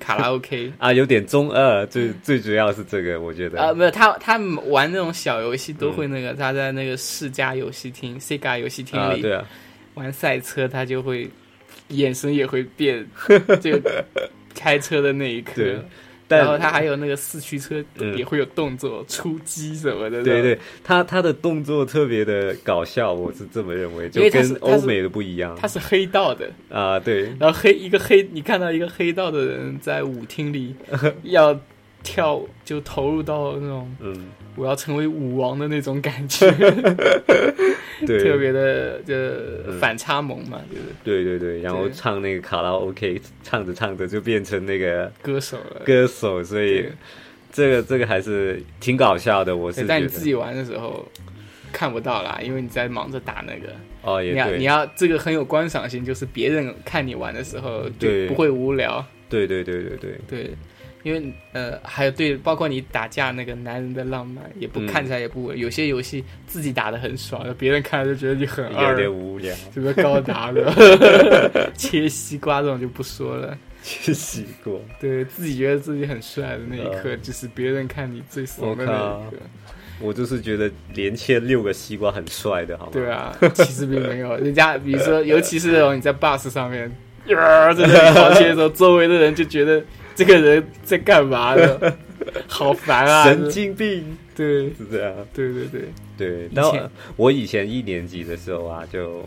卡拉 OK
啊，有点中二，最最主要是这个，我觉得
嗯啊，没有他，他玩那种小游戏都
嗯
会那个，他在那个世嘉游戏厅、Sega 游戏厅
啊，
里
对啊，
玩赛车，他就会眼神也会 变，就开车的那一刻。
对但
然后他还有那个四驱车
嗯
也会有动作、出击什么的。
对对，他他的动作特别的搞笑，我是这么认为，就
因为他
跟
是他
欧
是
美的不一样
他是黑道的，
啊， 对
然后黑一个黑，你看到一个黑道的人在舞厅 里要跳，就投入到那种
嗯，
我要成为舞王的那种感 觉，
对，
特别的就反差萌嘛，就是
对对对，然后
对
唱那个卡拉 OK，唱着唱着就变成那个
歌手了。
歌手，所以
对
这个这个还是挺搞笑的，我是
对，
觉
但
得
你自己玩的时候看不到啦，因为你在忙着打那个。
哦也
你要
对，
你要这个很有观赏性，就是别人看你玩的时候就
对
不会无聊。
对对对对对，
对，因为呃，还有对，包括你打架那个男人的浪漫，也不、
嗯
看起来也不稳。有些游戏自己打的很爽，别人看了就觉得你很
有
二，
点无聊，
什么高达的切西瓜这种就不说了。
去洗过，
对自己觉得自己很帅的那一刻，就是别人看你最怂的那一刻。
嗯我就是觉得连切六个西瓜很帅的，好吗？
对啊，其实并没有，人家比如说，尤其是那种你在 bus 上面， 呃在那里狂切的时候，周围的人就觉得这个人在干嘛 呢？好烦啊！
神经病
对
是这样，
对对对，
对。
前
然后我以前一年级的时候啊，就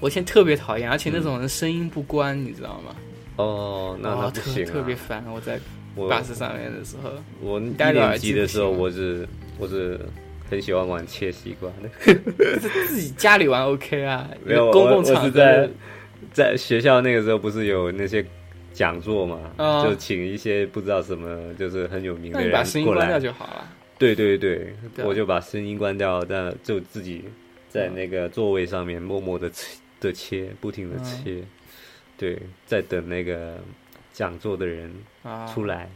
我现在特别讨厌，而且那种人声音不关，你知道吗？
哦，那那
哦
不
特
行、啊
特别烦。我在
我
bus 上面的时候，
我一
戴着
年
耳
级
机
的时候，
不行吗
我是我是很喜欢玩切西瓜的。
自己家里玩 OK 啊，
没有，
公
我
共
我
场
是
合
在在学校那个时候不是有那些讲座嘛，
啊
就请一些不知道什么就是很有名
那
的
你
人
把声音
过
关掉
来。
就好了。
对对对，
对啊嗯
我就把声音关掉，但就自己在那个座位上面默默的切的切，不停
嗯
的切，对，在等那个讲座的人
啊
出来，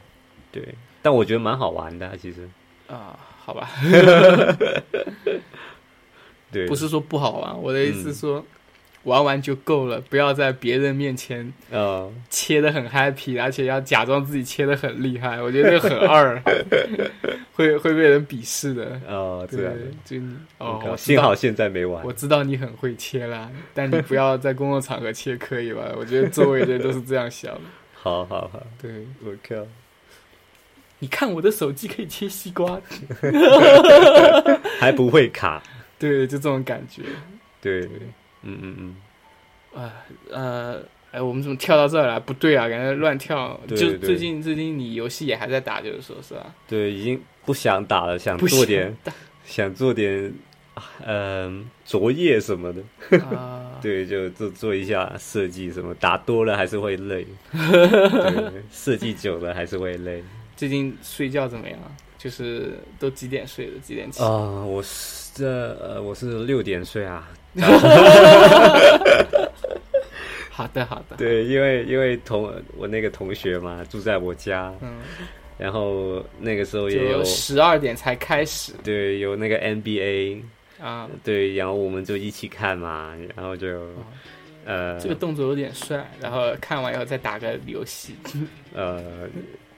对。但我觉得蛮好玩的啊，其实
啊，好吧，
对，嗯
不是说不好玩，我的意思是说。玩玩就够了，不要在别人面前
呃，
切的很 happy，而且要假装自己切的很厉害，我觉得那个很二， 会会被人鄙视的。
哦，这
对
样的，
就你哦，
靠
我知
幸
道
好现在没玩
我。知道你很会切啦，但你不要在公共场合切，可以吧？我觉得周围的人都是这样想的。
好好好，
对，
我靠，
你看我的手机可以切西瓜，
还不会卡。
对，就这种感觉。
对，
对，
嗯嗯嗯，
呃，哎，我们怎么跳到这儿来？不对啊，感觉乱跳。
对
就
对
最近最近你游戏也还在打，就是说是吧？
对，已经不想打了，想
不
做
行
点，
打
想做点，嗯、作业什么的。，
啊
对，就就做一下设计什么，打多了还是会 累，对，设计久了还是会累。
最近睡觉怎么样？啊就是都几点睡的？几点 起
啊、？我是这呃，我是六点睡啊。
好的，好的，
对，因为因为同我那个同学嘛，住在我家，
嗯，
然后那个时候也有
就十二点才开始
对有那个 NBA，
啊。
对，然后我们就一起看嘛，然后就呃
哦这个动作有点帅，然后看完以后再打个游戏，
呃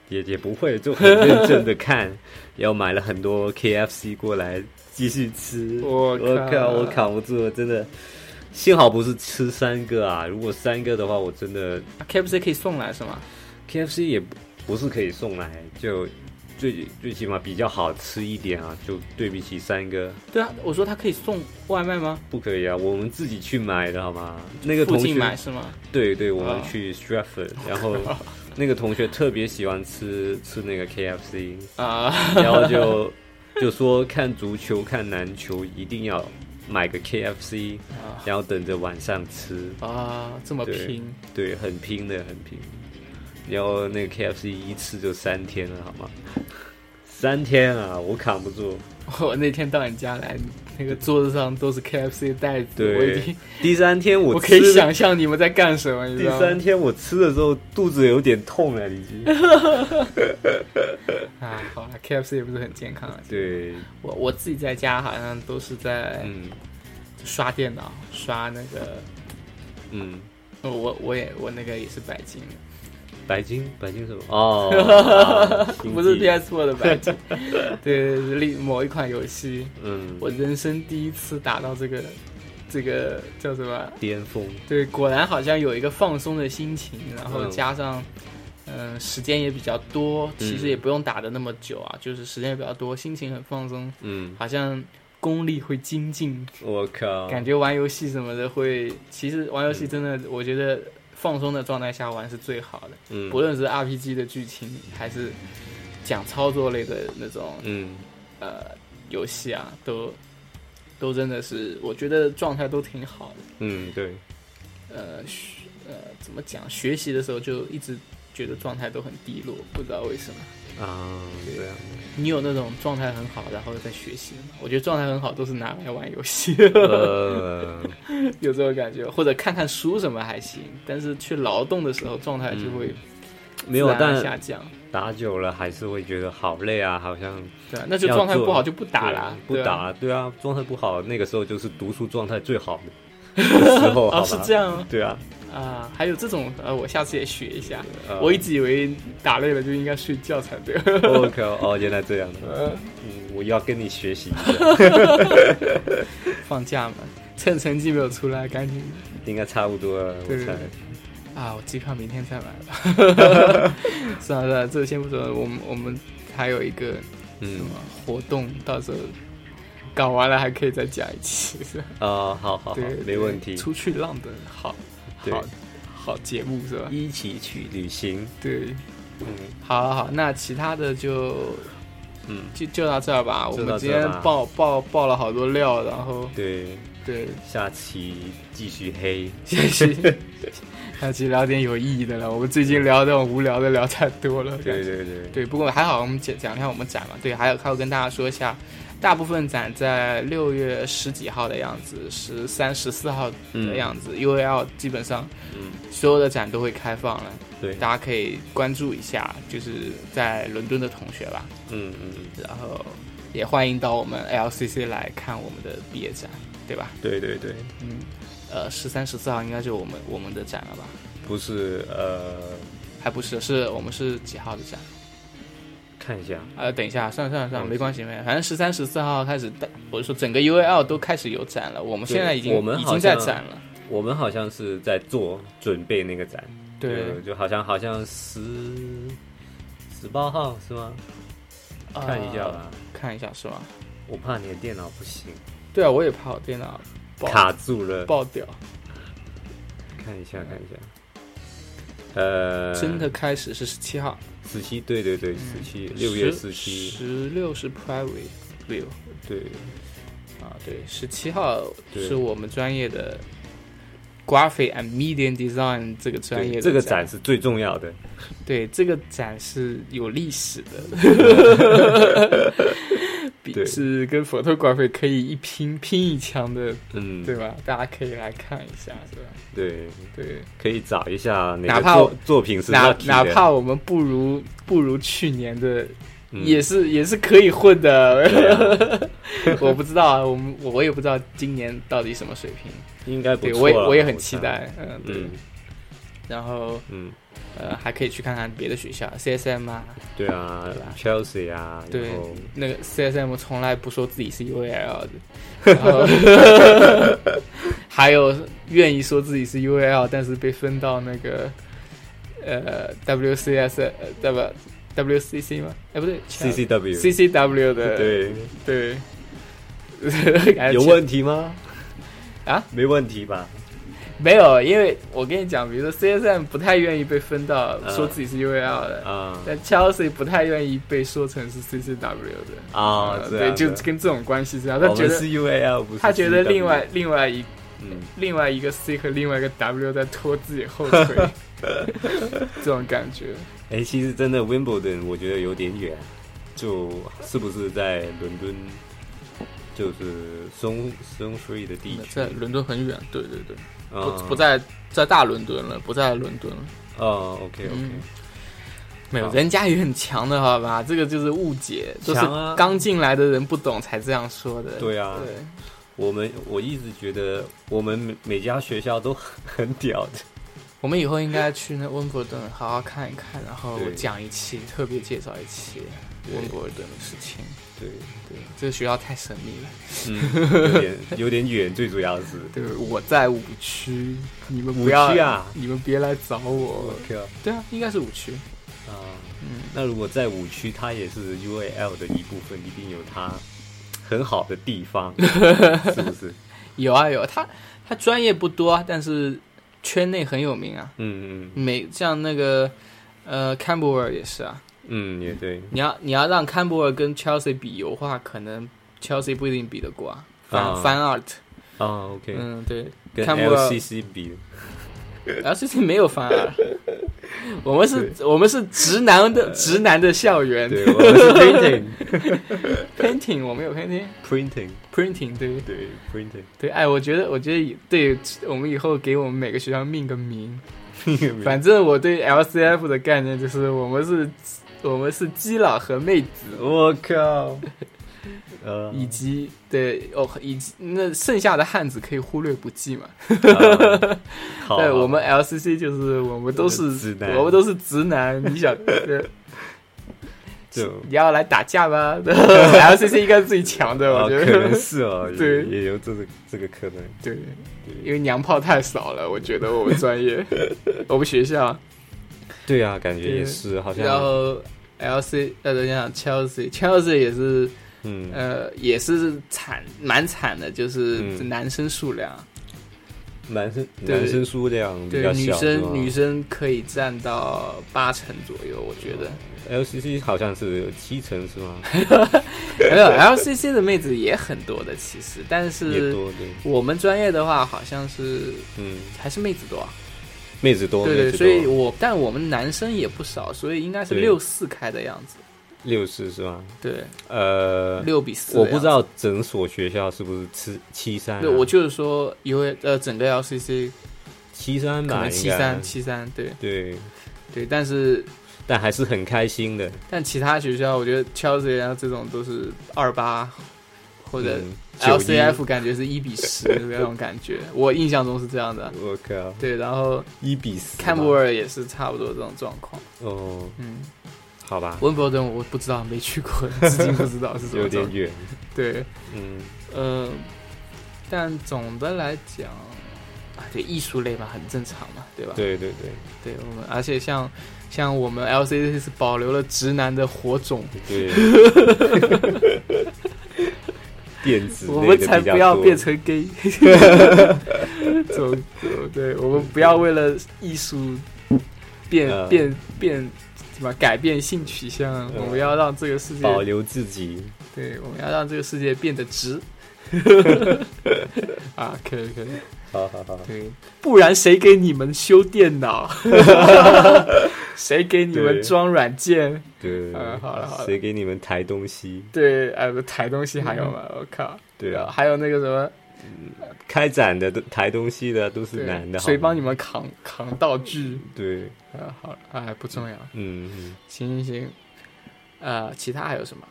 也也不会，就很认真的看，然后买了很多 KFC 过来继续吃，
我
我
靠
靠，我扛不住了，真的。幸好不是吃三个啊！如果三个的话，我真的
啊 KFC 可以送来是吗？
KFC 也不不是可以送来，就最最起码比较好吃一点啊，就对比起三哥
对啊，我说他可以送外卖吗？
不可以啊，我们自己去买的好吗？那个
附
同
近买
学
是吗？
对对，我们
啊
去 Stratford，、然后那个同学特别喜欢吃吃那个 KFC，
啊、
然后就就说看足球看篮球一定要买个 KFC，
啊
然后等着晚上吃，
啊，这么
对
拼，
对，很拼的很拼。然后那个 KFC 一吃就三天了，好吗？ 三天啊，我扛不住。
我那天到你家来，那个桌子上都是 KFC 的袋子，我已
对
经，
第三天
我
我
可以
吃的
想象你们在干什么，你知
第
道
三
吗？
天我吃的时候肚子有点痛了，已经。
啊，好了，KFC 也不是很健康啊。
对，
我我自己在家好像都是在
嗯
刷电脑，刷那个，
嗯，
我我也我那个也是白金的。
白金白金什么？ 哦，啊星
不是
际
PS4 的白 金，对，另某一款游戏，
嗯，
我人生第一次打到这个，这个叫什么？啊
巅峰，
对，果然好像有一个放松的心情，然后
嗯
加上，嗯、时间也比较多，其实
嗯
也不用打的那么久啊，就是时间也比较多，心情很放松，
嗯，
好像功力会精进，
我靠，
感觉玩游戏什么的会，其实玩游戏真的，我觉得放松的状态下玩是最好的。
嗯
不论是 RPG 的剧情，还是讲操作类的那种
嗯
呃游戏啊，都都真的是，我觉得状态都挺好的。
嗯，对，
呃，学呃，怎么讲？学习的时候就一直觉得状态都很低落，不知道为什么。
啊，这 样，
你有那种状态很好，然后在学习的吗？我觉得状态很好都是拿来玩游戏，
呃，
有这种感觉，或者看看书什么还行，但是去劳动的时候状态就会
嗯没有
自，然而啊下
但
降。
打久了还是会觉得好累啊，好像
对啊，那就
要
状态
做
不好就不打啦，
对不
对啊
打，对啊，状态不好，那个时候就是读书状态最好 的时候，好
哦，
吧？
是这样吗
对 啊，
啊，还有这种呃，我下次也学一下。
呃
我一直以为打累了就应该睡觉才对。
我靠，哦，原来这样
呃
的，嗯，我要跟你学习一下，
放假嘛，趁成绩没有出来，赶紧
应该差不多了，我
对对
猜
对，啊！我机票明天再买 吧。算了算了，这个先不说。我们我们还有一个什
嗯
么，活动，到时候搞完了还可以再讲一期。是吧
啊，好好好
对，，
没问题，
出去浪的好
对
好好节目是吧？
一起去旅行，
对，
嗯
好好好，那其他的就
嗯，
就就到这儿吧。我
就
们
到这
今
儿
天
吧
爆爆爆了好多料，然 后
对，
对，
下期继续黑，
谢谢。下期聊点有意义的了，我们最近聊这种无聊的聊太多了。
对
感觉
对对，
对，不过还好，我们讲讲一下我们展嘛。对，还有还有跟大家说一下，大部分展在六月十几号的样子，十三、十四号的
嗯
样子。U L 基本上
嗯，
所有的展都会开放了，
对，
大家可以关注一下，就是在伦敦的同学吧。
嗯嗯嗯，
然后也欢迎到我们 LCC 来看我们的毕业展，对吧？
对对对，
嗯，呃，十三、十四号应该就是我们我们的展了吧？
不是呃，
还不是，是我们是几号的展？
看一下，
呃，等一下，算了算了算了，
嗯
没关系没关系，反正十三、十四号开始，我是说整个 UAL 都开始有展了，我们现在已经
对我们
已
好
经
像
在展了，
我们好像是在做准备那个展，
对
就，就好像好像十十八号是吗？
呃
看一下吧，
看一下是吗？
我怕你的电脑不行，
对啊，我也怕我电脑爆
卡住了，
爆掉，
看一下看一下。呃，
真的开始是十七号，
十七，对对对，十七，六月十七，
十六是 Private View。
对，
啊，对，十七号
对
是我们专业的 Graphic and Media Design 这个专
对
业的
这个
展
展，是最重要的，
对，这个展是有历史的。笔
对
是跟 photography 可以一拼拼一枪的，
嗯，
对吧？大家可以来看一下，是吧？
对，
对，
可以找一下哪
哪
个
怕
作作品是
哪
lucky
哪
的
怕我们不如不如去年的，
嗯
也是也是可以混
对
的。
啊
我不知道啊，我们我也不知道今年到底什么水平。
应该不
对，
错
我也
啦
我也很
看
期待，嗯，对。
嗯
然后
嗯，
呃，还可以去看看别的学校，CSM 啊，
对啊
对吧
，Chelsea 啊，
对
然后，
那个 CSM 从来不说自己是 UAL 的，然后还有愿意说自己是 UAL，但是被分到那个呃 WCS 呃对吧 WCC 吗？哎，不对
CCW
CCW 的
对，
对，
有问题吗？
啊？
没问题吧？
没有？因为我跟你讲，比如说 CSM 不太愿意被分到
嗯
说自己是 UAL 的，
啊
但 Chelsea 不太愿意被说成是 CCW 的。
啊，
呃
这
对，
样
就
的
跟这种关系这样，他
我
觉
们
得
是 UAL，不是
他觉得
CW
另外另外一
嗯
另外一个 C 和另外一个 W 在拖自己后 腿，这种感觉。
哎，其实真的 Wimbledon 我觉得有点远，就是不是在伦敦，就是松松 free 的地区，
伦敦很远，对对对，
啊
在在大伦敦了，不在伦敦了。
哦，OK OK，
嗯没有，
好
人家也很强的，好吧？这个就是误解，就是
强啊
刚进来的人不懂才这样说的。
对啊
对，
我们我一直觉得我们每每家学校都很很屌的，
我们以后应该去那温布尔顿好好看一看，然后
对
讲一期，特别介绍一期
对
温布尔顿的事情。
对，
对，这个学校太神秘了。
嗯，有点有点远，最主要是，
对，我在五区，你们
五
不
区
要，
啊
你们别来找我
我。靠
对啊，应该是五区。
啊，
嗯，
那如果在五区，它也是 UAL 的一部分，一定有它很好的地 方，是不是？
有啊有啊，他他专业不多啊，但是圈内很有名啊。
嗯嗯
每像那个呃坎伯尔也是啊，
嗯，也对，
你要你要让坎伯尔跟 Chelsea 比油画，可能 Chelsea 不一定比得过啊。反
啊
反 art，
啊，OK，
嗯对，
跟
看不到
LCC 比，
然后 c 没有反 art，我们是我们是直男的直男的校
呃
园
对，我们 是
，painting 我们有 painting，printing
printing，printing，
对。
对，printing，
对，哎，我觉得，我觉得以对我们以后给我们每个学校命个名。
反
反正我对 LCF 的概念就是，我们是，我们是基佬和妹子，
我靠，呃，
以及对哦，以及那剩下的汉子可以忽略不计嘛。
啊 好
对，
好
我们 LCC 就是我们都是
直男
我们都是直 男。你想，对
就
你要来打架吗 ？LCC 应该是最强的，
啊，
我觉
可能
得。
是哦，也
对
也有这个这个可能，
对，因
对
为娘炮太少了，我觉得我们 专业，我们学校。
对啊，感觉也是，好
然
像
后 L C 呃，等一下 Chelsea Chelsea 也是
嗯
呃也是惨蛮惨的，就是
嗯
男生数量，
男生
对
男生数量比
对
较
女
小，是吗
生女生可以占到八成左右，我觉得。
LCC 好像是七成是吗？
没 有 L C C 的妹子也很多的，其实，但
也
是
多对，
我们专业的话，好像是
嗯，
还是妹子多啊。
妹子多，
对
妹
对，
子
所以
多，
我但我们男生也不少，所以应该是
对
六四开的样子。
六四是吗？
对，
呃，
六比四。
我不知。道整所学校是不是七七三、啊，
对，我就是说，因为呃，整个 LCC
七三
可
吧，
能
应
七
该
三七三，对
对，
对，但是
但还是很开心的，
但其他学校，我觉得 Chelsea 啊这种都是二八或者
嗯
LCF 感觉是一比十那种感觉，我印象中是这样的。
91我靠，
对，然后
一比四吧，
坎伯尔也是差不多这种状况。
哦，
嗯，
好吧，
温布尔顿我不知道，没去过，至今不知道是什
有
么
点
状况。
远，
对，
嗯，
呃，但总的来讲，啊，对艺术类嘛，很正常嘛，对吧？
对对对
对我们，而且像像我们 LCC 是保留了直男的火种，
对， 电子
我
类
们
的
才
比较
不要
多
变成 gay。走，对，我们不要为了艺术变
呃
变变什么改变性取向，我们要让这个世
嗯
界
保留自己，
对，我们要让这个世界变 得直。啊，可以可以，
好好好，
对，不然谁给你们修电脑？谁给你们
对
装软件？
对，
嗯好了好了
谁给你们抬东西？
对，呃，抬东西还有吗？我靠！
嗯对啊
还有那个什么，
开展的都抬东西的都是
对
男的，好
谁
吗
帮你们扛扛道具？
对，
呃，好了，哎，不重要。
嗯
行行行，呃，其他还有什么？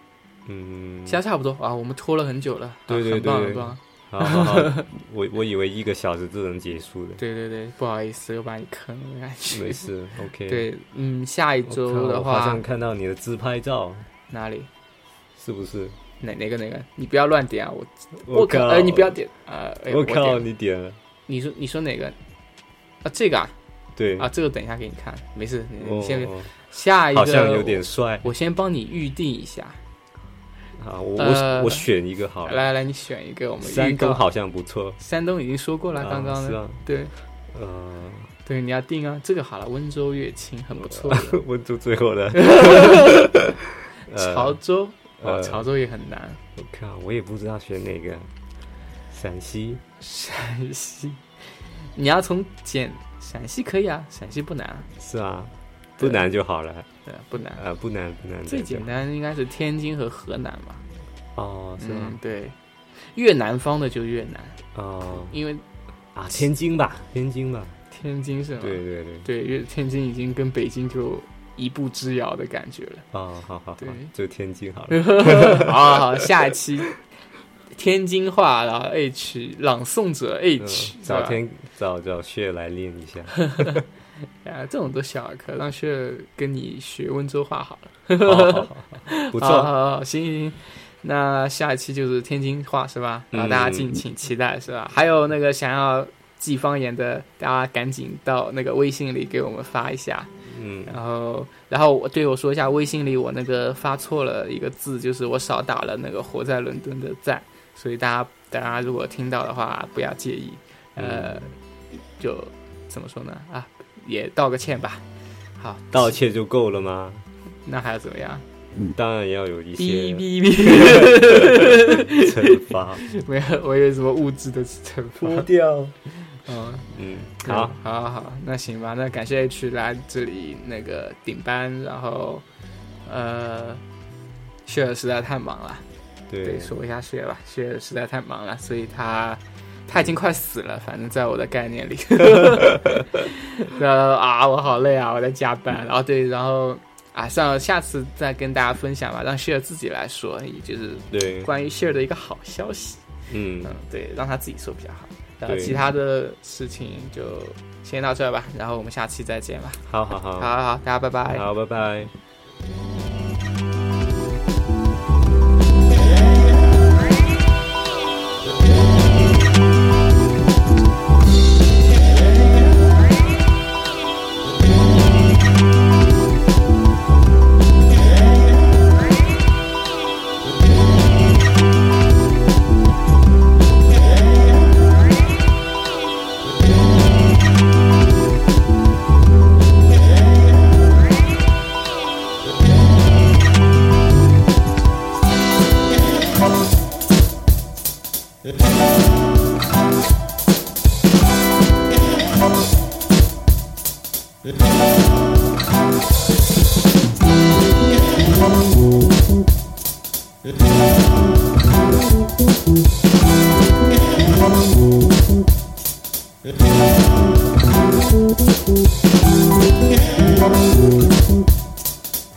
嗯，
其他差不多啊，我们拖了很久了，啊
对对
很棒
对
很棒，
好好好，我我以为一个小时就能结束的，
对对对，不好意思，又把你坑了，感
没
觉。
事，OK。
对，嗯，下一
我靠，
周的
我好
话
像看到你的自拍照，
哪里
是不是？
哪哪个哪个？你不要乱点啊！我
我
靠，
靠，
呃，你不要点，呃，哎
我
点了
靠，你点了，
你说你说哪个？啊，这个啊，
对
啊，，这个等一下给你看，没事，你
哦
你先、哎
哦
下一个，
好像有点帅
我先帮你预定一下，
啊，我
呃
我我选一个好了，
来来，你选一个，我们预
山
告
东，好像不错，
山东已经说过了，
啊
刚刚
是
呢，
啊，
对
呃，
对，你要定啊，这个好了，温州乐清很不错的，
我做最后 的， 呃
潮州，哇，
呃
潮州也很难，
我靠，我也不知道选哪个，陕西，
陕西，你要从简，陕西可以啊，陕西不难啊，
是啊，
对
不难就好了，
对，不难，
呃，不难不难，
最简单应该是天津和河南吧，
哦，是吗
嗯，？对，越南方的就越难，
哦
因为
啊，天津吧，天津吧，
天津是吗？
对对对，
对，因为天津已经跟北京就一步之遥的感觉了。
哦，好好好
对，
就天津好了，嗯
好好好，下一期天津话，然后 H 朗诵者 H，、
嗯
是吧
找天找找血来练一下，
啊，这种都小儿科，让雪跟你学温州话好了。
好好好，好不
好
错，
好好，行行行。那下一期就是天津话是吧？然后大家敬
嗯
请期待是吧？还有那个想要记方言的，大家赶紧到那个微信里给我们发一下。
嗯，
然后，然后我对我说一下，微信里我那个发错了一个字，就是我少打了那个“活在伦敦”的“在”，所以大家大家如果听到的话不要介意，
嗯
呃，就怎么说呢啊，也道个歉吧。好，
盗窃就够了吗？
那还要怎么样？
当然要有一
哔
些
哔哔，
惩罚，
没有，我有什么物质的惩罚？
掉，
嗯，
嗯，
对
好，，
好好好，那行吧，那感谢 H 来这里那个顶班，然后呃，雪儿实在太忙了。对，
对，
说一下雪吧，雪实在太忙了，所以他他已经快死了，反正在我的概 念里。然后啊，我好累啊，我在加班。然后对，然后啊，算了，下次再跟大家分享吧，让雪自己来说，也就是
对，
关于雪的一个好消息。
嗯
嗯，，对，让他自己说比较好。然后
对
其他的事情就先到这儿吧，然后我们下期再见吧。
好好好
好，好好，大家拜拜。
好，拜拜。